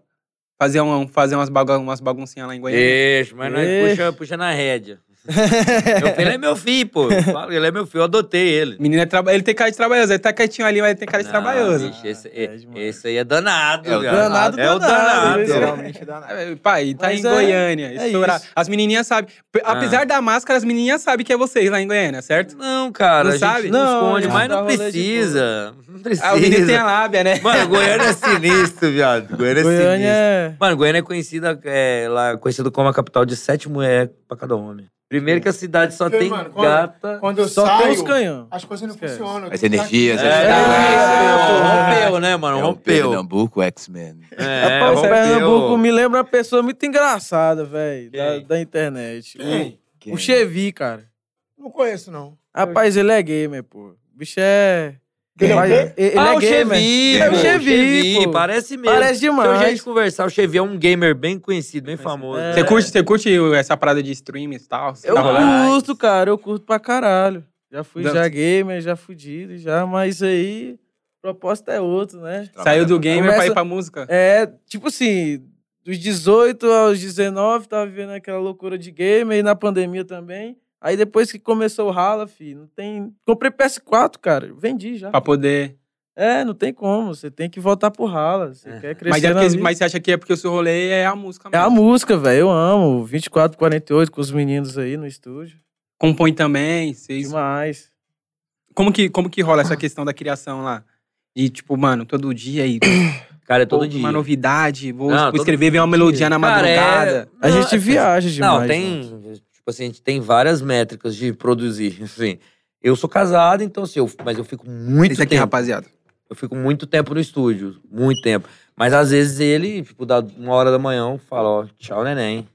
Speaker 1: Fazer, um, fazer umas, bagun umas baguncinhas lá em
Speaker 4: É.
Speaker 1: Goiânia?
Speaker 3: Deixa, mas nós
Speaker 4: Deixa.
Speaker 3: puxa, puxa na rédea. meu filho é meu filho, pô. Eu falo, Ele é meu filho, eu adotei ele.
Speaker 1: Menino é traba... ele tem cara de trabalhoso, ele tá quietinho ali, mas ele tem cara de
Speaker 3: Não,
Speaker 1: trabalhoso.
Speaker 3: bicho, esse,
Speaker 4: Ah, é
Speaker 3: e-
Speaker 4: demais.
Speaker 3: esse aí é danado,
Speaker 5: É o
Speaker 3: cara.
Speaker 4: danado,
Speaker 3: É o
Speaker 4: danado,
Speaker 3: danado.
Speaker 4: esse é-
Speaker 1: É, Pai, tá
Speaker 4: Mas
Speaker 1: em
Speaker 4: é-
Speaker 1: Goiânia.
Speaker 4: é
Speaker 1: estourar.
Speaker 4: isso.
Speaker 1: As menininhas sabem. P-
Speaker 3: Ah.
Speaker 1: Apesar da máscara, as menininhas sabem que é vocês lá em Goiânia, certo?
Speaker 3: Não, cara,
Speaker 1: Não
Speaker 3: a gente
Speaker 1: sabe?
Speaker 3: não
Speaker 4: Não,
Speaker 3: esconde,
Speaker 4: não.
Speaker 3: mas não
Speaker 4: Dá rolê de
Speaker 3: precisa. Não precisa.
Speaker 1: Ah, o menino tem a lábia, né?
Speaker 3: Mano, Goiânia é sinistro, viado. Goiânia é
Speaker 4: Goiânia
Speaker 3: sinistro.
Speaker 4: é...
Speaker 3: Mano, Goiânia é conhecida, é, lá, conhecida como a capital de sete mulheres pra cada homem. Primeiro que a cidade só
Speaker 2: Porque,
Speaker 3: tem
Speaker 2: mano, quando-
Speaker 3: gata.
Speaker 2: Quando eu
Speaker 4: Só
Speaker 2: saio,
Speaker 4: tem os canhão.
Speaker 2: as coisas não
Speaker 4: Esquece.
Speaker 2: funcionam. Tu
Speaker 5: As
Speaker 2: tá-
Speaker 5: energias,
Speaker 3: É,
Speaker 5: as
Speaker 3: é,
Speaker 4: é.
Speaker 3: rompeu, né, mano?
Speaker 5: É o
Speaker 3: Rompeu.
Speaker 5: Pernambuco, X-Men.
Speaker 3: É,
Speaker 4: Pô,
Speaker 3: rompeu.
Speaker 4: Pernambuco me lembra uma pessoa muito engraçada, velho, da,
Speaker 3: Quem?
Speaker 4: da internet.
Speaker 2: Quem?
Speaker 4: O, o Chevy, cara.
Speaker 2: Não conheço, não.
Speaker 4: Rapaz, ele é gamer, pô. O bicho é...
Speaker 2: Ele é o
Speaker 4: Rapaz,
Speaker 2: quê?
Speaker 4: ele
Speaker 3: ah,
Speaker 4: é
Speaker 3: o
Speaker 4: gamer.
Speaker 3: Chevy,
Speaker 4: É o
Speaker 3: pô,
Speaker 4: Chevy, pô.
Speaker 3: Parece mesmo.
Speaker 4: Parece demais.
Speaker 3: Seu um jeito de conversar, o Chevy é um gamer bem conhecido, bem famoso.
Speaker 4: É.
Speaker 1: Você curte, você curte essa parada de streams e tal?
Speaker 3: Eu
Speaker 1: Tá rolando?
Speaker 3: Caralho.
Speaker 4: curto, cara. Eu curto pra caralho. Já fui
Speaker 1: Não.
Speaker 4: já gamer, já fudido, já. Mas aí, a proposta é outra, né?
Speaker 1: Saiu do gamer pra ir
Speaker 4: Começa-
Speaker 1: pra música?
Speaker 4: É, tipo assim, dos 18 aos 19, tava vivendo aquela loucura de gamer e na pandemia também. Aí depois que começou o rala, fi, não tem... Comprei PS4, cara. Vendi já.
Speaker 1: Pra poder.
Speaker 4: É, não tem como. Você tem que voltar pro rala. Você
Speaker 3: É.
Speaker 4: quer crescer
Speaker 1: Mas, é
Speaker 4: na
Speaker 1: porque-
Speaker 4: vida.
Speaker 1: mas você acha que é porque o seu rolê é a música
Speaker 4: É
Speaker 1: mesmo?
Speaker 4: a música, velho. Eu amo. 24, 48 com os meninos aí no estúdio.
Speaker 1: Compõe também. Vocês...
Speaker 4: Demais.
Speaker 1: Como, que, como que rola essa questão da criação lá? E, tipo, mano, todo dia aí. pô,
Speaker 3: Cara, é todo dia.
Speaker 1: Uma novidade, vou
Speaker 3: Não,
Speaker 1: tipo,
Speaker 3: todo
Speaker 1: escrever, ver uma melodia na
Speaker 3: Cara, é-
Speaker 1: madrugada.
Speaker 4: A
Speaker 3: Não,
Speaker 4: gente
Speaker 3: é-
Speaker 4: viaja demais.
Speaker 3: Não, tem. Tipo assim, a gente tem várias métricas de produzir. Assim, eu sou casado, então assim, eu, mas eu fico muito
Speaker 1: Isso aqui,
Speaker 3: tempo.
Speaker 1: rapaziada.
Speaker 3: Eu fico muito tempo no estúdio, muito tempo. Mas às vezes ele, tipo, dá uma hora da manhã, fala, ó, tchau, neném.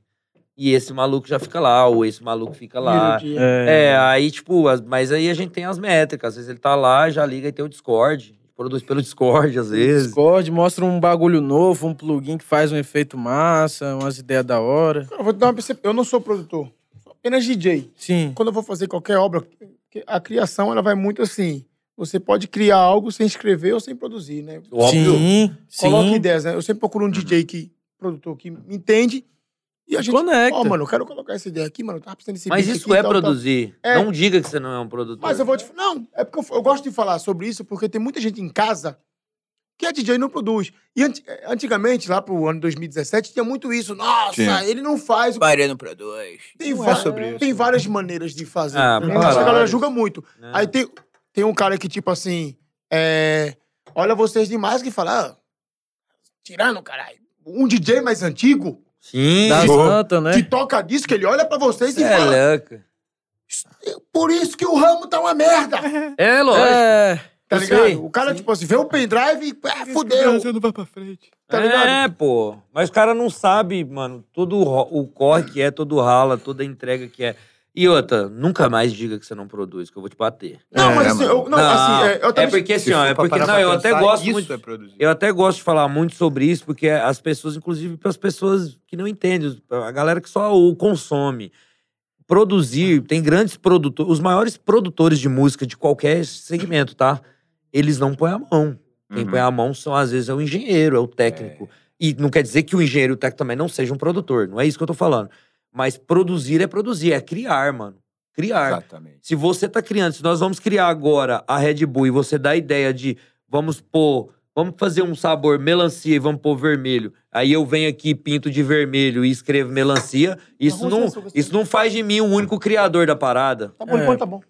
Speaker 3: E esse maluco já fica lá, ou esse maluco fica lá.
Speaker 2: Melodia.
Speaker 4: É,
Speaker 3: É, aí, tipo, as- mas aí a gente tem as métricas. Às vezes ele tá lá, já liga e tem o Discord. Produz pelo Discord, às vezes.
Speaker 4: Discord mostra um bagulho novo, um plugin que faz um efeito massa, umas ideias da hora.
Speaker 2: Cara, eu vou te dar uma percepção. Eu não sou produtor, sou apenas DJ.
Speaker 4: Sim.
Speaker 2: Quando eu vou fazer qualquer obra, que- a criação ela vai muito assim. Você pode criar algo sem escrever ou sem produzir, né?
Speaker 3: Óbvio.
Speaker 4: Sim, sim.
Speaker 2: Coloca ideias, né? Eu sempre procuro um DJ que, produtor que me entende. E a gente.
Speaker 4: Conecta.
Speaker 2: Ó, mano, eu quero colocar essa ideia aqui, mano. Eu tava precisando desse
Speaker 3: Mas
Speaker 2: beat
Speaker 3: isso
Speaker 2: aqui,
Speaker 3: é
Speaker 2: tal, tal.
Speaker 3: produzir.
Speaker 2: É.
Speaker 3: Não diga que você não é um produtor.
Speaker 2: Mas eu vou te. Não, é porque eu, eu gosto de falar sobre isso porque tem muita gente em casa que é DJ e não produz. E anti- eh, antigamente, lá pro ano 2017, tinha muito isso. Nossa,
Speaker 6: Tinha.
Speaker 2: ele não faz o
Speaker 5: Bahia no Produz.
Speaker 2: Tem,
Speaker 5: Não é
Speaker 2: va-
Speaker 5: sobre isso,
Speaker 2: tem
Speaker 5: né?
Speaker 2: várias maneiras de fazer.
Speaker 3: Ah,
Speaker 2: Mas
Speaker 3: várias.
Speaker 2: a galera julga muito.
Speaker 3: né?
Speaker 2: Aí tem, tem um cara que, tipo assim, é, olha vocês demais que fala, ah, tirando, caralho. Um DJ mais antigo
Speaker 3: Sim.
Speaker 4: Da
Speaker 6: Show.
Speaker 4: Santa, né?
Speaker 2: que toca disco, ele olha pra vocês
Speaker 3: Você
Speaker 2: e
Speaker 3: é
Speaker 2: fala,
Speaker 3: louco.
Speaker 2: por isso que o ramo tá uma merda.
Speaker 3: É, lógico.
Speaker 4: É,
Speaker 2: Tá
Speaker 4: eu
Speaker 2: ligado?
Speaker 4: sei.
Speaker 2: O cara, tipo assim, vê o pendrive e ah, fudeu.
Speaker 5: não vai pra frente.
Speaker 2: Tá ligado?
Speaker 3: É, pô. Mas o cara não sabe, mano, todo o ro- o corre que é, todo o rala, toda a entrega que é. E outra, nunca mais diga que você não produz, que eu vou te bater.
Speaker 2: Não,
Speaker 5: É,
Speaker 2: mas assim,
Speaker 5: mano.
Speaker 2: eu, não,
Speaker 4: ah,
Speaker 2: assim, é, eu
Speaker 3: é
Speaker 2: também...
Speaker 3: porque assim, ó, é porque não, eu até gosto muito.
Speaker 5: é
Speaker 2: é
Speaker 5: produzir.
Speaker 3: Eu até gosto de falar muito sobre isso, porque as pessoas, inclusive para as pessoas que não entendem, a galera que só o consome. Produzir, tem grandes produtores, os maiores produtores de música de qualquer segmento, tá? Eles não põem a mão. Quem
Speaker 5: Uhum.
Speaker 3: põe a mão são, às vezes, é o engenheiro, é o técnico. E não quer dizer que o engenheiro e o técnico também não sejam um produtor, não é isso que eu tô falando. Mas produzir é produzir, é criar, mano. Criar.
Speaker 5: Exatamente.
Speaker 3: Se você tá criando, se nós vamos criar agora a Red Bull e você dá a ideia de vamos pôr, vamos fazer um sabor melancia e vamos pôr vermelho. Aí eu venho aqui, pinto de vermelho e escrevo melancia, isso
Speaker 2: Arroz,
Speaker 3: não,
Speaker 2: né, seu gostoso?
Speaker 3: isso não faz de mim o único criador da parada.
Speaker 2: Tá bom, enquanto tá bom.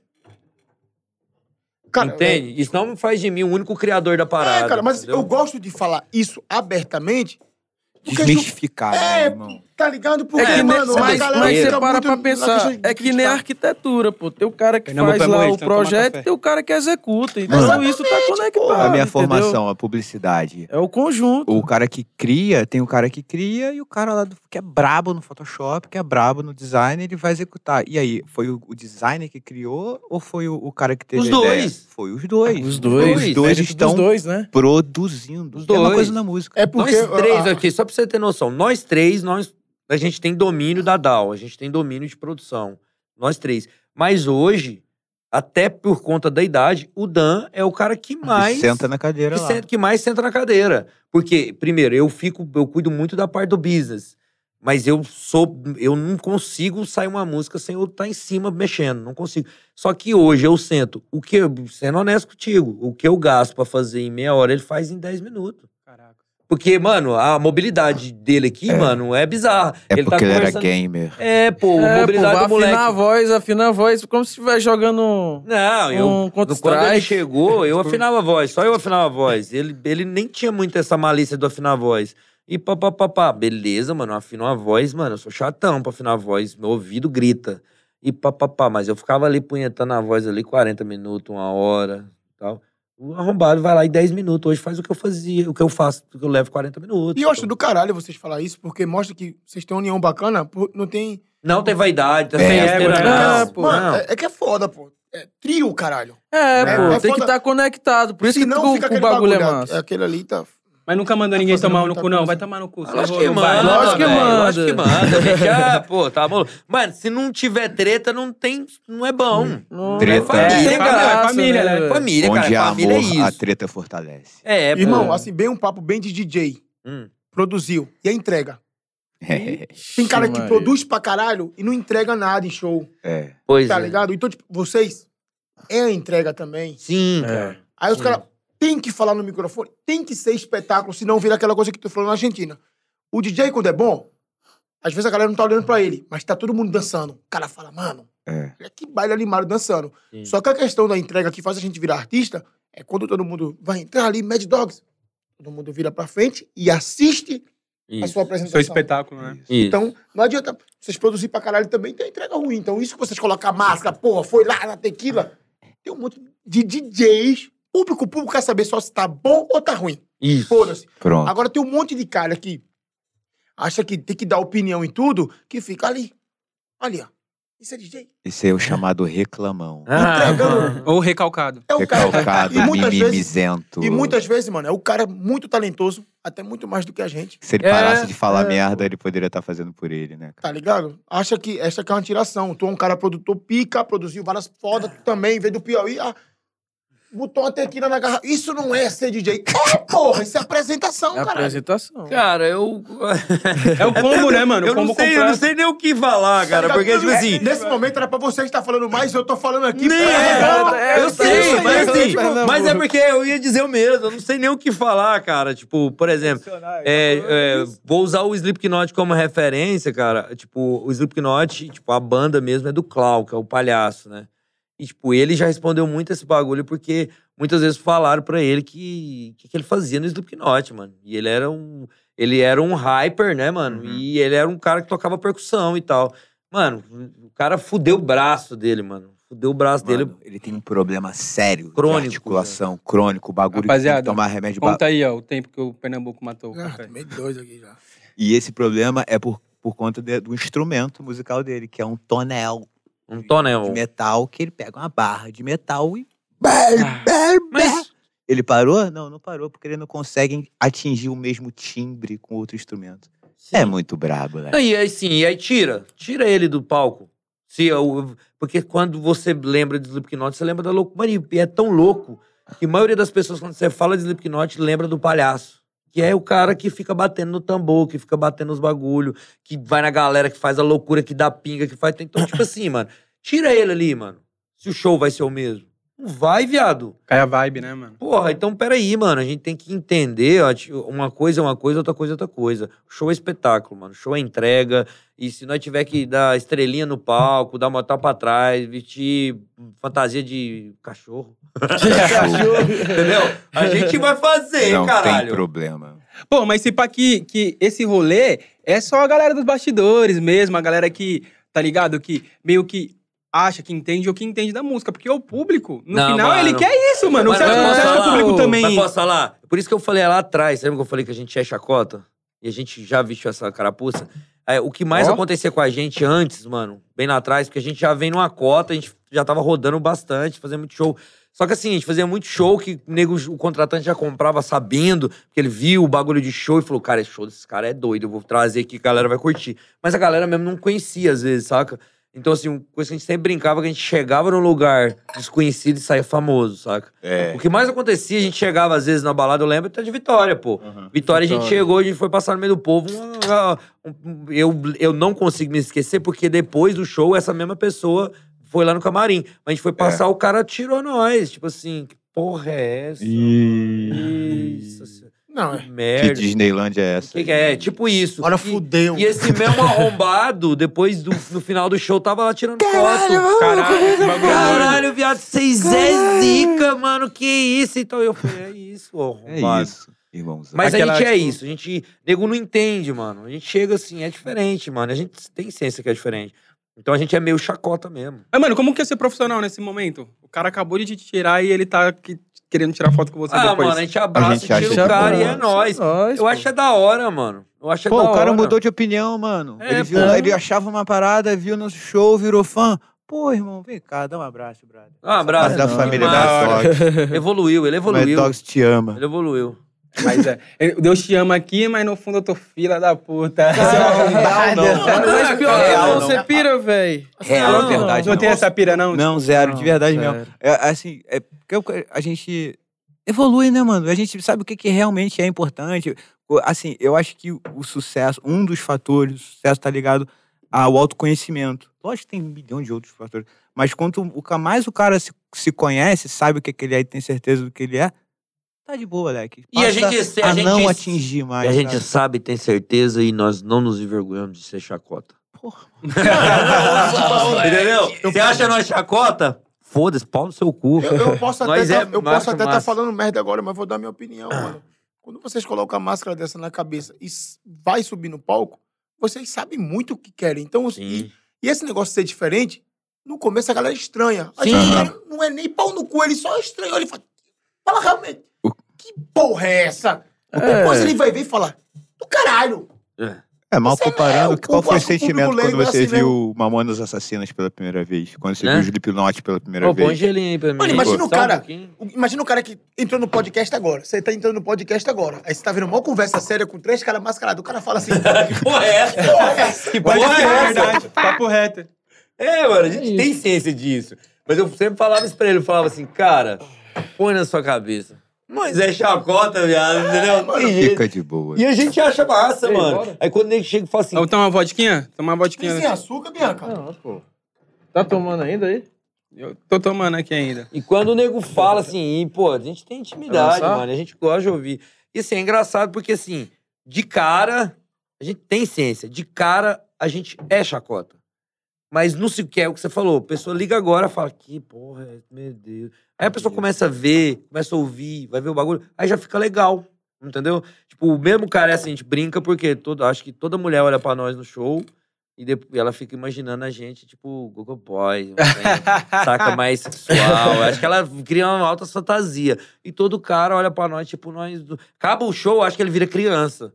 Speaker 2: Cara,
Speaker 3: entende? Isso não faz de mim o único criador da parada.
Speaker 2: É, cara, mas
Speaker 3: entendeu?
Speaker 2: eu gosto de falar isso abertamente. porque ju-
Speaker 5: Desmistificar, né,
Speaker 2: É,
Speaker 5: irmão?
Speaker 2: Tá ligado? Porque,
Speaker 4: É que, nem-
Speaker 2: mano,
Speaker 4: mas,
Speaker 2: a galera
Speaker 4: mas
Speaker 2: fica
Speaker 4: você para
Speaker 2: muito
Speaker 4: pra
Speaker 2: na
Speaker 4: pensar,
Speaker 2: questão de
Speaker 4: é que nem a
Speaker 2: criticar.
Speaker 4: arquitetura, pô. Tem o cara que
Speaker 1: Pernambuco
Speaker 4: faz
Speaker 1: é
Speaker 4: lá
Speaker 1: longe,
Speaker 4: o
Speaker 1: tem
Speaker 5: então,
Speaker 1: que tomar
Speaker 4: projeto,
Speaker 1: café.
Speaker 4: tem o cara que executa. Então
Speaker 5: Mano.
Speaker 4: isso tá conectado,
Speaker 5: a minha
Speaker 4: entendeu?
Speaker 5: formação, a publicidade.
Speaker 4: É o conjunto.
Speaker 5: O cara que cria, tem o cara que cria e o cara lá do- que é brabo no Photoshop, que é brabo no design, ele vai executar. E aí, foi o, o designer que criou ou foi o, o cara que teve
Speaker 3: Os
Speaker 5: a ideia?
Speaker 3: dois.
Speaker 5: Foi os dois.
Speaker 4: Os dois.
Speaker 5: Os dois
Speaker 4: Mérito dos
Speaker 5: estão
Speaker 4: dois, né?
Speaker 5: produzindo.
Speaker 3: Os
Speaker 5: É uma
Speaker 3: dois.
Speaker 5: coisa na música.
Speaker 2: É porque.
Speaker 3: nós três
Speaker 2: ah,
Speaker 3: aqui, só pra você ter noção, nós três, nós, a gente tem domínio da DAO, a gente tem domínio de produção. Nós três. Mas hoje, até por conta da idade, o Dan é o cara que mais.
Speaker 5: Senta na cadeira
Speaker 3: que,
Speaker 5: lá.
Speaker 3: senta- que mais senta na cadeira. Porque, primeiro, eu fico, eu cuido muito da parte do business. Mas eu sou. Eu não consigo sair uma música sem eu estar em cima mexendo. Não consigo. Só que hoje eu sento. O que, eu- sendo honesto contigo, o que eu gasto pra fazer em meia hora, ele faz em 10 minutos.
Speaker 1: Caraca.
Speaker 3: Porque, mano, a mobilidade dele aqui, mano, é bizarra.
Speaker 5: É porque ele era
Speaker 3: conversando-
Speaker 5: gamer.
Speaker 3: É, pô,
Speaker 4: É,
Speaker 3: a mobilidade
Speaker 4: pô,
Speaker 3: do moleque.
Speaker 4: Afina a voz, afina a voz, como se estivesse jogando
Speaker 3: Não, eu.
Speaker 4: um
Speaker 3: Quando ele
Speaker 4: contra-strike.
Speaker 3: chegou, eu afinava a voz, só eu afinava a voz. Ele, ele nem tinha muito essa malícia do afinar a voz. E pá, pá, pá, pá. Beleza, mano, afinou a voz, mano, eu sou chatão pra afinar a voz, meu ouvido grita. E pá, pá, pá. Mas eu ficava ali punhetando a voz ali 40 minutos, uma hora tal. O arrombado vai lá em 10 minutos. Hoje faz o que eu fazia, o que eu faço, o que eu levo 40 minutos.
Speaker 2: E eu acho do caralho vocês falar isso, porque mostra que vocês têm uma união bacana, por- não tem.
Speaker 3: Não tem vaidade, tá
Speaker 5: É,
Speaker 3: sem
Speaker 5: é
Speaker 3: ego,
Speaker 1: verdade.
Speaker 3: não.
Speaker 4: É, pô,
Speaker 3: não.
Speaker 2: Mano, é, é que é foda, pô. É trio, caralho.
Speaker 4: É,
Speaker 2: É,
Speaker 4: pô,
Speaker 2: é
Speaker 4: tem que
Speaker 2: foda.
Speaker 4: estar conectado. Por isso que
Speaker 2: Senão
Speaker 4: tu-
Speaker 2: fica
Speaker 4: o
Speaker 2: aquele
Speaker 4: bagulho é
Speaker 2: bagulho,
Speaker 4: massa.
Speaker 2: Aquele ali tá.
Speaker 1: Mas nunca mandou ninguém
Speaker 2: fazendo
Speaker 1: tomar no
Speaker 2: muita
Speaker 1: cu, não.
Speaker 2: coisa.
Speaker 1: Vai tomar no cu. só
Speaker 3: Lógico
Speaker 1: vou
Speaker 3: que
Speaker 1: no baile.
Speaker 3: manda,
Speaker 4: Lógico que
Speaker 3: velho,
Speaker 4: manda.
Speaker 3: Lógico que manda. gente, ah, pô, tá maluco. Mano, se não tiver treta, não tem... Não é bom.
Speaker 4: Não,
Speaker 5: Treta.
Speaker 4: é família,
Speaker 3: É,
Speaker 4: é
Speaker 3: família,
Speaker 4: graça,
Speaker 1: família, né?
Speaker 4: né? velho?
Speaker 3: Família,
Speaker 5: Onde
Speaker 3: cara.
Speaker 5: há
Speaker 3: Família
Speaker 5: amor,
Speaker 3: é
Speaker 5: a
Speaker 3: isso.
Speaker 5: treta fortalece.
Speaker 3: É, pô.
Speaker 2: Irmão, assim, bem um papo bem de DJ.
Speaker 3: Hum.
Speaker 2: Produziu. E a entrega.
Speaker 5: É.
Speaker 2: Tem cara que
Speaker 4: Maria.
Speaker 2: produz pra caralho e não entrega nada em show.
Speaker 3: Pois
Speaker 2: Tá
Speaker 3: é.
Speaker 2: ligado? Então, tipo, vocês. É a entrega também.
Speaker 3: Sim,
Speaker 4: É.
Speaker 3: cara.
Speaker 2: Aí os
Speaker 3: Sim.
Speaker 2: caras têm que falar no microfone, tem que ser espetáculo, senão vira aquela coisa que tu falou na Argentina. O DJ, quando é bom, às vezes a galera não tá olhando pra ele, mas tá todo mundo dançando. O cara fala, mano,
Speaker 5: É.
Speaker 2: olha que baile animado dançando.
Speaker 3: Sim.
Speaker 2: Só que a questão da entrega que faz a gente virar artista é quando todo mundo vai entrar ali, Mad Dogs. Todo mundo vira pra frente e assiste a
Speaker 3: Isso.
Speaker 2: sua
Speaker 1: Seu
Speaker 2: apresentação.
Speaker 1: espetáculo, né?
Speaker 3: Isso.
Speaker 2: Então, não adianta vocês produzir pra caralho também, tem entrega ruim. Então, isso que vocês colocam a máscara, porra, foi lá na tequila. Tem um monte de DJs. Público, o público quer saber só se tá bom ou tá ruim.
Speaker 3: Isso.
Speaker 2: Foda-se.
Speaker 5: Pronto.
Speaker 2: Agora tem um monte de cara que acha que tem que dar opinião em tudo, que fica ali. Ali, ó. Isso é DJ.
Speaker 5: Esse é o chamado reclamão.
Speaker 3: Ah,
Speaker 2: entregando.
Speaker 1: Ou recalcado.
Speaker 2: É o cara.
Speaker 5: Recalcado,
Speaker 2: e muitas vezes.
Speaker 5: mimimizento.
Speaker 2: E muitas vezes, mano, é o cara muito talentoso, até muito mais do que a gente.
Speaker 5: Se ele
Speaker 3: É,
Speaker 5: parasse de falar
Speaker 3: é.
Speaker 5: merda, ele poderia estar fazendo por ele, né?
Speaker 2: Tá ligado? Acha que essa aqui é uma tiração. Tu é um cara produtor pica, produziu várias fodas tu também, veio do Piauí, ah, botou uma tequila na garrafa. Isso não é ser DJ. É, porra, isso é apresentação,
Speaker 4: É a
Speaker 2: cara.
Speaker 4: apresentação.
Speaker 3: Cara, eu.
Speaker 1: É o combo, né, mano?
Speaker 3: Eu
Speaker 1: O combo
Speaker 3: não, sei, eu não
Speaker 1: completo.
Speaker 3: sei nem o que falar, cara. Porque, tipo
Speaker 2: Tá
Speaker 3: assim.
Speaker 2: É, Nesse momento era pra você que tá falando mais, eu tô falando aqui.
Speaker 3: Nem
Speaker 2: pra-
Speaker 3: é,
Speaker 4: cara,
Speaker 3: é, eu
Speaker 4: tá
Speaker 3: sei,
Speaker 4: isso aí,
Speaker 3: mas
Speaker 4: tá
Speaker 3: assim,
Speaker 4: isso aí, Pernambuco.
Speaker 3: mas é porque eu ia dizer o mesmo, eu não sei nem o que falar, cara. Tipo, por exemplo, é, é, vou usar o Slipknot como referência, cara. Tipo, o Slipknot, tipo, a banda mesmo é do Clau, que é o palhaço, né? E, tipo, ele já respondeu muito esse bagulho porque muitas vezes falaram pra ele que que, que ele fazia no Slipknot, mano. E ele era um ele era um hyper, né, mano?
Speaker 5: Uhum.
Speaker 3: E ele era um cara que tocava percussão e tal. Mano, o cara fudeu o braço dele, mano. Fudeu o braço dele.
Speaker 5: Mano, ele tem um problema sério
Speaker 3: Crônico,
Speaker 5: de articulação, crônico, bagulho que tem que
Speaker 1: Rapaziada,
Speaker 5: tomar remédio. ba-
Speaker 1: Conta aí, ó, o tempo que o Pernambuco matou. o
Speaker 2: Ah,
Speaker 1: café.
Speaker 2: tomei dois aqui já.
Speaker 5: E esse problema é por, por conta de- do instrumento musical dele, que é um tonel
Speaker 3: Um tonel.
Speaker 5: de metal, que ele pega uma barra de metal e... Mas... Ele parou? Não, não parou, porque ele não consegue atingir o mesmo timbre com outro instrumento. É muito brabo, né?
Speaker 3: Aí, aí sim, e aí tira. Tira ele do palco. Se eu, porque quando você lembra de Slipknot, você lembra da loucura. Mano, e é tão louco que a maioria das pessoas, quando você fala de Slipknot, lembra do palhaço. Que é o cara que fica batendo no tambor, que fica batendo nos bagulho, que vai na galera, que faz a loucura, que dá pinga, que faz. Então, tipo assim, mano, tira ele ali, mano. Se o show vai ser o mesmo. Não vai, viado.
Speaker 1: Cai a vibe, né, mano?
Speaker 3: Porra, então peraí, mano. A gente tem que entender ó, ti- uma coisa é uma coisa, outra coisa é outra coisa. Show é espetáculo, mano. Show é entrega. E se nós tiver que dar estrelinha no palco, dar uma tal pra trás, vestir fantasia de cachorro. Entendeu? A gente vai fazer,
Speaker 6: Não tem
Speaker 3: caralho.
Speaker 6: problema.
Speaker 1: Pô, mas se pá que, que esse rolê é só a galera dos bastidores mesmo, a galera que, tá ligado? Que meio que acha que entende ou que entende da música. Porque o público, no
Speaker 3: Não,
Speaker 1: final,
Speaker 3: mano.
Speaker 1: ele quer isso, mano.
Speaker 3: Mas
Speaker 1: Você acha,
Speaker 3: posso
Speaker 1: você acha que o
Speaker 3: falar?
Speaker 1: público também...
Speaker 3: Mas posso falar? Por isso que eu falei lá atrás, lembra que eu falei que a gente é chacota? E a gente já vestiu essa carapuça? É, o que mais
Speaker 1: Ó.
Speaker 3: acontecia com a gente antes, mano, bem lá atrás, porque a gente já vem numa cota, a gente já tava rodando bastante, fazendo muito show. Só que assim, a gente fazia muito show que o, nego, o contratante já comprava sabendo, porque ele viu o bagulho de show e falou: cara, esse show desse cara é doido, eu vou trazer aqui, a galera vai curtir. Mas a galera mesmo não conhecia, às vezes, saca? Então, assim, uma coisa que a gente sempre brincava é que a gente chegava num lugar desconhecido e saía famoso, saca?
Speaker 6: É.
Speaker 3: O que mais acontecia, a gente chegava às vezes na balada, eu lembro, até de Vitória, pô. Vitória, a gente chegou, a gente foi passar no meio do povo. um- um- eu, eu não consigo me esquecer, porque depois do show, essa mesma pessoa foi lá no camarim. Mas a gente foi passar, o cara tirou nós. Tipo assim, que porra é essa? Isso, assim,
Speaker 2: Não, é.
Speaker 3: que
Speaker 6: Que
Speaker 3: merda.
Speaker 6: Disneylandia é essa?
Speaker 3: Que que é? Tipo isso.
Speaker 2: Olha,
Speaker 3: E-
Speaker 2: fudeu.
Speaker 3: E esse mesmo arrombado, depois do no final do show, tava lá tirando foto.
Speaker 1: Caralho, esse bagulho é doido.
Speaker 3: Caralho, viado, vocês é zica, mano. Que isso? Então eu falei, é isso, ô.
Speaker 6: É
Speaker 3: arrombado.
Speaker 6: isso, irmãozão.
Speaker 3: Mas
Speaker 1: Aquela,
Speaker 3: a gente é
Speaker 1: tipo-
Speaker 3: isso, a gente. Nego não entende, mano. A gente chega assim, é diferente, mano. A gente tem ciência que é diferente. Então a gente é meio chacota mesmo.
Speaker 1: Mas, mano, como que é ser profissional nesse momento? O cara acabou de te tirar e ele tá que- querendo tirar foto com você
Speaker 3: ah,
Speaker 1: depois.
Speaker 3: mano, a gente abraça,
Speaker 6: A gente
Speaker 3: tira
Speaker 6: acha
Speaker 3: o cara
Speaker 6: bom.
Speaker 3: e é nóis.
Speaker 4: Nós,
Speaker 3: Eu acho é da hora, mano. Eu acho é
Speaker 5: Pô,
Speaker 3: da
Speaker 5: o cara
Speaker 3: hora.
Speaker 5: mudou de opinião, mano.
Speaker 3: É,
Speaker 5: ele, viu-
Speaker 3: pô.
Speaker 5: ele achava uma parada, viu nosso show, virou fã. Pô, irmão, vem cá, dá um abraço, brother.
Speaker 3: Ah,
Speaker 5: Mas
Speaker 3: abraço.
Speaker 5: da
Speaker 3: que
Speaker 5: família
Speaker 3: massa.
Speaker 5: da hora.
Speaker 3: Evoluiu, ele
Speaker 5: Mad
Speaker 3: evoluiu.
Speaker 5: Dogs te ama.
Speaker 3: Ele evoluiu.
Speaker 1: Mas é, eu- Deus te ama aqui, mas no fundo eu tô fila da puta. é
Speaker 4: Mano, mas é pior,
Speaker 5: Real,
Speaker 4: não,
Speaker 5: não.
Speaker 4: você pira, velho.
Speaker 5: Real,
Speaker 4: Não,
Speaker 5: verdade.
Speaker 1: não tem essa pira, não?
Speaker 5: Não, zero, de verdade mesmo.
Speaker 4: sério.
Speaker 5: É, assim, é porque eu- a gente evolui, né, mano? A gente sabe o que, que realmente é importante. O- Assim, eu acho que o sucesso, um dos fatores do sucesso tá ligado ao autoconhecimento. Lógico que tem um milhão de outros fatores, mas quanto o ca- mais o cara se, se conhece, sabe o que, que ele é e tem certeza do que ele é, tá de boa, leque.
Speaker 3: E a
Speaker 5: Passa
Speaker 3: gente-
Speaker 5: a,
Speaker 3: a gente-
Speaker 5: não atingir
Speaker 3: E
Speaker 5: mais.
Speaker 3: a gente
Speaker 5: sabe?
Speaker 3: sabe, tem certeza, e nós não nos envergonhamos de ser chacota.
Speaker 5: Porra.
Speaker 3: Entendeu? Você acha nós chacota? Foda-se, pau no seu cu.
Speaker 2: Eu, eu posso até
Speaker 3: Nós
Speaker 2: tá,
Speaker 3: é Ah.
Speaker 2: eu posso
Speaker 3: macho,
Speaker 2: até tá
Speaker 3: massa.
Speaker 2: falando merda agora, mas vou dar minha opinião, mano. Quando vocês colocam a máscara dessa na cabeça e s- vai subir no palco, vocês sabem muito o que querem. Então, e,
Speaker 3: Sim.
Speaker 2: e esse negócio de ser diferente, no começo a galera é estranha. A
Speaker 3: Sim.
Speaker 2: gente
Speaker 6: Aham.
Speaker 2: não- não é nem pau no cu, ele só estranhou. Ele fala, fala realmente, que porra é essa? Depois ele vai ver e falar, do caralho.
Speaker 3: É.
Speaker 6: É, mal
Speaker 2: Você não é
Speaker 6: comparando,
Speaker 2: o
Speaker 6: qual
Speaker 2: público,
Speaker 6: foi o
Speaker 2: acho que o
Speaker 6: sentimento
Speaker 2: público
Speaker 6: quando
Speaker 2: leigo é
Speaker 6: você
Speaker 2: assim
Speaker 6: viu Mamonas Assassinas pela primeira vez? Quando você
Speaker 3: Né?
Speaker 6: viu Slipknot pela primeira
Speaker 3: Ô, põe um
Speaker 6: vez?
Speaker 3: gelinho aí pra mim.
Speaker 2: Mano, imagina o
Speaker 3: Só um
Speaker 2: cara.
Speaker 3: pouquinho.
Speaker 2: O- Imagina o cara que entrou no podcast agora. Você tá entrando no podcast agora. Aí você tá vendo uma conversa séria com três caras mascarados. O cara fala assim,
Speaker 3: Que porra é essa?
Speaker 2: porra é essa?
Speaker 1: Que pode
Speaker 3: Ué,
Speaker 1: ser,
Speaker 3: é
Speaker 1: é verdade. Papo reto.
Speaker 3: É, mano, a gente tem ciência disso. Mas eu sempre falava isso pra ele, eu falava assim, cara, põe na sua cabeça. Mas é chacota, viado, entendeu? Não tem jeito.
Speaker 6: Fica de boa.
Speaker 3: E a gente acha massa,
Speaker 4: Ei,
Speaker 3: mano.
Speaker 4: bora.
Speaker 3: Aí quando o nego chega e fala assim,
Speaker 1: Vamos tomar uma vodquinha? Tomar uma
Speaker 2: Tem
Speaker 1: vodquinha.
Speaker 2: sem açúcar, Bianca?
Speaker 4: Não, pô. Tá tomando ainda aí?
Speaker 1: Eu tô tomando aqui ainda.
Speaker 3: E quando o nego fala assim, e, pô, a gente tem intimidade,
Speaker 4: Vai lançar?
Speaker 3: mano, a gente gosta de ouvir. E assim, é engraçado porque, assim, de cara, a gente tem ciência, de cara, a gente é chacota. Mas não se quer o que você falou. A pessoa liga agora e fala, que porra, é- meu Deus. Aí a pessoa começa a ver, começa a ouvir, vai ver o bagulho, aí já fica legal, entendeu? Tipo, o mesmo cara, assim, a gente brinca porque todo, acho que toda mulher olha pra nós no show e depois ela fica imaginando a gente, tipo, Google Boy, um trem saca mais sexual. Acho que ela cria uma alta fantasia. E todo cara olha pra nós, tipo, nós. do- Acaba o show, acho que ele vira criança.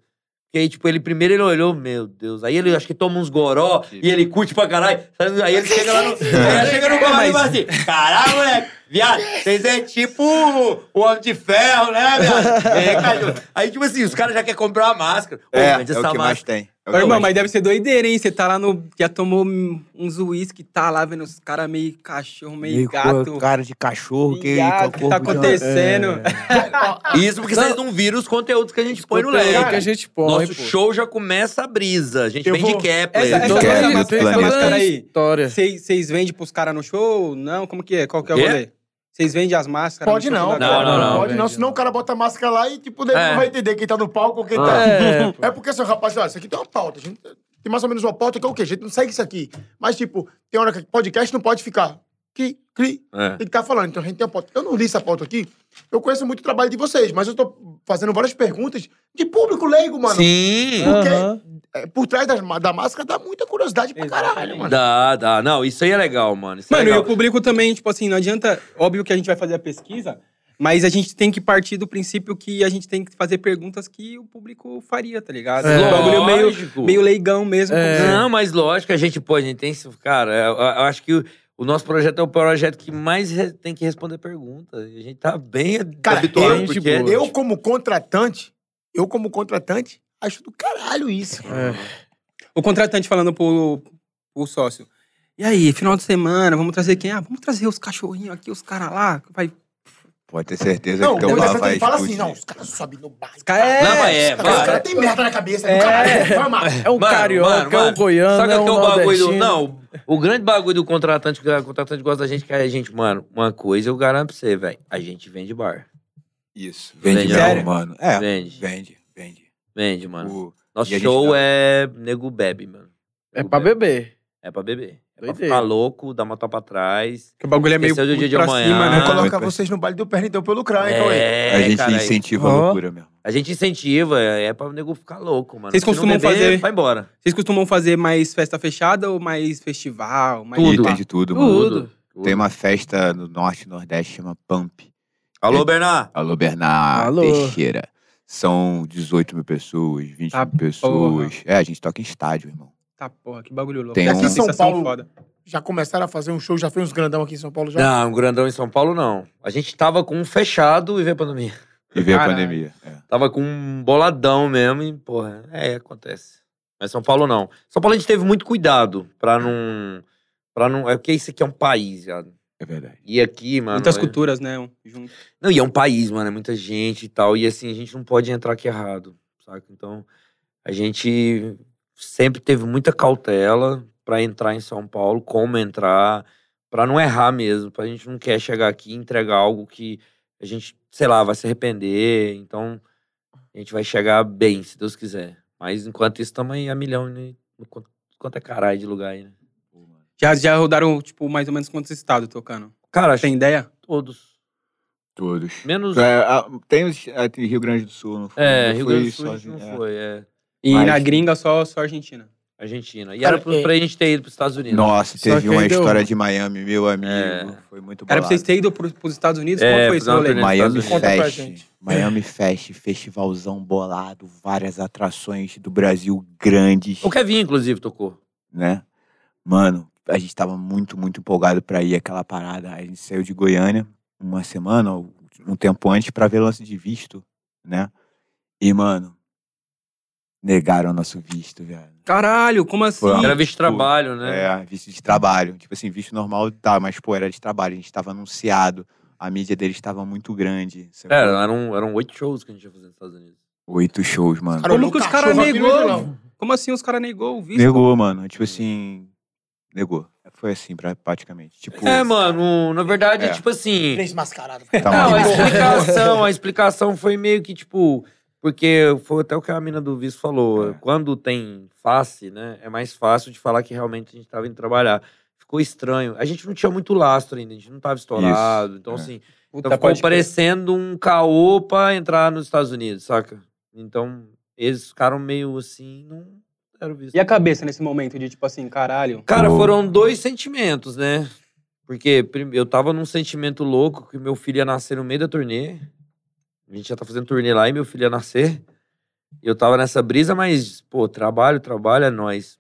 Speaker 3: E aí, tipo, ele primeiro ele olhou, meu Deus. Aí ele acho que toma uns goró e ele curte pra caralho. Aí ele chega lá no.
Speaker 5: É.
Speaker 3: Aí ele chega no goró e fala assim: caralho, moleque, viado, vocês é tipo o homem de ferro, né, viado? É, caju. Aí, tipo assim, os caras já querem comprar uma máscara. Ô,
Speaker 5: É,
Speaker 3: mas
Speaker 5: é
Speaker 3: essa
Speaker 5: o que mais
Speaker 3: máscara-
Speaker 5: tem.
Speaker 1: Ô, irmão, mas deve ser doideira, hein? Você tá lá no. Já tomou um- uns uísque, tá lá vendo os caras meio cachorro, meio,
Speaker 5: Meio
Speaker 1: gato.
Speaker 5: cara de cachorro que.
Speaker 1: viado, o que tá
Speaker 5: corpo de-
Speaker 1: acontecendo?
Speaker 3: Isso porque vocês não viram os conteúdos que a gente põe no
Speaker 4: Conteúdo
Speaker 3: leque.
Speaker 4: que a gente põe,
Speaker 3: Nosso
Speaker 4: pô.
Speaker 3: show já começa a brisa. A gente
Speaker 4: Eu
Speaker 3: vem
Speaker 4: vou-
Speaker 3: de Kepler.
Speaker 1: Essa, essa,
Speaker 6: Quer,
Speaker 1: essa
Speaker 6: do
Speaker 1: máscara, essa
Speaker 6: planeta.
Speaker 1: máscara aí.
Speaker 4: História.
Speaker 1: Vocês vendem pros caras no show? Não? Como que é? Qual que é o
Speaker 3: Quê?
Speaker 1: rolê? Vocês vendem as máscaras?
Speaker 2: Pode
Speaker 1: no show
Speaker 2: não,
Speaker 1: da
Speaker 3: Não,
Speaker 1: Copa?
Speaker 3: não, não.
Speaker 2: Pode não,
Speaker 4: velho.
Speaker 2: senão o cara bota a máscara lá e, tipo, daí
Speaker 3: É.
Speaker 2: não vai entender quem tá no palco ou quem
Speaker 3: Ah.
Speaker 2: tá.
Speaker 4: É, pô.
Speaker 2: É porque, seu rapaz, olha, isso aqui tem uma pauta. a gente tem mais ou menos uma pauta que é o quê? A gente não segue isso aqui. Mas, tipo, tem hora que podcast não pode ficar. Cri, cri.
Speaker 3: É.
Speaker 2: Tem que estar falando. Então a gente tem uma pauta. Eu não li essa pauta aqui. Eu conheço muito o trabalho de vocês, mas eu tô fazendo várias perguntas de público leigo, mano.
Speaker 3: Sim.
Speaker 2: Porque
Speaker 4: Aham.
Speaker 2: é, por trás das ma- da máscara dá muita curiosidade pra caralho,
Speaker 1: Exatamente.
Speaker 2: mano.
Speaker 3: Dá, dá. Não, isso aí é legal, mano. Isso é
Speaker 1: Mano, e
Speaker 3: legal.
Speaker 1: o público também, tipo assim, não adianta. Óbvio que a gente vai fazer a pesquisa, mas a gente tem que partir do princípio que a gente tem que fazer perguntas que o público faria, tá ligado?
Speaker 4: É.
Speaker 1: Um bagulho meio,
Speaker 3: Lógico.
Speaker 1: meio leigão mesmo.
Speaker 4: É.
Speaker 1: como-
Speaker 3: Não, mas lógico, a gente pode, a gente tem. Cara, eu, eu acho que o, o nosso projeto é o projeto que mais re- tem que responder perguntas. E A gente tá bem
Speaker 2: Cara,
Speaker 3: habituado,
Speaker 4: eu-
Speaker 3: porque é
Speaker 4: eu-
Speaker 2: Eu, como contratante, eu, como contratante, acho do caralho isso.
Speaker 1: O contratante falando pro, pro sócio. E aí, final de semana, vamos trazer quem? Ah, vamos trazer os cachorrinhos aqui, os caras lá. Vai.
Speaker 6: Pode ter certeza
Speaker 2: Não,
Speaker 6: que é
Speaker 2: o
Speaker 6: teu bar
Speaker 2: contratante
Speaker 6: vai
Speaker 2: ele fala assim,
Speaker 6: explodir.
Speaker 2: não, os caras sobem no bar. Os
Speaker 1: cara é-
Speaker 3: Não, mas é,
Speaker 2: caras os
Speaker 3: vai.
Speaker 2: caras têm merda na cabeça, é. do caralho. Vai, Marcos.
Speaker 4: É um
Speaker 3: Mano,
Speaker 4: carioca,
Speaker 3: mano,
Speaker 4: é um
Speaker 3: mano.
Speaker 4: goiano,
Speaker 3: Sabe
Speaker 4: é
Speaker 3: qual
Speaker 4: um
Speaker 3: que é o bagulho do.
Speaker 4: nordestino.
Speaker 3: Não, o grande bagulho do contratante, que o contratante gosta da gente, que é a gente, mano, uma coisa eu garanto pra você, velho. A gente vende bar.
Speaker 5: Isso.
Speaker 3: Vende
Speaker 5: Vende
Speaker 1: sério?
Speaker 5: não, mano. É,
Speaker 3: Vende.
Speaker 5: vende, vende.
Speaker 3: Vende, mano.
Speaker 5: O-
Speaker 3: Nosso
Speaker 5: e a gente tá-
Speaker 3: show
Speaker 5: dá-
Speaker 3: é nego bebe, mano.
Speaker 4: É
Speaker 3: Nego
Speaker 4: pra
Speaker 3: bebe.
Speaker 4: beber.
Speaker 3: É pra beber. É pra
Speaker 4: Doideira.
Speaker 3: ficar louco, dar uma topa atrás.
Speaker 1: Que o bagulho é meio
Speaker 3: Esqueceu do dia
Speaker 1: muito
Speaker 3: de
Speaker 1: pra
Speaker 3: amanhã.
Speaker 1: cima,
Speaker 2: Vou
Speaker 3: Ah,
Speaker 1: né?
Speaker 2: colocar
Speaker 5: muito
Speaker 2: vocês no baile do Pernidão pelo Crânio, então, hein?
Speaker 3: É,
Speaker 5: Ah, a gente
Speaker 3: cara,
Speaker 5: incentiva
Speaker 4: Ó.
Speaker 5: a loucura mesmo.
Speaker 3: A gente incentiva, é pra o nego ficar louco, mano.
Speaker 1: Vocês
Speaker 3: Se não
Speaker 1: costumam
Speaker 3: beber,
Speaker 1: fazer-
Speaker 3: Vai embora.
Speaker 1: Vocês costumam fazer mais festa fechada ou mais festival? Mais Tá,
Speaker 6: E
Speaker 3: Tudo.
Speaker 6: tem de tudo, mano.
Speaker 4: Tudo.
Speaker 6: Tem uma festa no norte e nordeste chama Pump.
Speaker 3: Alô, Bernard.
Speaker 6: Alô, Bernard
Speaker 4: Alô.
Speaker 6: Teixeira. São 18 mil pessoas, 20
Speaker 1: Tá
Speaker 6: mil pessoas. É, a gente toca em estádio, irmão.
Speaker 1: Tá, porra, que bagulho louco.
Speaker 6: Tem
Speaker 1: Deve
Speaker 6: um-
Speaker 1: ser uma
Speaker 2: Aqui em São
Speaker 1: sensação
Speaker 2: Paulo-
Speaker 1: foda.
Speaker 2: Já começaram a fazer um show, já fez uns grandão aqui em São Paulo já.
Speaker 3: Não, um grandão em São Paulo, não. A gente tava com um fechado e veio a pandemia.
Speaker 6: E vê a
Speaker 1: Caralho.
Speaker 6: pandemia. É.
Speaker 3: Tava com um boladão mesmo e, porra, é, acontece. Mas São Paulo, não. São Paulo a gente teve muito cuidado pra não... Pra não é porque isso aqui é um país, viado.
Speaker 6: É verdade.
Speaker 3: E aqui, mano...
Speaker 1: Muitas
Speaker 3: é-
Speaker 1: culturas, né? um- Junto.
Speaker 3: Não, e é um país, mano, é muita gente e tal. E assim, a gente não pode entrar aqui errado, saca? Então, a gente sempre teve muita cautela pra entrar em São Paulo, como entrar, pra não errar mesmo, pra gente não quer chegar aqui e entregar algo que a gente, sei lá, vai se arrepender. Então, a gente vai chegar bem, se Deus quiser. Mas enquanto isso, estamos aí a milhão, né? Quanto, quanto é caralho de lugar aí, né?
Speaker 1: Já, já rodaram, tipo, mais ou menos quantos estados tocando?
Speaker 3: Cara, acho
Speaker 1: Tem
Speaker 3: que
Speaker 1: ideia?
Speaker 3: todos.
Speaker 6: Todos.
Speaker 3: Menos.
Speaker 6: É, a- tem os ah, tem Rio Grande do Sul, não foi?
Speaker 3: É,
Speaker 6: não
Speaker 3: Rio
Speaker 6: foi
Speaker 3: Grande do Sul a gente
Speaker 6: sozinho,
Speaker 3: não
Speaker 6: é.
Speaker 3: foi, é.
Speaker 1: E
Speaker 6: Mais.
Speaker 1: na gringa só, só Argentina.
Speaker 3: Argentina. E
Speaker 2: Cara,
Speaker 3: era pra, pra gente ter ido pros Estados Unidos.
Speaker 6: Nossa,
Speaker 4: Só que
Speaker 6: teve uma
Speaker 4: aí deu-
Speaker 6: história de Miami, meu amigo.
Speaker 3: É.
Speaker 6: Foi muito
Speaker 1: Era pra vocês
Speaker 6: bolado.
Speaker 1: terem né? ido pro, pros Estados Unidos?
Speaker 3: É,
Speaker 1: Qual foi
Speaker 3: fiz
Speaker 1: esse
Speaker 3: uma
Speaker 1: rolê?
Speaker 3: turnê.
Speaker 6: Miami
Speaker 3: Estados Unidos.
Speaker 4: Conta pra
Speaker 6: Fest.
Speaker 4: gente.
Speaker 6: Miami Fest, festivalzão bolado, várias atrações do Brasil grandes,
Speaker 3: O Kevin, inclusive, tocou.
Speaker 6: né? Mano, a gente tava muito, muito empolgado pra ir aquela parada. A gente saiu de Goiânia uma semana, ou um tempo antes, pra ver lance de visto, né? E, mano, negaram o nosso visto, velho.
Speaker 1: Caralho, como assim?
Speaker 6: Foi uma-
Speaker 3: Era visto de trabalho, né?
Speaker 6: É, visto de trabalho. Tipo assim, visto normal, tá, mas, pô, era de trabalho. A gente tava anunciado. A mídia deles estava muito grande. sacou?
Speaker 3: Cara, É, eram, eram oito shows que a gente ia fazer nos Estados Unidos.
Speaker 6: Oito shows, mano.
Speaker 2: Cara, olhou
Speaker 1: Como que
Speaker 2: o
Speaker 1: os cara
Speaker 2: cachorro aqui no
Speaker 1: negou?
Speaker 2: Edilão.
Speaker 1: Como assim os caras negou o visto?
Speaker 6: Negou, mano.
Speaker 3: Hum.
Speaker 6: Tipo assim. Negou. Foi assim, pra- praticamente. Tipo.
Speaker 3: É, mano, na verdade, é,
Speaker 6: É.
Speaker 3: tipo assim.
Speaker 2: Três mascarados.
Speaker 6: Tá
Speaker 3: Não, é a
Speaker 6: maluco.
Speaker 3: explicação, a explicação foi meio que tipo. Porque foi até o que a mina do visto falou.
Speaker 6: É.
Speaker 3: Quando tem face, né? É mais fácil de falar que realmente a gente tava indo trabalhar. Ficou estranho. A gente não tinha muito lastro ainda, a gente não tava estourado. Então,
Speaker 6: é.
Speaker 3: assim,
Speaker 1: Puta,
Speaker 3: Então ficou
Speaker 1: Tá pode crer.
Speaker 3: parecendo um caô pra entrar nos Estados Unidos, saca? Então, eles ficaram meio assim, não deram visto.
Speaker 1: E a cabeça nesse momento de tipo assim, caralho?
Speaker 3: Cara,
Speaker 6: Pô.
Speaker 3: foram dois sentimentos, né? Porque prim- eu tava num sentimento louco que meu filho ia nascer no meio da turnê. A gente já tá fazendo turnê lá e meu filho ia nascer. E Eu tava nessa brisa, mas, pô, trabalho, trabalho, é nóis.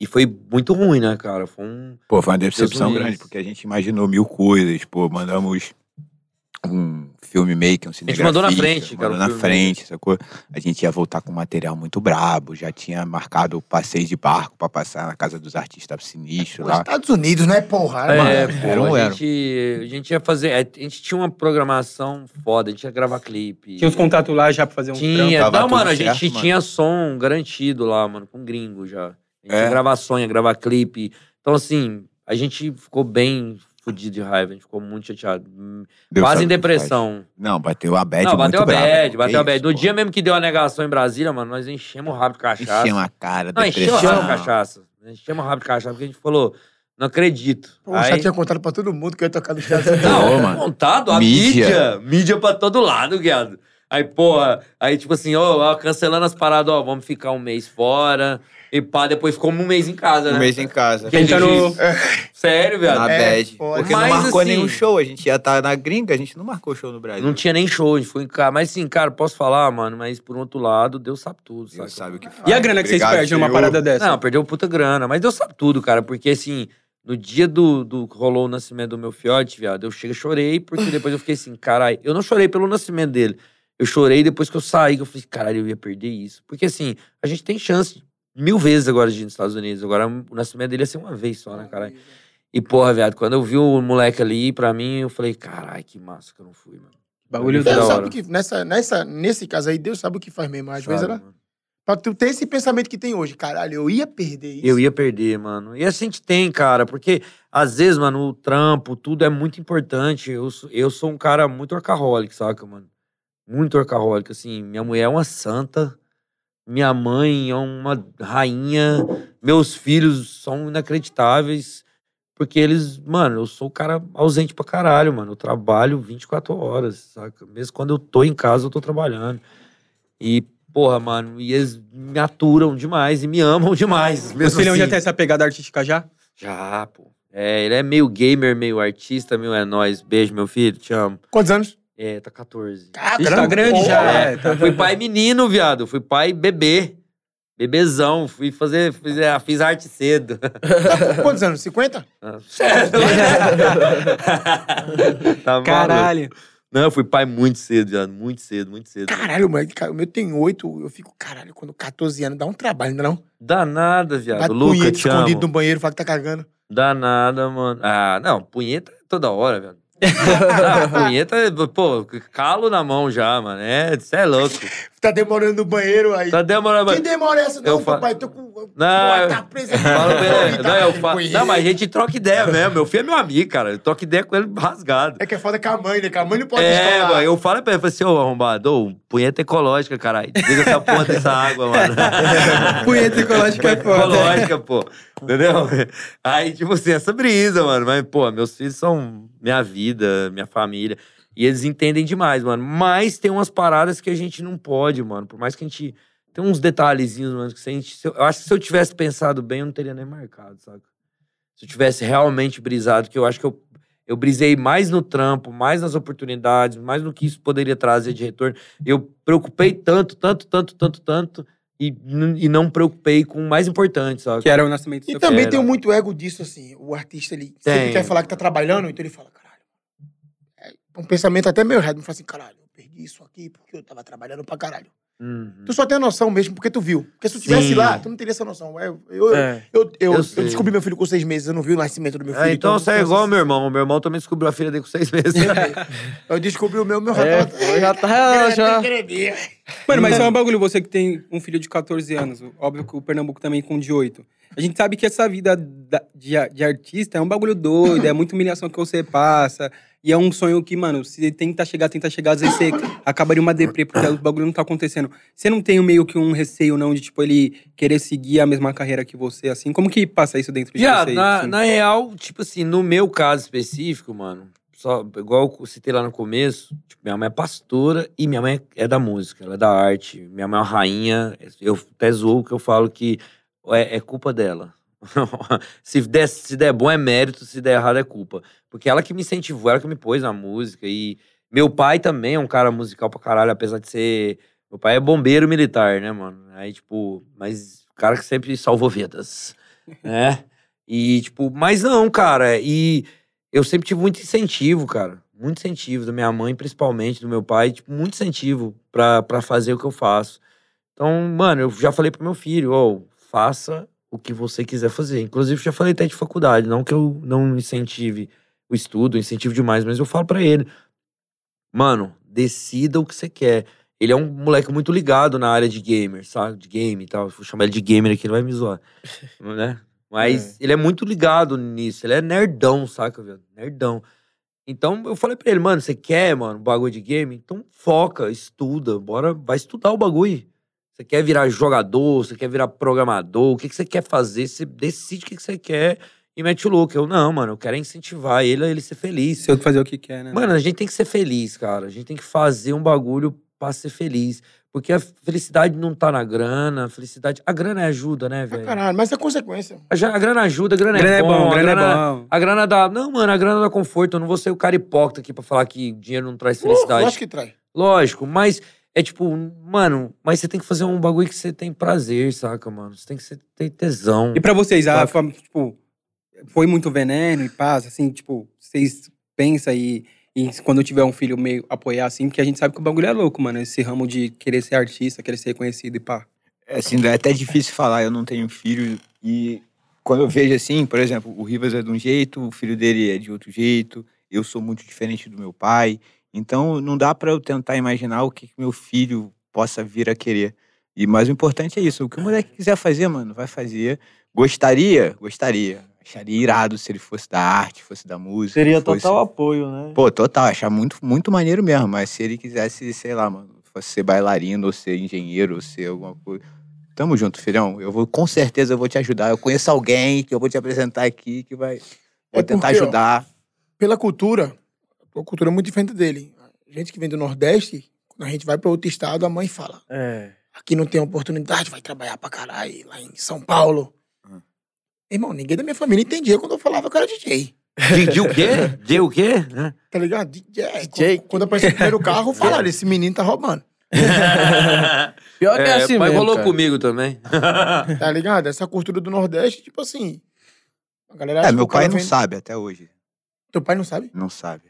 Speaker 3: E foi muito ruim, né, cara? Foi um.
Speaker 5: Pô, foi uma decepção
Speaker 3: Deus me
Speaker 5: grande,
Speaker 3: livre.
Speaker 5: porque a gente imaginou mil coisas, pô, mandamos um filmmaker, um
Speaker 3: A gente
Speaker 5: cinegrafista.
Speaker 3: mandou na frente, cara,
Speaker 5: mandou
Speaker 3: o
Speaker 5: na
Speaker 3: filmmaker.
Speaker 5: frente, sacou? A gente ia voltar com material muito brabo, já tinha marcado passeios de barco pra passar na casa dos artistas
Speaker 2: Os
Speaker 5: sinistros lá.
Speaker 2: Estados Unidos, né, porra?
Speaker 3: É,
Speaker 2: mano?
Speaker 3: pô,
Speaker 5: era um
Speaker 3: a,
Speaker 5: era.
Speaker 3: gente, a gente ia fazer. é, A gente tinha uma programação foda, a gente ia gravar clipe.
Speaker 1: Tinha os contatos lá já pra fazer um trampo.
Speaker 3: Tinha,
Speaker 5: tava
Speaker 3: não,
Speaker 5: tudo
Speaker 3: mano, a
Speaker 5: certo,
Speaker 3: gente
Speaker 5: mano.
Speaker 3: tinha som garantido lá, mano, com gringo já. A gente
Speaker 5: É.
Speaker 3: ia gravar som, ia gravar clipe. Então, assim, a gente ficou bem fudido de raiva, a gente ficou muito chateado. Hum,
Speaker 6: Deus
Speaker 3: Quase
Speaker 6: sabe
Speaker 3: em
Speaker 6: o que faz.
Speaker 3: depressão.
Speaker 6: Não, bateu a bad
Speaker 3: não, bateu
Speaker 6: muito
Speaker 3: a
Speaker 6: brava,
Speaker 3: bad,
Speaker 6: pô.
Speaker 3: bateu
Speaker 6: Que
Speaker 3: a bad.
Speaker 6: isso,
Speaker 3: No
Speaker 6: pô.
Speaker 3: dia mesmo que deu a negação em Brasília, mano, nós enchemos o rabo de cachaça.
Speaker 6: Encheu a cara,
Speaker 3: não, enchemos o
Speaker 6: depressão.
Speaker 3: rabo de cachaça. Enchemos o rabo de cachaça, porque a gente falou, não acredito.
Speaker 2: Pô,
Speaker 3: Aí-
Speaker 2: já tinha contado pra todo mundo que eu ia tocar no Estados Unidos.
Speaker 3: Não,
Speaker 6: Ô,
Speaker 3: é
Speaker 6: mano.
Speaker 3: montado a mídia. mídia.
Speaker 6: Mídia.
Speaker 3: pra todo lado, guiado. Aí, porra, aí tipo assim, ó, ó, cancelando as paradas, ó, vamos ficar um mês fora. E pá, depois ficamos um mês em casa, né?
Speaker 5: Um mês em casa.
Speaker 3: Que a gente-
Speaker 1: Tentando-
Speaker 3: Sério,
Speaker 5: Na
Speaker 3: viado.
Speaker 2: É,
Speaker 5: bad.
Speaker 2: foda.
Speaker 5: Porque não
Speaker 3: Mas,
Speaker 5: marcou
Speaker 3: assim-
Speaker 5: nenhum show. A gente ia estar na gringa, a gente não marcou show no Brasil.
Speaker 3: Não tinha nem show, a gente foi em casa. Mas sim, cara, posso falar, mano, mas por outro lado, Deus sabe tudo, sabe?
Speaker 5: Deus sabe o que faz.
Speaker 1: E a grana que vocês
Speaker 5: Obrigado,
Speaker 1: perdem numa
Speaker 5: senhor.
Speaker 1: parada dessa?
Speaker 2: Assim.
Speaker 3: Não, perdeu um puta grana, mas Deus sabe tudo, cara, porque assim, no dia do, do rolou o nascimento do meu fiote, viado, eu cheguei e chorei, porque depois eu fiquei assim, caralho, eu não chorei pelo nascimento dele. Eu chorei depois que eu saí, que eu falei, assim, caralho, eu ia perder isso. Porque assim, a gente tem chance mil vezes agora de ir nos Estados Unidos. Agora o nascimento dele ia ser uma vez só, né, caralho? E porra, viado, quando eu vi o moleque ali, pra mim, eu falei, caralho, que massa que eu não fui, mano.
Speaker 1: Bagulho
Speaker 3: da
Speaker 2: Deus
Speaker 1: da
Speaker 3: hora.
Speaker 2: sabe o que, nessa, nessa, nesse caso aí, Deus sabe o que faz mesmo. Às vezes
Speaker 3: Sabe,
Speaker 2: era.
Speaker 3: mano?
Speaker 2: Pra tu ter esse pensamento que tem hoje, caralho, eu ia perder isso.
Speaker 3: Eu ia perder, mano. E a gente tem, cara, porque às vezes, mano, o trampo, tudo é muito importante. Eu, sou- eu sou um cara muito orcaholic, saca, mano? Muito orcaholic, assim. Minha mulher é uma santa, minha mãe é uma rainha, meus filhos são inacreditáveis, porque eles, mano, eu sou o cara ausente pra caralho, mano. Eu trabalho 24 horas, saca? Mesmo quando eu tô em casa, eu tô trabalhando. E, porra, mano, e eles me aturam demais e me amam demais.
Speaker 1: O
Speaker 3: Mesmo
Speaker 1: Cilhão
Speaker 3: assim.
Speaker 1: já tem essa pegada artística já?
Speaker 3: Já, pô. É, ele é meio gamer, meio artista, meio é nóis. Beijo, meu filho, te amo.
Speaker 2: Quantos anos?
Speaker 3: É, tá 14.
Speaker 2: Ah,
Speaker 1: Ixi, tá grande já,
Speaker 2: Porra.
Speaker 1: é. Tá...
Speaker 3: Fui pai menino, viado. Fui pai bebê. Bebezão. Fui fazer. Fiz, é, fiz arte cedo.
Speaker 2: Tá com quantos anos? 50?
Speaker 3: Sério? tá Caralho.
Speaker 1: Caralho.
Speaker 3: Não, eu fui pai muito cedo, viado. Muito cedo, muito cedo.
Speaker 2: Caralho, moleque, cara, o meu tem 8, eu fico, caralho, quando 14 anos, dá um trabalho, ainda não?
Speaker 3: Danada,
Speaker 2: Vai
Speaker 3: viado.
Speaker 2: com
Speaker 3: Luca,
Speaker 2: punheta
Speaker 3: te
Speaker 2: escondido
Speaker 3: amo.
Speaker 2: no banheiro, fala que tá cagando.
Speaker 3: Danada, mano. Ah, não, punheta é toda hora, velho. Ah, punheta, é, pô, calo na mão já, mano. É, cê é louco.
Speaker 2: Tá demorando no banheiro aí.
Speaker 3: Tá demorando,
Speaker 2: Que
Speaker 3: mano.
Speaker 2: demora é essa?
Speaker 3: Eu
Speaker 2: Não,
Speaker 3: fa-
Speaker 2: papai, tô com. Não,
Speaker 3: eu-
Speaker 2: tá presa. aqui.
Speaker 3: Fala pra ele,
Speaker 2: Tá
Speaker 3: Não, eu
Speaker 2: com
Speaker 3: falo-
Speaker 2: punheta.
Speaker 3: não, mas a gente troca ideia mesmo. Meu filho é meu amigo, cara. Eu troco ideia com ele rasgado.
Speaker 2: É que é foda com a mãe, né? Que a mãe não pode
Speaker 3: É,
Speaker 2: estourar.
Speaker 3: mano, eu falo pra ele, eu falo assim, ô arrombado, ô, punheta ecológica, caralho. Desliga essa porra dessa água, mano.
Speaker 1: Punheta ecológica é foda.
Speaker 3: ecológica, pô. Entendeu? Aí, tipo assim, essa brisa, mano. Mas, pô, meus filhos são minha vida, minha família. E eles entendem demais, mano. Mas tem umas paradas que a gente não pode, mano. Por mais que a gente. Tem uns detalhezinhos, mano, que se a gente. se eu- eu acho que se eu tivesse pensado bem, eu não teria nem marcado, saca? Se eu tivesse realmente brisado, que eu acho que eu. Eu brisei mais no trampo, mais nas oportunidades, mais no que isso poderia trazer de retorno. Eu preocupei tanto, tanto, tanto, tanto, tanto e, n- e não me preocupei com o mais importante, sabe?
Speaker 1: Que é era o nascimento do
Speaker 2: E
Speaker 1: seu
Speaker 2: também
Speaker 3: quero.
Speaker 2: tem muito ego disso, assim. O artista, ele sempre
Speaker 3: Tem.
Speaker 2: quer falar que tá trabalhando, então ele fala, caralho. É um pensamento até meio errado. Não fala assim, caralho, eu perdi isso aqui porque eu tava trabalhando pra caralho.
Speaker 3: Uhum.
Speaker 2: Tu só tem a noção mesmo porque tu viu. Porque se tu tivesse
Speaker 3: Sim.
Speaker 2: lá, tu não teria essa noção. Eu, eu,
Speaker 4: É.
Speaker 2: eu, eu,
Speaker 3: Eu
Speaker 2: eu
Speaker 3: sei.
Speaker 2: descobri meu filho com seis meses, eu não vi o nascimento do meu
Speaker 3: É,
Speaker 2: filho.
Speaker 3: então
Speaker 2: eu não
Speaker 3: você é
Speaker 2: tenho
Speaker 3: igual ao
Speaker 2: essa-
Speaker 3: meu irmão. O meu irmão também descobriu a filha dele com seis meses.
Speaker 2: Eu descobri o meu, meu
Speaker 4: É,
Speaker 2: rapaz.
Speaker 4: pô, já tá, já.
Speaker 1: Mano,
Speaker 3: Uhum.
Speaker 1: mas é um bagulho, você que tem um filho de 14 anos, óbvio que o Pernambuco também com de 8. A gente sabe que essa vida da- de, a- de artista é um bagulho doido, é muita humilhação que você passa. E é um sonho que, mano, você tenta chegar, tenta chegar, às vezes você acaba em uma deprê, porque o bagulho não tá acontecendo. Você não tem meio que um receio, não, de, tipo, ele querer seguir a mesma carreira que você, assim? Como que passa isso dentro de
Speaker 3: Já,
Speaker 1: vocês?
Speaker 3: na,
Speaker 1: assim?
Speaker 3: na real, tipo assim, no meu caso específico, mano, só igual eu citei lá no começo, tipo, minha mãe é pastora e minha mãe é da música, ela é da arte. Minha mãe é uma rainha. Eu até zoo que eu falo que é, é culpa dela. se, der, se der bom é mérito, se der errado é culpa. Porque ela que me incentivou, ela que me pôs na música. E meu pai também é um cara musical pra caralho, apesar de ser. Meu pai é bombeiro militar, né, mano? Aí, tipo, mas cara que sempre salvou vidas, né? E, tipo, mas não, cara. E eu sempre tive muito incentivo, cara. Muito incentivo da minha mãe, principalmente, do meu pai. Tipo, muito incentivo pra, pra fazer o que eu faço. Então, mano, eu já falei pro meu filho, ó, faça o que você quiser fazer. Inclusive, já falei até de faculdade. Não que eu não incentive o estudo, eu incentivo demais, mas eu falo pra ele. Mano, decida o que você quer. Ele é um moleque muito ligado na área de gamer, sabe? De game e tal. Vou chamar ele de gamer aqui, ele vai me zoar. né? Mas ele é muito ligado nisso. Ele é nerdão, saca, velho? Nerdão. Então eu falei pra ele, mano, você quer, mano, um bagulho de game? Então foca, estuda, bora, vai estudar o bagulho. Você quer virar jogador, você quer virar programador, o que, que você quer fazer? Você decide o que, que você quer e mete o louco. Eu, não, mano, eu quero é incentivar ele a ele ser feliz.
Speaker 1: Seu fazer o que quer, né?
Speaker 3: Mano, a gente tem que ser feliz, cara. A gente tem que fazer um bagulho pra ser feliz. Porque a felicidade não tá na grana, a felicidade. A grana é ajuda, né,
Speaker 2: Ah,
Speaker 3: velho?
Speaker 2: caralho, mas é consequência.
Speaker 3: A ja- a grana ajuda, a grana,
Speaker 1: grana é bom,
Speaker 3: a
Speaker 1: grana é
Speaker 3: grana-
Speaker 1: bom.
Speaker 3: A grana dá. Não, mano, a grana dá conforto. Eu não vou ser o cara hipócrita aqui pra falar que dinheiro não traz felicidade.
Speaker 2: Lógico que trai.
Speaker 3: Lógico, mas é tipo, mano, mas você tem que fazer um bagulho que você tem prazer, saca, mano? Você tem que ser- ter tesão.
Speaker 1: E pra vocês, a
Speaker 3: Saca.
Speaker 1: fam- tipo, foi muito veneno e paz, assim, tipo, vocês pensam e, e quando eu tiver um filho meio apoiar, assim, porque a gente sabe que o bagulho é louco, mano. Esse ramo de querer ser artista, querer ser reconhecido e pá.
Speaker 5: É, Assim, é até difícil falar, eu não tenho filho e quando eu vejo assim, por exemplo, o Rivas é de um jeito, o filho dele é de outro jeito, eu sou muito diferente do meu pai, então não dá pra eu tentar imaginar o que que meu filho possa vir a querer. E mais o importante é isso, o que o moleque quiser fazer, mano, vai fazer. Gostaria, gostaria, acharia irado se ele fosse da arte, fosse da música.
Speaker 4: Seria
Speaker 5: fosse-
Speaker 4: total apoio, né?
Speaker 5: Pô, total, achar muito, muito maneiro mesmo. Mas se ele quisesse, sei lá, mano, fosse ser bailarino, ou ser engenheiro, ou ser alguma coisa. Tamo junto, filhão. Eu vou, com certeza, eu vou te ajudar. Eu conheço alguém que eu vou te apresentar aqui, que vai. Vou
Speaker 2: É
Speaker 5: tentar
Speaker 2: porque, ó,
Speaker 5: ajudar.
Speaker 2: pela cultura, a cultura é muito diferente dele. A gente que vem do Nordeste, quando a gente vai para outro estado, a mãe fala:
Speaker 4: É.
Speaker 2: aqui não tem oportunidade, vai trabalhar pra caralho, lá em São Paulo.
Speaker 3: Ah.
Speaker 2: Irmão, ninguém da minha família entendia quando eu falava que eu era DJ.
Speaker 3: De, de o quê? De o quê? né?
Speaker 2: Tá ligado? DJ.
Speaker 4: DJ.
Speaker 2: Quando, quando apareceu o primeiro carro,
Speaker 3: É.
Speaker 2: falaram: esse menino tá roubando.
Speaker 4: Pior que é, assim
Speaker 3: mas
Speaker 4: mesmo.
Speaker 3: rolou
Speaker 4: cara.
Speaker 3: comigo também.
Speaker 2: Tá ligado? Essa cultura do Nordeste, tipo assim. A galera acha
Speaker 5: É,
Speaker 2: que
Speaker 5: meu
Speaker 2: o cara
Speaker 5: pai não
Speaker 2: vem-
Speaker 5: sabe até hoje.
Speaker 2: Teu pai não sabe?
Speaker 5: Não sabe.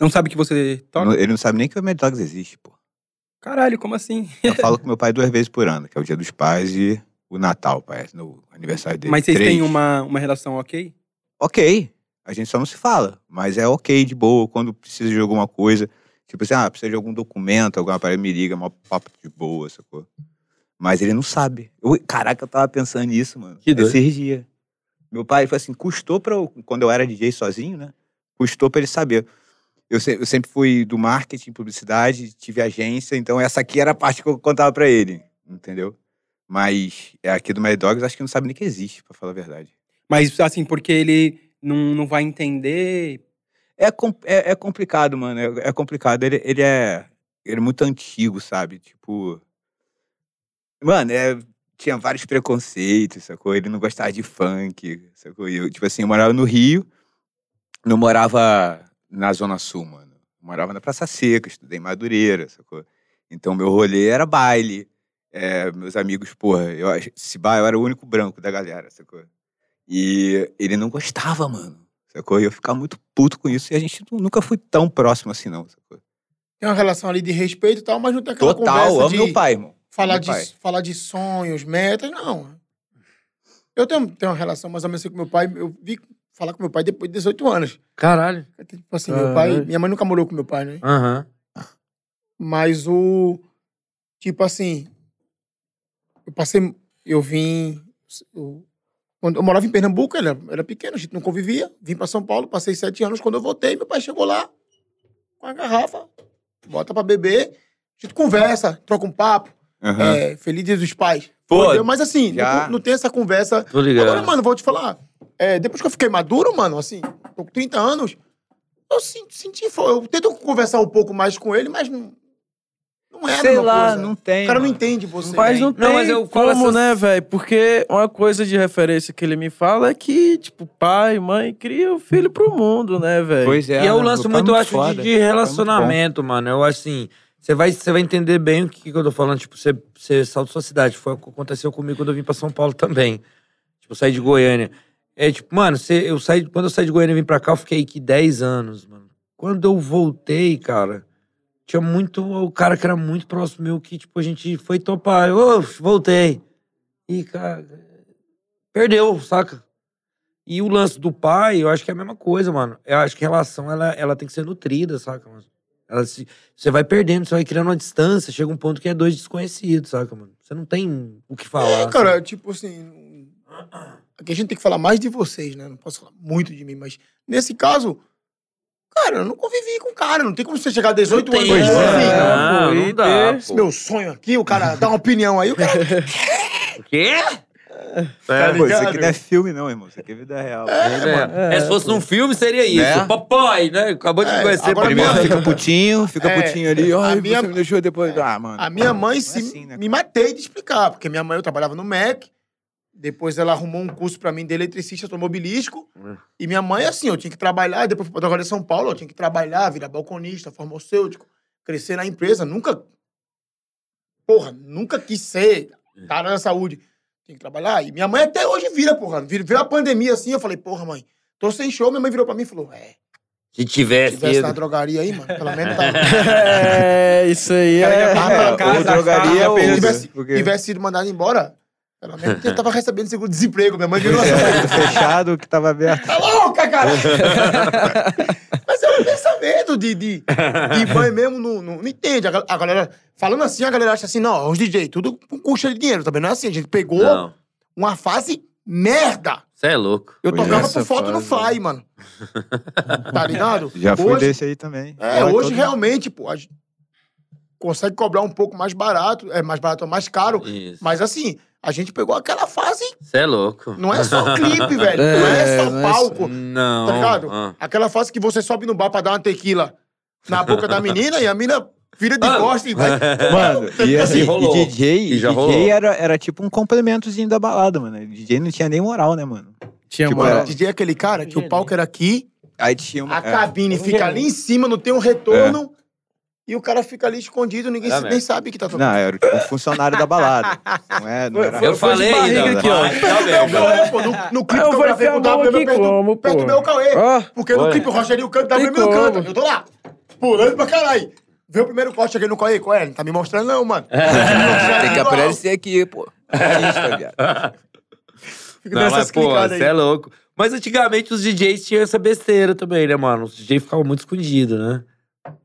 Speaker 1: Não sabe que você toca?
Speaker 2: Então-
Speaker 5: Não- ele não sabe nem que o Mad Dogs existe, pô.
Speaker 1: Caralho, como assim?
Speaker 5: Eu falo com meu pai duas vezes por ano, que é o Dia dos Pais e o Natal, pai, no aniversário dele.
Speaker 1: Mas vocês
Speaker 5: Três.
Speaker 1: têm uma, uma relação ok?
Speaker 5: ok. A gente só não se fala, mas é ok, de boa, quando precisa de alguma coisa. Tipo assim, ah, precisa de algum documento, alguma parada, me liga, mó papo de boa, sacou? Mas ele não sabe. Eu- caraca, eu tava pensando nisso, mano.
Speaker 3: Que doido.
Speaker 5: Esses dias. Meu pai, ele falou assim, custou pra eu, quando eu era DJ sozinho, né? Custou pra ele saber. Eu, se- eu sempre fui do marketing, publicidade, tive agência, então essa aqui era a parte que eu contava pra ele, entendeu? Mas é aqui do Mad Dogs, acho que não sabe nem que existe, pra falar a verdade.
Speaker 1: Mas, assim, porque ele não, não vai entender.
Speaker 5: É, com- é, é complicado, mano. É, é complicado. Ele, ele é. Ele é muito antigo, sabe? Tipo. Mano, é- tinha vários preconceitos, sacou? Ele não gostava de funk, sacou? E Eu, tipo assim, eu morava no Rio, não morava na Zona Sul, mano. Eu morava na Praça Seca, estudei em Madureira, sacou? Então meu rolê era baile. É, meus amigos, porra, eu, ach- se bah, eu era o único branco da galera, sacou? E ele não gostava, mano. Sacou? E eu ficava muito puto com isso. E a gente nu- nunca foi tão próximo assim, não. Sacou?
Speaker 2: Tem uma relação ali de respeito e tal, mas não tem aquela
Speaker 5: Total,
Speaker 2: conversa
Speaker 5: amo
Speaker 2: de...
Speaker 5: meu pai, irmão.
Speaker 2: falar
Speaker 5: Meu
Speaker 2: de,
Speaker 5: pai.
Speaker 2: falar de sonhos, metas, não. Eu tenho, tenho uma relação mais ou menos assim com meu pai. Eu vi falar com meu pai depois de 18 anos.
Speaker 3: Caralho.
Speaker 2: Tipo assim,
Speaker 4: Caralho.
Speaker 2: meu pai... Minha mãe nunca morou com meu pai, né?
Speaker 3: Aham.
Speaker 2: Mas o... Tipo assim... Eu passei... Eu vim... Eu, quando eu morava em Pernambuco, ele era, era pequeno, a gente não convivia. Vim pra São Paulo, passei sete anos. Quando eu voltei, meu pai chegou lá com a garrafa, bota pra beber. A gente conversa, troca um papo.
Speaker 5: Aham.
Speaker 2: É, feliz Dia dos Pais.
Speaker 5: Pô,
Speaker 2: Entendeu? mas assim,
Speaker 5: já.
Speaker 2: não, não tem essa conversa.
Speaker 3: Tô ligado.
Speaker 2: Agora, mano, vou te falar. é, depois que eu fiquei maduro, mano, assim, tô com 30 anos, eu sin- senti. fo- Eu tento conversar um pouco mais com ele, mas não. Não é a
Speaker 5: Sei
Speaker 2: mesma
Speaker 5: lá,
Speaker 2: coisa.
Speaker 5: não tem.
Speaker 2: O cara não
Speaker 5: mano. um
Speaker 2: entende você.
Speaker 4: Mas não tem
Speaker 3: Não, mas eu falo
Speaker 4: como,
Speaker 3: essas-
Speaker 4: né, velho? Porque uma coisa de referência que ele me fala é que, tipo, pai, mãe, cria o filho pro mundo, né, velho?
Speaker 5: Pois é.
Speaker 3: E é um
Speaker 5: né?
Speaker 3: lance
Speaker 5: Meu pai é
Speaker 3: muito, eu acho, de-
Speaker 5: foda.
Speaker 3: de,
Speaker 5: Meu pai é muito
Speaker 3: relacionamento, mano. Eu acho assim, você vai, você vai entender bem o que, que eu tô falando. Tipo, você, você salta sua cidade. Foi o que aconteceu comigo quando eu vim pra São Paulo também. Tipo, eu saí de Goiânia. É tipo, mano, você, eu saí, quando eu saí de Goiânia e vim pra cá, eu fiquei aqui 10 anos, mano. Quando eu voltei, cara, tinha muito. O cara que era muito próximo meu que, tipo, a gente foi topar. Eu "Ô, voltei. E, cara, perdeu, saca? E o lance do pai, eu acho que é a mesma coisa, mano. Eu acho que a relação, ela, ela tem que ser nutrida, saca, mano? Ela se, você vai perdendo, você vai criando uma distância, chega um ponto que é dois desconhecidos, saca, mano? Você não tem o que falar.
Speaker 2: É, cara, tipo assim. Aqui a gente tem que falar mais de vocês, né? Não posso falar muito de mim, mas nesse caso, cara, eu não convivi com o cara. Não tem como você chegar a 18 anos.
Speaker 3: Pois
Speaker 2: e
Speaker 3: é,
Speaker 2: falar assim,
Speaker 3: não, não dá,
Speaker 2: Esse meu sonho aqui, o cara dá uma opinião aí, o cara.
Speaker 3: O quê?
Speaker 2: tá
Speaker 5: Pô, isso aqui não é filme, não, irmão. Isso aqui é vida real.
Speaker 3: É, se fosse num filme, seria isso.
Speaker 5: Né?
Speaker 3: Papai, né? Acabou de me
Speaker 2: É,
Speaker 3: conhecer,
Speaker 2: agora
Speaker 3: papai.
Speaker 5: Primeiro fica putinho, fica
Speaker 2: É,
Speaker 5: putinho ali.
Speaker 2: a
Speaker 5: Ai,
Speaker 2: minha-
Speaker 5: você me deixou depois. Ah, mano.
Speaker 2: A minha mãe
Speaker 5: Não é
Speaker 2: se,
Speaker 5: assim, né,
Speaker 2: me matei de explicar, porque minha mãe eu trabalhava no MEC, depois ela arrumou um curso pra mim de eletricista automobilístico.
Speaker 5: É.
Speaker 2: E minha mãe, assim, eu tinha que trabalhar, depois fui pra trabalhar em São Paulo, eu tinha que trabalhar, virar balconista, farmacêutico, crescer na empresa. Nunca. Porra, nunca quis ser
Speaker 5: É.
Speaker 2: cara da saúde. Tinha que trabalhar. E minha mãe até hoje vira, porra. Vira, veio a pandemia assim, eu falei, porra, mãe, tô sem show. Minha mãe virou pra mim e falou: é,
Speaker 3: Se
Speaker 5: É
Speaker 2: se
Speaker 3: tivesse.
Speaker 2: tivesse na drogaria aí, mano, pelo menos tá tava.
Speaker 4: É, isso aí. É.
Speaker 2: tava pela
Speaker 1: casa,
Speaker 5: ou drogaria
Speaker 1: carro,
Speaker 5: ou...
Speaker 2: se tivesse-
Speaker 5: porque-
Speaker 2: tivesse sido mandado embora, pelo menos eu tava recebendo seguro-desemprego. Minha mãe virou assim,
Speaker 5: É, fechado que tava aberto.
Speaker 2: tá louca, cara! Mas é um pensamento de, de, de mãe mesmo, não, não, não entende. A, gal- a galera, falando assim, a galera acha assim, não, os DJ, tudo com custa de dinheiro, também não é assim. A gente pegou
Speaker 3: Não,
Speaker 2: uma fase merda.
Speaker 3: você é louco.
Speaker 2: Eu
Speaker 5: Pois
Speaker 2: tocava
Speaker 5: é.
Speaker 2: por foto no
Speaker 5: Essa fase.
Speaker 2: Fly, mano. tá ligado?
Speaker 5: Já fui
Speaker 2: hoje,
Speaker 5: desse aí também.
Speaker 2: É,
Speaker 5: Olha,
Speaker 2: hoje
Speaker 5: todo-
Speaker 2: realmente, pô, a gente consegue cobrar um pouco mais barato, é mais barato, mais caro,
Speaker 3: Isso.
Speaker 2: mas assim, a gente pegou aquela fase
Speaker 3: Você é louco.
Speaker 2: Não é só o clipe, velho.
Speaker 4: É,
Speaker 2: não é só
Speaker 4: não é
Speaker 2: palco.
Speaker 3: Não.
Speaker 2: Tá ligado?
Speaker 3: Ah.
Speaker 2: Aquela fase que você sobe no bar pra dar uma tequila na boca da menina e a mina vira de
Speaker 3: Ah.
Speaker 2: costas e vai.
Speaker 5: Mano, e assim,
Speaker 3: E rolou.
Speaker 5: e DJ,
Speaker 3: E já rolou.
Speaker 5: DJ era, era tipo um complementozinho da balada, mano. O DJ não tinha nem moral, né, mano?
Speaker 4: Tinha
Speaker 5: Tipo,
Speaker 2: Mano,
Speaker 5: era-
Speaker 4: moral.
Speaker 2: DJ é aquele cara que o palco era aqui,
Speaker 5: Aí tinha uma.
Speaker 2: a
Speaker 5: é,
Speaker 2: cabine fica ali em cima, não tem um retorno. E o cara fica ali escondido, ninguém
Speaker 3: Era
Speaker 2: se- nem
Speaker 3: mesmo.
Speaker 2: sabe que tá tocando.
Speaker 5: Não, era tipo um funcionário da balada. Não é, não era.
Speaker 3: Eu falei ainda.
Speaker 4: barriga aqui, ó.
Speaker 3: vai, tá mesmo.
Speaker 2: Não, é, pô, no, no clipe
Speaker 4: Eu
Speaker 2: que eu
Speaker 4: vou
Speaker 2: gravei
Speaker 4: enfiar
Speaker 2: com o
Speaker 4: a mão
Speaker 2: WM,
Speaker 4: aqui
Speaker 2: eu perto,
Speaker 4: como,
Speaker 2: perto do
Speaker 4: pô?
Speaker 2: meu Cauê.
Speaker 4: Ó,
Speaker 2: Porque no
Speaker 3: Olha.
Speaker 2: clipe o Rogerinho canta, o
Speaker 4: Tem
Speaker 2: WM não
Speaker 4: como.
Speaker 2: canta. Eu tô lá, pulando pra caralho. Vê o primeiro corte, cheguei no Cauê. Cauê, não tá me mostrando não, tá mano.
Speaker 7: Tem que aparecer aqui, pô. Artista, viado.
Speaker 2: Fica
Speaker 3: Não,
Speaker 2: dando
Speaker 3: mas,
Speaker 2: essas
Speaker 3: pô,
Speaker 2: clicadas aí.
Speaker 3: você é louco. Mas antigamente os DJs tinham essa besteira também, né, mano? Os DJs ficavam muito escondidos, né?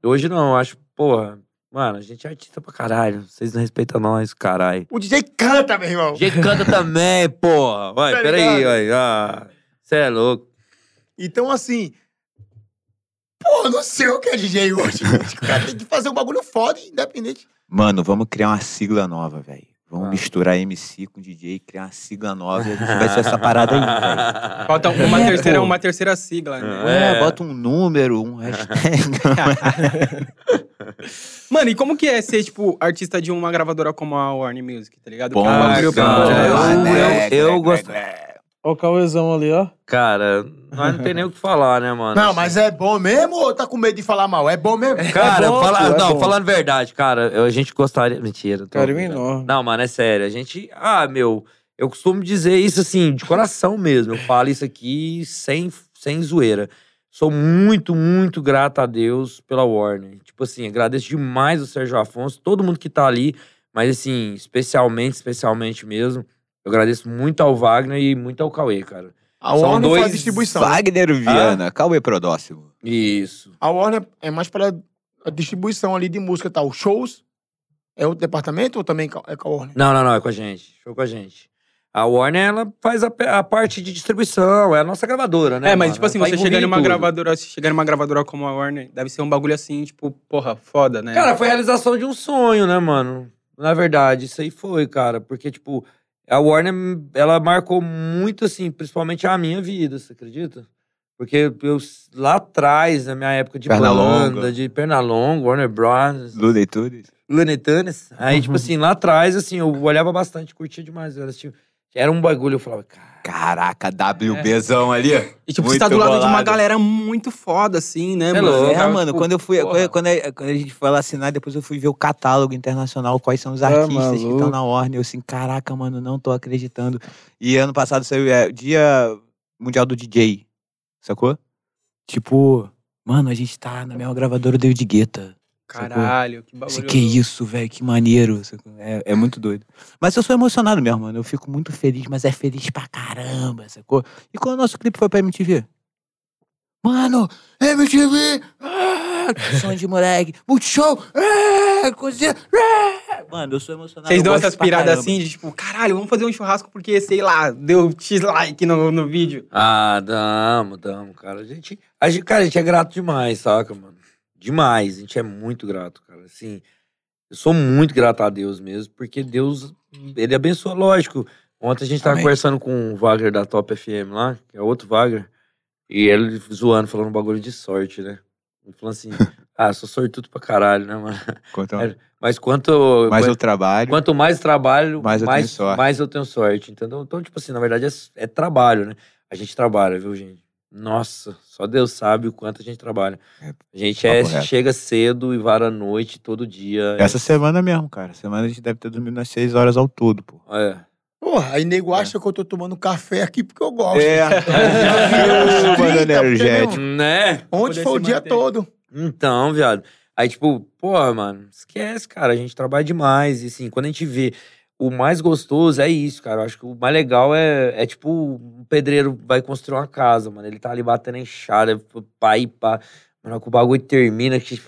Speaker 3: Hoje não, eu acho, porra. Mano, a gente é artista pra caralho. Vocês não respeitam nós, caralho.
Speaker 2: O DJ canta, meu irmão.
Speaker 3: O DJ canta também, porra. Vai,
Speaker 2: Tá
Speaker 3: peraí,
Speaker 2: ligado?
Speaker 3: vai. Ah, Você é louco.
Speaker 2: Então, assim. Pô, eu não sei o que é DJ hoje. O cara tem que fazer um bagulho foda, independente.
Speaker 5: Mano, vamos criar uma sigla nova, velho.
Speaker 3: Ah.
Speaker 5: Vamos misturar MC com DJ, criar uma sigla nova e a gente vai ser essa parada aí, velho.
Speaker 1: Falta uma,
Speaker 5: É,
Speaker 1: terceira,
Speaker 5: pô.
Speaker 1: uma terceira sigla, né?
Speaker 5: É,
Speaker 3: É.
Speaker 5: bota um número, um hashtag.
Speaker 1: Mano, e como que é ser, tipo, artista de uma gravadora como a Warner Music, tá ligado? Que é um
Speaker 5: Bom,
Speaker 1: bagulho
Speaker 3: cara.
Speaker 1: bom,
Speaker 3: Eu-
Speaker 1: né?
Speaker 3: eu- eu gosto-
Speaker 4: ó o Cauezão ali, ó.
Speaker 3: Cara, nós não tem nem o que falar, né, mano?
Speaker 2: Não, mas é bom mesmo ou tá com medo de falar mal? É bom mesmo.
Speaker 3: Cara,
Speaker 4: É bom,
Speaker 3: fala-
Speaker 4: pô, é
Speaker 3: não,
Speaker 4: bom.
Speaker 3: falando verdade, cara, eu- a gente gostaria. Mentira. tô-
Speaker 4: Carinho enorme.
Speaker 3: Não, mano, é sério. A gente. Ah, meu, eu costumo dizer isso assim, de coração mesmo. Eu falo isso aqui sem, sem zoeira. Sou muito, muito grato a Deus pela Warner. Tipo assim, agradeço demais o Sérgio Afonso, todo mundo que tá ali, mas assim, especialmente, especialmente mesmo. Eu agradeço muito ao Wagner e muito ao Cauê, cara.
Speaker 2: A
Speaker 3: São
Speaker 2: Warner
Speaker 3: dois
Speaker 2: faz distribuição.
Speaker 5: Wagner Viana,
Speaker 3: Ah?
Speaker 5: Cauê Prodóximo.
Speaker 3: Isso.
Speaker 2: A Warner é mais para a distribuição ali de música e tal. Shows é outro departamento ou também é com a Warner?
Speaker 3: Não, não, não, é com a gente. Show com a gente. A Warner, ela faz a, pe- a parte de distribuição, é a nossa gravadora, né?
Speaker 1: É, mas
Speaker 3: mano?
Speaker 1: tipo assim,
Speaker 3: Ela tá
Speaker 1: você chegar
Speaker 3: envolvida em
Speaker 1: numa
Speaker 3: tudo.
Speaker 1: gravadora, se chegar numa gravadora como a Warner, deve ser um bagulho assim, tipo, porra, foda, né?
Speaker 3: É. Cara, foi a realização de um sonho, né, mano? Na verdade, isso aí foi, cara. Porque, tipo, a Warner, ela marcou muito, assim, principalmente a minha vida, você acredita? Porque eu, lá atrás, na minha época de
Speaker 5: Pernalonga.
Speaker 3: banda, de Pernalonga, Warner Bros.,
Speaker 5: Lula e tudo.
Speaker 3: Lunetanes. Aí,
Speaker 1: Uhum.
Speaker 3: tipo assim, lá atrás, assim, eu olhava bastante, curtia demais. Eu assistia- Era um bagulho, eu falava, cara...
Speaker 5: Caraca, WBzão ali.
Speaker 1: E tipo,
Speaker 5: Muito
Speaker 1: você tá do lado de uma
Speaker 5: bolado.
Speaker 1: galera muito foda, assim, né,
Speaker 3: Cê é
Speaker 1: mano?
Speaker 3: louco.
Speaker 1: Eu
Speaker 5: É,
Speaker 1: tava,
Speaker 5: mano,
Speaker 1: tipo,
Speaker 5: quando eu fui,
Speaker 1: porra.
Speaker 5: quando, quando a, quando a gente foi lá assinar, depois eu fui ver o catálogo internacional, quais são os
Speaker 1: É,
Speaker 4: Tá
Speaker 5: artistas que
Speaker 4: maluco.
Speaker 5: estão na Warner. Eu assim, caraca, mano, não tô acreditando. E ano passado saiu é, Dia Mundial do DJ, sacou? Tipo, mano, a gente tá na mesma gravadora do David Guetta. sacou?
Speaker 1: Caralho, que
Speaker 5: Assim,
Speaker 1: bagulho.
Speaker 5: que isso, velho, que maneiro. sacou? É, é muito doido. Mas eu sou emocionado mesmo, mano. Eu fico muito feliz, mas é feliz pra caramba, sacou? E quando o nosso clipe foi pra MTV? Mano, MTV! ah, caralho, som de moleque, muito show, é, coisa, é. Mano, eu sou emocionado.
Speaker 1: Vocês
Speaker 5: eu
Speaker 1: dão
Speaker 5: gosto
Speaker 1: essas
Speaker 5: pra
Speaker 1: piradas
Speaker 5: caramba.
Speaker 1: assim, de tipo, caralho, vamos fazer um churrasco porque, sei lá, deu X like no, no vídeo.
Speaker 3: Ah, damos, damos, cara. A gente, a gente, cara, a gente é grato demais, saca, mano? Demais. A gente é muito grato, cara. Assim, eu sou muito grato a Deus mesmo, porque Deus, ele abençoa, lógico. Ontem a gente tava
Speaker 5: Amém.
Speaker 3: conversando com o Wagner da Top FM lá, que é outro Wagner, e ele zoando, falando um bagulho de sorte, né? Ele falando assim, ah, sou sortudo pra caralho, né, mano?
Speaker 5: Quanto
Speaker 3: É, Mas quanto...
Speaker 5: mais
Speaker 3: quanto-
Speaker 5: eu trabalho,
Speaker 3: Quanto mais trabalho, mais
Speaker 5: É Mais
Speaker 3: eu,
Speaker 5: eu
Speaker 3: mais,
Speaker 5: tenho sorte.
Speaker 3: eu tenho sorte. Entendeu? Então, tipo assim, na verdade é, é trabalho, né? A gente trabalha, viu, gente? Nossa, só Deus sabe o quanto a gente trabalha.
Speaker 5: É,
Speaker 3: A gente é,
Speaker 5: papo reto.
Speaker 3: chega cedo e vara à noite, todo dia.
Speaker 5: essa semana mesmo, cara, semana a gente deve ter dormido umas 6 horas ao todo, pô.
Speaker 3: É, é.
Speaker 2: Porra, aí nego acha que eu tô tomando café aqui porque eu gosto.
Speaker 5: É, mano, energético.
Speaker 3: Né?
Speaker 1: Poder
Speaker 2: Ontem foi o
Speaker 1: se
Speaker 2: dia
Speaker 1: manter.
Speaker 2: todo.
Speaker 3: Então, viado. Aí, tipo, porra, mano, esquece, cara. A gente trabalha demais. E assim, quando a gente vê. O mais gostoso é isso, cara. Eu acho que o mais legal é, é tipo, um pedreiro vai construir uma casa, mano. Ele tá ali batendo enxada, pá e pá. Mano, na hora que o bagulho termina, que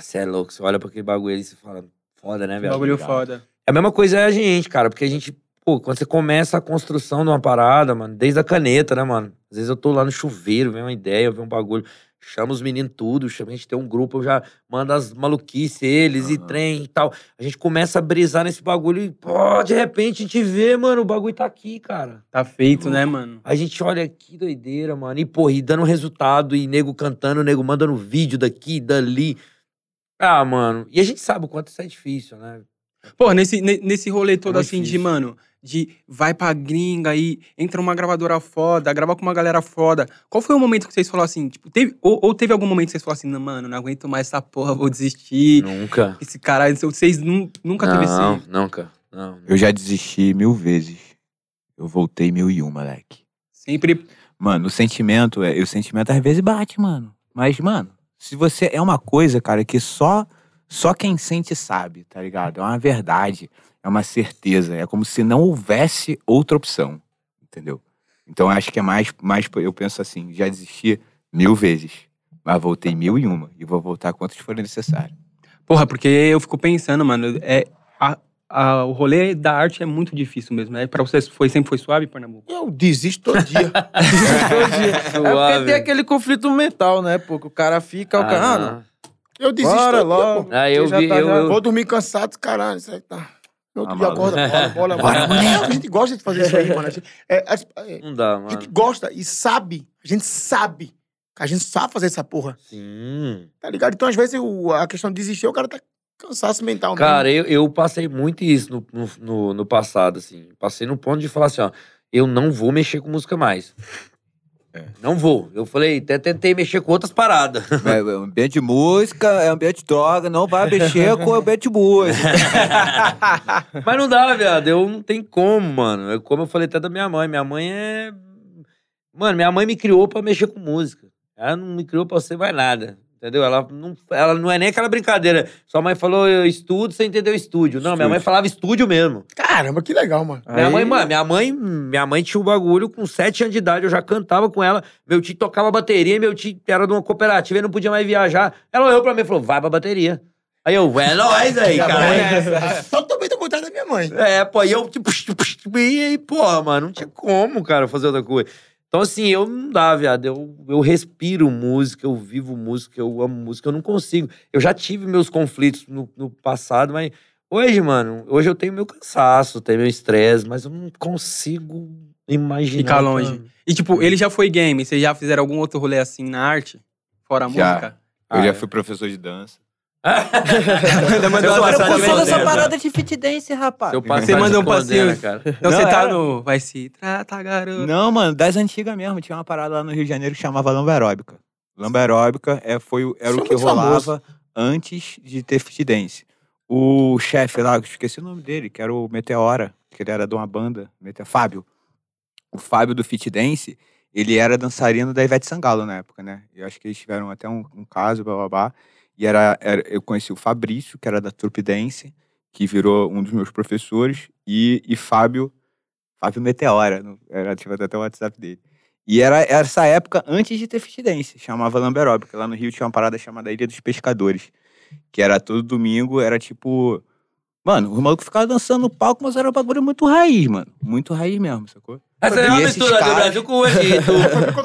Speaker 3: você é louco. Você olha pra aquele bagulho ali e você fala, foda, né, velho?
Speaker 1: Bagulho foda.
Speaker 3: É a mesma coisa é a gente, cara, porque a gente, pô, quando você começa a construção de uma parada, mano, desde a caneta, né, mano? Às vezes eu tô lá no chuveiro, vem uma ideia, vem um bagulho, chama os meninos tudo, chama, a gente tem um grupo, eu já mando as maluquices, eles e
Speaker 5: Aham.
Speaker 3: trem e tal. A gente começa a brisar nesse bagulho e, pô, de repente a gente vê, mano, o bagulho tá aqui, cara.
Speaker 1: Tá feito, né, mano?
Speaker 3: A gente olha que doideira, mano. E, porra, e dando resultado, e nego cantando, nego mandando vídeo daqui, dali. Ah, mano. E a gente sabe o quanto isso é difícil, né?
Speaker 1: Pô, nesse, ne- nesse rolê todo
Speaker 3: muito
Speaker 1: assim de,
Speaker 3: difícil.
Speaker 1: mano, de vai pra gringa e entra uma gravadora foda, grava com uma galera foda. Qual foi o momento que vocês falaram assim? Tipo, teve, ou, ou teve algum momento que vocês falaram assim, não, mano, não aguento mais essa porra, vou desistir.
Speaker 3: Nunca.
Speaker 1: Esse cara, vocês nu- nunca teve
Speaker 3: não,
Speaker 1: esse.
Speaker 3: nunca. Não.
Speaker 5: Eu já desisti mil vezes. Eu voltei mil e um, moleque.
Speaker 1: Sempre.
Speaker 5: Mano, o sentimento é. O sentimento às vezes bate, mano. Mas, mano, se você. É uma coisa, cara, que só. Só quem sente sabe, tá ligado? É uma verdade. É uma certeza. É como se não houvesse outra opção. Entendeu? Então eu acho que é mais. mais eu penso assim, já desisti mil vezes. Mas voltei mil e uma. E vou voltar quantas forem necessárias.
Speaker 1: Porra, porque eu fico pensando, mano, é. a- a- o rolê da arte é muito difícil mesmo, né? Pra vocês foi, sempre foi suave, Pernambuco?
Speaker 2: Eu desisto todo dia.
Speaker 4: É porque tem
Speaker 3: Suave.
Speaker 4: aquele conflito mental, né, pô? Que o cara fica, o cara. Ah, não.
Speaker 2: Eu desisto
Speaker 4: Bora
Speaker 2: todo
Speaker 4: logo.
Speaker 2: dia. pô.
Speaker 3: Ah, eu
Speaker 4: já
Speaker 3: vi.
Speaker 4: tá
Speaker 3: eu,
Speaker 4: já-
Speaker 3: eu-
Speaker 2: Vou dormir cansado, caralho. Isso aí tá. No outro
Speaker 5: Ah,
Speaker 2: dia
Speaker 5: maluco.
Speaker 2: acorda, bora, bora, bora. Não, A gente gosta de fazer isso aí, mano. A gente, é, a gente- é,
Speaker 3: Não dá,
Speaker 2: a gente
Speaker 3: mano.
Speaker 2: gosta e sabe. A gente sabe. que A gente sabe fazer essa porra.
Speaker 3: Sim.
Speaker 2: Tá ligado? Então, às vezes, o- a questão de desistir, o cara tá cansaço mental né? mesmo.
Speaker 3: Cara, eu, eu passei muito isso no, no, no- no passado, assim. Passei no ponto de falar assim, ó. Eu não vou mexer com música mais. Não vou. Eu falei, até tentei mexer com outras paradas.
Speaker 5: É, é ambiente de música, é ambiente de droga, não vai mexer com o ambiente de música.
Speaker 3: Mas não dá, viado. Eu não tem como, mano. Eu, como eu falei até da minha mãe. Minha mãe é. Mano, minha mãe me criou pra mexer com música. Ela não me criou pra ser mais nada. Entendeu? Ela não, ela não é nem aquela brincadeira. Sua mãe falou, eu estudo, você entendeu estúdio. Não, minha mãe falava estúdio mesmo.
Speaker 2: Caramba, que legal, mano.
Speaker 3: Minha
Speaker 4: Aí-
Speaker 3: mãe, mano, minha mãe, minha mãe tinha o bagulho com sete anos de idade, eu já cantava com ela. Meu tio tocava bateria, meu tio era de uma cooperativa e não podia mais viajar. Ela olhou pra mim e falou: vai pra bateria. Aí eu, é nóis aí, cara.
Speaker 2: é Totalmente ao contrário da minha mãe.
Speaker 3: É, pô, e eu, tipo, e aí, porra, mano, não tinha como, cara, fazer outra coisa. Então, assim, eu não dá, viado. Eu, eu respiro música, eu vivo música, eu amo música, eu não consigo. Eu já tive meus conflitos no, no passado, mas hoje, mano, hoje eu tenho meu cansaço, tenho meu estresse, mas eu não consigo imaginar.
Speaker 1: Ficar longe. E tipo, ele já foi game, vocês já fizeram algum outro rolê assim na arte? Fora a
Speaker 5: Já.
Speaker 1: música?
Speaker 5: Eu já
Speaker 3: Ah,
Speaker 5: fui professor de dança.
Speaker 1: é. Ainda mandou uma
Speaker 3: Eu sou
Speaker 1: passada
Speaker 3: professor
Speaker 1: mesmo.
Speaker 3: dessa parada
Speaker 5: de fit dance, rapaz.
Speaker 3: Seu pai
Speaker 1: Você
Speaker 3: tá
Speaker 1: manda um
Speaker 3: escondendo,
Speaker 1: passeio.
Speaker 3: cara.
Speaker 1: Então
Speaker 5: Não,
Speaker 1: você tá
Speaker 5: era-
Speaker 1: no. Vai se tratar, garoto.
Speaker 5: Não, mano, das antigas mesmo. Tinha uma parada lá no Rio de Janeiro que chamava lamba aeróbica. Lamba aeróbica é, foi, o- era
Speaker 2: Isso
Speaker 5: o
Speaker 2: é
Speaker 5: que
Speaker 2: muito famoso.
Speaker 5: rolava antes de ter fit dance. O chefe lá, eu esqueci o nome dele, que era o Meteora, que ele era de uma banda, Mete... Fábio. O Fábio do fit dance, ele era dançarino da Ivete Sangalo na época, né? Eu acho que eles tiveram até um, um caso, blá blá blá. E era, era- eu conheci o Fabrício, que era da Trupe Dance, que virou um dos meus professores, e, e Fábio, Fábio Meteora, no- era, tive até o WhatsApp dele. E era essa época antes de ter Fitidense, chamava Lamberó, porque lá no Rio tinha uma parada chamada Ilha dos Pescadores, que era todo domingo, era tipo. Mano, os malucos ficavam dançando no palco, mas era um bagulho muito raiz, mano. Muito raiz mesmo, sacou?
Speaker 3: Essa é uma
Speaker 5: E esses
Speaker 3: mistura do
Speaker 5: caras-
Speaker 3: Brasil com o Egito.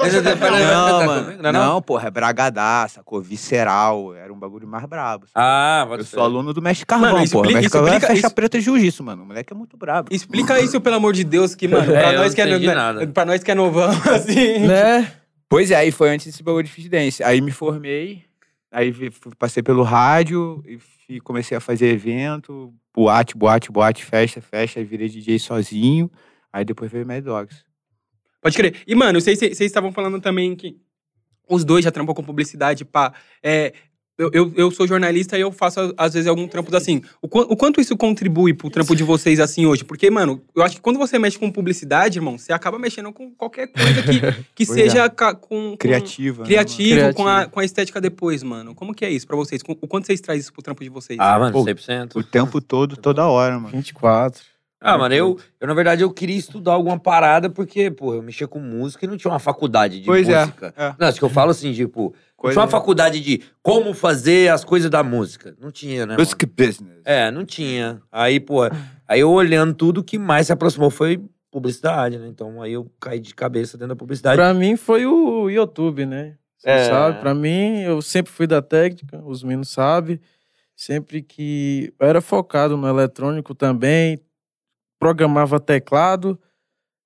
Speaker 3: Esse-
Speaker 5: Não,
Speaker 3: tá
Speaker 5: mano.
Speaker 3: comigo?
Speaker 5: Não,
Speaker 3: é não?
Speaker 5: porra, é bragadá, sacou? Visceral. Era um bagulho mais brabo. sacou?
Speaker 3: Ah, pode
Speaker 5: eu
Speaker 3: ser.
Speaker 5: sou aluno do Mestre Carvão,
Speaker 1: Mano,
Speaker 5: porra. O
Speaker 1: explica-
Speaker 5: Mestre Carvão é
Speaker 1: explica
Speaker 5: faixa
Speaker 1: isso.
Speaker 5: preta e jiu-jitsu, mano. O moleque é muito brabo.
Speaker 1: Explica isso, pelo amor de Deus, que, mano,
Speaker 3: É,
Speaker 1: pra,
Speaker 3: eu
Speaker 1: nós
Speaker 3: não
Speaker 1: que é,
Speaker 3: entendi
Speaker 1: né,
Speaker 3: nada.
Speaker 1: pra nós que é novão, assim.
Speaker 4: Né?
Speaker 5: Pois é, aí foi antes desse bagulho de fitness. Aí me formei, aí vi- fui- passei pelo rádio e fi- comecei a fazer evento, boate, boate, boate, festa, festa. Aí virei DJ sozinho. Aí depois veio Mad Dogs.
Speaker 3: Hum,
Speaker 1: Pode crer. E, mano, vocês vocês estavam falando também que os dois já trampam com publicidade, pá. É, eu, eu, eu sou jornalista e eu faço, às vezes, alguns trampos assim. O, quan- o quanto isso contribui pro trampo de vocês, assim, hoje? Porque, mano, eu acho que quando você mexe com publicidade, irmão, você acaba mexendo com qualquer coisa que, que
Speaker 5: Pois é.
Speaker 1: seja ca- com... com-
Speaker 5: Criativa. né,
Speaker 1: Criativo,
Speaker 4: Criativo.
Speaker 1: Com, a, com a estética depois, mano. Como que é isso pra vocês? Com- O quanto vocês trazem isso pro trampo de vocês?
Speaker 3: Ah, mano,
Speaker 5: Pô,
Speaker 3: 100%.
Speaker 5: mano? O tempo todo, toda hora, mano.
Speaker 4: 24.
Speaker 3: Ah, mano, eu, eu, na verdade, eu queria estudar alguma parada, porque, pô, eu mexia com música e não tinha uma faculdade de
Speaker 5: Pois é,
Speaker 3: música.
Speaker 5: é.
Speaker 3: Não, acho que eu falo assim, tipo, não tinha uma faculdade de como fazer as coisas da música. Não tinha, né? mano?
Speaker 5: Music business.
Speaker 3: É, não tinha. Aí, pô, aí eu olhando tudo, o que mais se aproximou foi publicidade, né? Então aí eu caí de cabeça dentro da publicidade.
Speaker 4: Pra mim foi o YouTube, né? Você
Speaker 3: É.
Speaker 4: sabe? Pra mim, eu sempre fui da técnica, os meninos sabem. Sempre que eu era focado no eletrônico também, programava teclado,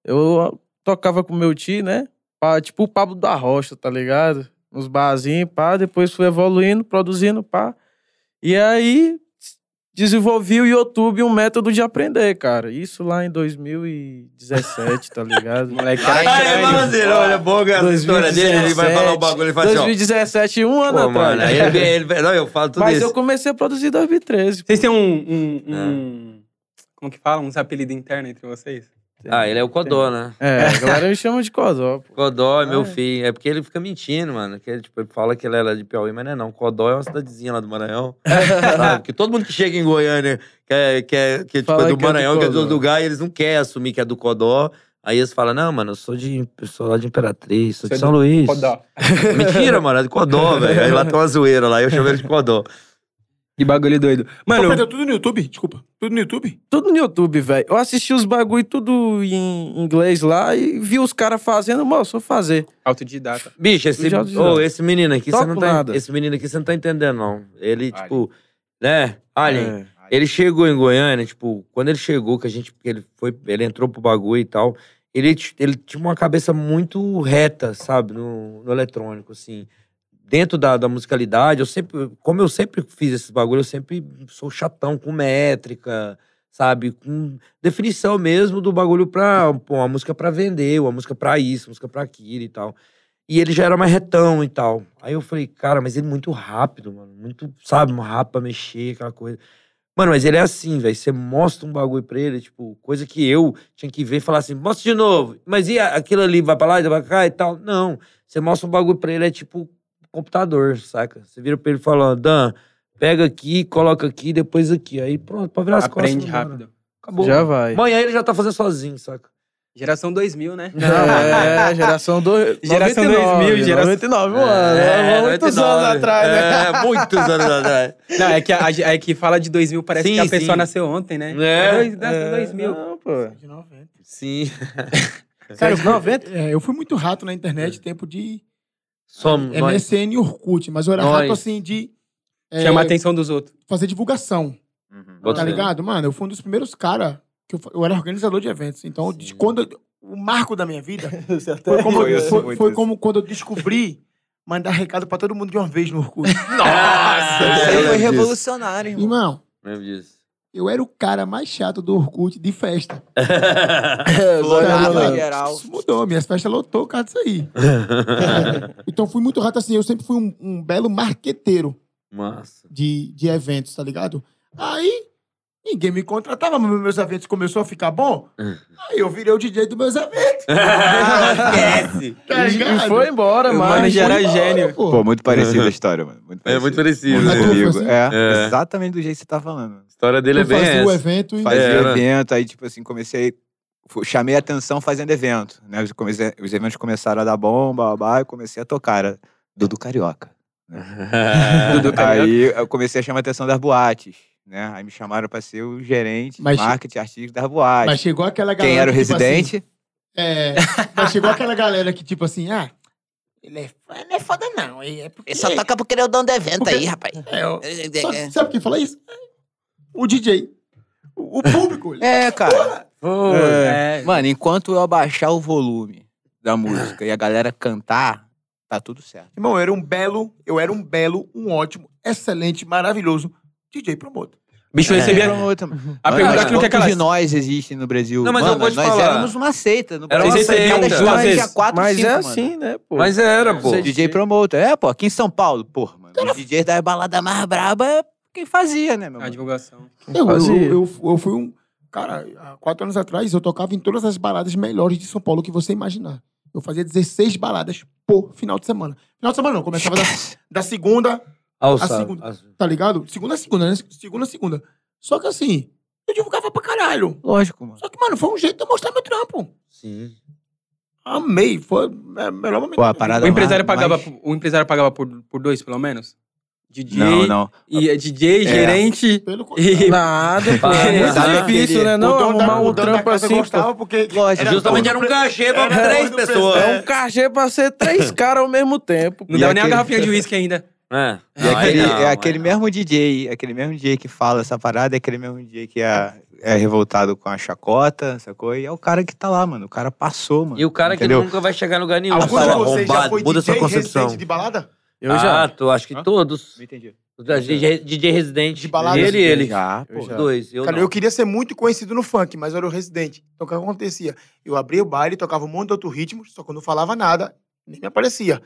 Speaker 4: eu tocava com meu tio, né? Pá, tipo o Pablo da Rocha, tá ligado? Nos barzinhos, pá, depois fui evoluindo, produzindo, pá. E aí s- desenvolvi o YouTube um método de aprender, cara. Isso lá em 2017, tá ligado?
Speaker 1: Moleque,
Speaker 3: Ah, é babadeiro, olha, bom que a história dele, ele vai falar o
Speaker 4: 2017,
Speaker 3: bagulho, ele fala assim,
Speaker 4: 2017, um
Speaker 3: ó.
Speaker 4: ano
Speaker 3: Pô,
Speaker 4: atrás.
Speaker 3: mano, aí ele, ele- não, eu falo tudo
Speaker 4: Mas
Speaker 3: isso.
Speaker 4: eu comecei a produzir em 2013.
Speaker 1: Vocês têm um. um- um- Como que fala? Uns apelidos internos entre vocês?
Speaker 3: Ah, ele é o Codó, né?
Speaker 4: É, a galera me chama de Codó. pô.
Speaker 3: Codó é meu
Speaker 4: Ah, é.
Speaker 3: filho. É porque ele fica mentindo, mano. Que ele, tipo, ele fala que ele era de Piauí, mas não é não. Codó é uma cidadezinha lá do Maranhão. sabe? Porque todo mundo que chega em Goiânia, que é, que é, que, é, tipo,
Speaker 4: Fala
Speaker 3: é do
Speaker 4: que é do
Speaker 3: Maranhão, que é de outro
Speaker 4: Codó.
Speaker 3: lugar, e eles não querem assumir que é do Codó. Aí eles falam, não, mano, eu sou de, eu sou lá de Imperatriz, sou
Speaker 1: Você é
Speaker 3: de São Luís.
Speaker 1: Codó.
Speaker 3: Mentira, mano, é de Codó, velho. Aí lá tem uma zoeira lá, eu chamo ele de Codó.
Speaker 1: Que bagulho doido.
Speaker 2: Mano,
Speaker 1: Mano,
Speaker 2: perdeu tudo no YouTube? Desculpa. Tudo no YouTube?
Speaker 4: Tudo no YouTube, velho. Eu assisti os bagulho tudo em inglês lá e vi os caras fazendo, mano, eu sou fazer.
Speaker 1: autodidata.
Speaker 3: Bicho, esse,
Speaker 4: Já disse,
Speaker 3: ô,
Speaker 4: né?
Speaker 3: esse menino aqui, você
Speaker 4: Toco
Speaker 3: não tá,
Speaker 4: nada.
Speaker 3: esse menino aqui você não tá entendendo, não. Ele, tipo, né? Alien.
Speaker 4: É.
Speaker 3: Ele chegou em Goiânia, tipo, quando ele chegou, que a gente, que ele foi, ele entrou pro bagulho e tal, ele, ti- ele tinha uma cabeça muito reta, sabe, no, no eletrônico, assim. Dentro da, da musicalidade, eu sempre, como eu sempre fiz esses bagulho, eu sempre sou chatão com métrica, sabe, com definição mesmo do bagulho pra, pô, uma música pra vender, uma música pra isso, uma música pra aquilo e tal. E ele já era mais retão e tal. Aí eu falei, cara, mas ele é muito rápido, mano, muito, sabe, rápido pra mexer, aquela coisa. Mano, mas ele é assim, velho. Você mostra um bagulho pra ele, tipo, coisa que eu tinha que ver e falar assim, mostra de novo. Mas e a- aquilo ali, vai pra lá, e vai pra cá e tal? Não. Você mostra um bagulho pra ele, é tipo computador, saca? Você vira pra ele e fala, Dan, pega aqui, coloca aqui, depois aqui. Aí pronto, pra virar as costas.
Speaker 1: Aprende
Speaker 3: vambora.
Speaker 1: rápido.
Speaker 3: Acabou.
Speaker 4: Já vai.
Speaker 3: Amanhã ele já tá fazendo sozinho, saca?
Speaker 1: Geração 2000, né?
Speaker 4: É, geração do...
Speaker 1: Geração
Speaker 4: né?
Speaker 1: 2000, geração-
Speaker 4: 99, mano. É, muitos
Speaker 3: 99.
Speaker 4: anos atrás, né?
Speaker 3: É, muitos anos atrás.
Speaker 1: Não, é que, a, a- é que fala de 2000, parece
Speaker 3: Sim,
Speaker 1: que a
Speaker 3: sim.
Speaker 1: pessoa nasceu ontem, né?
Speaker 3: É.
Speaker 1: Dois- Geração
Speaker 4: É,
Speaker 1: 2000.
Speaker 4: Não, pô.
Speaker 2: De 90.
Speaker 3: Sim.
Speaker 2: É, Cara, eu fui, é, eu fui muito rato na internet, tempo de
Speaker 3: Somos
Speaker 2: é
Speaker 3: nós.
Speaker 2: MSN e Orkut, mas eu era
Speaker 3: Nós.
Speaker 2: rato assim de é,
Speaker 1: Chama a atenção dos outros.
Speaker 2: fazer divulgação,
Speaker 3: Bota
Speaker 2: tá
Speaker 3: fé.
Speaker 2: ligado? Mano, eu fui um dos primeiros caras que eu, fa- eu era organizador de eventos. Então, de- quando eu- o marco da minha vida foi como,
Speaker 5: Foi
Speaker 2: eu-
Speaker 5: isso,
Speaker 2: foi-
Speaker 5: muito
Speaker 2: foi
Speaker 5: isso.
Speaker 2: como quando eu descobri mandar recado pra todo mundo de uma vez no Orkut.
Speaker 3: Nossa!
Speaker 5: Isso aí foi
Speaker 3: revolucionário.
Speaker 5: revolucionário, irmão.
Speaker 2: Irmão,
Speaker 3: Lembro disso.
Speaker 2: eu era o cara mais chato do Orkut de festa.
Speaker 5: Florada
Speaker 4: É,
Speaker 2: Florada.
Speaker 5: geral.
Speaker 2: Isso mudou, minhas festas lotou por causa disso aí. Então fui muito rato assim, eu sempre fui um, um belo marqueteiro
Speaker 3: Massa.
Speaker 2: de, de eventos, tá ligado? Aí ninguém me contratava, mas meus eventos começaram a ficar bom. Aí eu virei o DJ dos meus eventos.
Speaker 3: Esquece!
Speaker 2: Tá
Speaker 4: E-
Speaker 2: ligado?
Speaker 4: E foi embora,
Speaker 1: O
Speaker 4: mano.
Speaker 1: manager era
Speaker 2: Foi embora,
Speaker 1: gênio.
Speaker 2: pô.
Speaker 5: Pô, muito parecida a história, mano. Muito
Speaker 3: É muito
Speaker 5: parecida.
Speaker 3: parecido.
Speaker 5: Muito
Speaker 2: Mas
Speaker 3: né?
Speaker 2: como-
Speaker 5: comigo.
Speaker 2: assim?
Speaker 5: É,
Speaker 3: É.
Speaker 5: exatamente do jeito que você tá falando.
Speaker 3: A história dele é
Speaker 2: Eu
Speaker 3: bem
Speaker 2: fazia o
Speaker 3: essa.
Speaker 2: evento e
Speaker 5: Fazia
Speaker 3: É, né?
Speaker 5: evento, aí, tipo assim, comecei
Speaker 6: fu- chamei a atenção fazendo evento, né? Os, comecei- os eventos começaram a dar bomba, babá, e comecei a tocar. Era Dudu Carioca. né?
Speaker 5: Dudu
Speaker 3: Tá
Speaker 5: Carioca.
Speaker 6: Aí eu comecei a chamar a atenção das boates, né? Aí me chamaram para ser o gerente,
Speaker 2: Mas-
Speaker 6: de marketing artístico das boates.
Speaker 2: Mas chegou aquela galera.
Speaker 6: Quem era o
Speaker 2: que, tipo
Speaker 6: residente?
Speaker 2: assim, é, mas chegou aquela galera que, tipo assim, ah. Ele é, f- não é foda, não. Ele é porque.
Speaker 8: Ele só toca porque ele é o dono do evento aí, rapaz.
Speaker 2: É, eu- sabe, sabe quem fala isso? O DJ. O, o público. ele.
Speaker 5: É, cara.
Speaker 1: É.
Speaker 5: Mano, enquanto eu abaixar o volume da música e a galera cantar, tá tudo certo.
Speaker 2: Irmão, eu era um belo, eu era um belo, um ótimo, excelente, maravilhoso DJ promotor.
Speaker 1: Bicho, eu recebi
Speaker 5: Era outra-
Speaker 1: a
Speaker 5: Mano,
Speaker 1: pergunta
Speaker 5: mas
Speaker 1: aquilo que é
Speaker 5: É. quantos de
Speaker 1: aquela.
Speaker 5: nós existem no Brasil?
Speaker 3: Não, mas eu
Speaker 5: Mano,
Speaker 3: vou te
Speaker 5: nós
Speaker 3: falar.
Speaker 5: éramos uma seita. No
Speaker 3: Era uma
Speaker 5: Brasil.
Speaker 3: seita,
Speaker 5: Cada
Speaker 3: às
Speaker 5: estado
Speaker 1: vezes.
Speaker 5: tinha quatro,
Speaker 4: Mas
Speaker 5: cinco,
Speaker 4: é
Speaker 5: mano.
Speaker 4: assim, né, pô?
Speaker 3: Mas era, pô.
Speaker 4: Sei.
Speaker 5: DJ promotor. É, pô, aqui em São Paulo, porra, mano. Os DJs da balada mais braba é quem fazia, né, meu
Speaker 1: A
Speaker 5: mano?
Speaker 1: divulgação.
Speaker 2: Eu,
Speaker 4: Fazia.
Speaker 2: eu, eu, eu fui um. Cara, há quatro anos atrás eu tocava em todas as baladas melhores de São Paulo que você imaginar. Eu fazia 16 baladas por final de semana. Final de semana não, começava da, da segunda,
Speaker 3: Ao
Speaker 2: A
Speaker 3: sábado.
Speaker 2: segunda- tá ligado? Segunda a segunda, né? Segunda a segunda. Só que assim, eu divulgava pra caralho.
Speaker 5: Lógico, mano.
Speaker 2: Só que, mano, foi um jeito de eu mostrar meu trampo.
Speaker 3: Sim.
Speaker 2: Amei, foi o melhor momento.
Speaker 5: Pô,
Speaker 2: da
Speaker 5: a
Speaker 2: minha
Speaker 5: parada
Speaker 1: O empresário
Speaker 5: mais-
Speaker 1: pagava,
Speaker 5: mais-
Speaker 1: o empresário pagava por, por dois, pelo menos? DJ,
Speaker 5: Não, não.
Speaker 1: E, é DJ,
Speaker 5: É.
Speaker 1: gerente.
Speaker 2: vida. Pelo contrário.
Speaker 1: E,
Speaker 4: Nada, pô.
Speaker 3: Para,
Speaker 4: É
Speaker 5: para.
Speaker 4: muito difícil, né? Não,
Speaker 2: O dono da- o
Speaker 4: arrumar um
Speaker 2: dono da
Speaker 4: trampo
Speaker 2: casa
Speaker 4: assim, pô.
Speaker 2: gostava porque
Speaker 5: Lógico.
Speaker 2: Era
Speaker 3: Justamente
Speaker 5: pô.
Speaker 3: era um cachê pra
Speaker 2: Era
Speaker 3: três
Speaker 2: doido,
Speaker 3: pessoas.
Speaker 4: É um cachê pra ser três caras ao mesmo tempo. pô.
Speaker 1: não
Speaker 5: E
Speaker 1: dava nem a
Speaker 5: aquele-
Speaker 1: garrafinha de uísque ainda.
Speaker 3: É.
Speaker 5: E
Speaker 3: Não,
Speaker 5: aquele,
Speaker 3: aí não,
Speaker 5: é
Speaker 3: aí
Speaker 5: aquele
Speaker 3: não.
Speaker 5: mesmo DJ, aquele mesmo DJ que fala essa parada, é aquele mesmo DJ que é, é revoltado com a chacota, sacou? E é o cara que tá lá, mano. O cara passou, mano.
Speaker 3: E o cara
Speaker 5: Entendeu?
Speaker 3: que nunca vai chegar em lugar nenhum.
Speaker 2: Alguns de
Speaker 3: Fala,
Speaker 2: vocês já
Speaker 3: arrombado,
Speaker 2: foi
Speaker 3: muda
Speaker 2: DJ
Speaker 3: sua concepção.
Speaker 2: residente de balada?
Speaker 4: Eu já.
Speaker 3: Ah, tu, acho que
Speaker 2: Hã?
Speaker 3: todos.
Speaker 5: Não entendi.
Speaker 3: DJ, DJ Residente.
Speaker 2: De balada?
Speaker 3: Ele e ele.
Speaker 5: Já,
Speaker 4: Eu
Speaker 5: pô.
Speaker 4: já.
Speaker 3: Dois. Eu
Speaker 2: Cara,
Speaker 3: não.
Speaker 2: eu queria ser muito conhecido no funk, mas eu era o residente. Então o que acontecia? Eu abria o baile, tocava um monte de outro ritmo, só que eu não falava nada, nem me aparecia.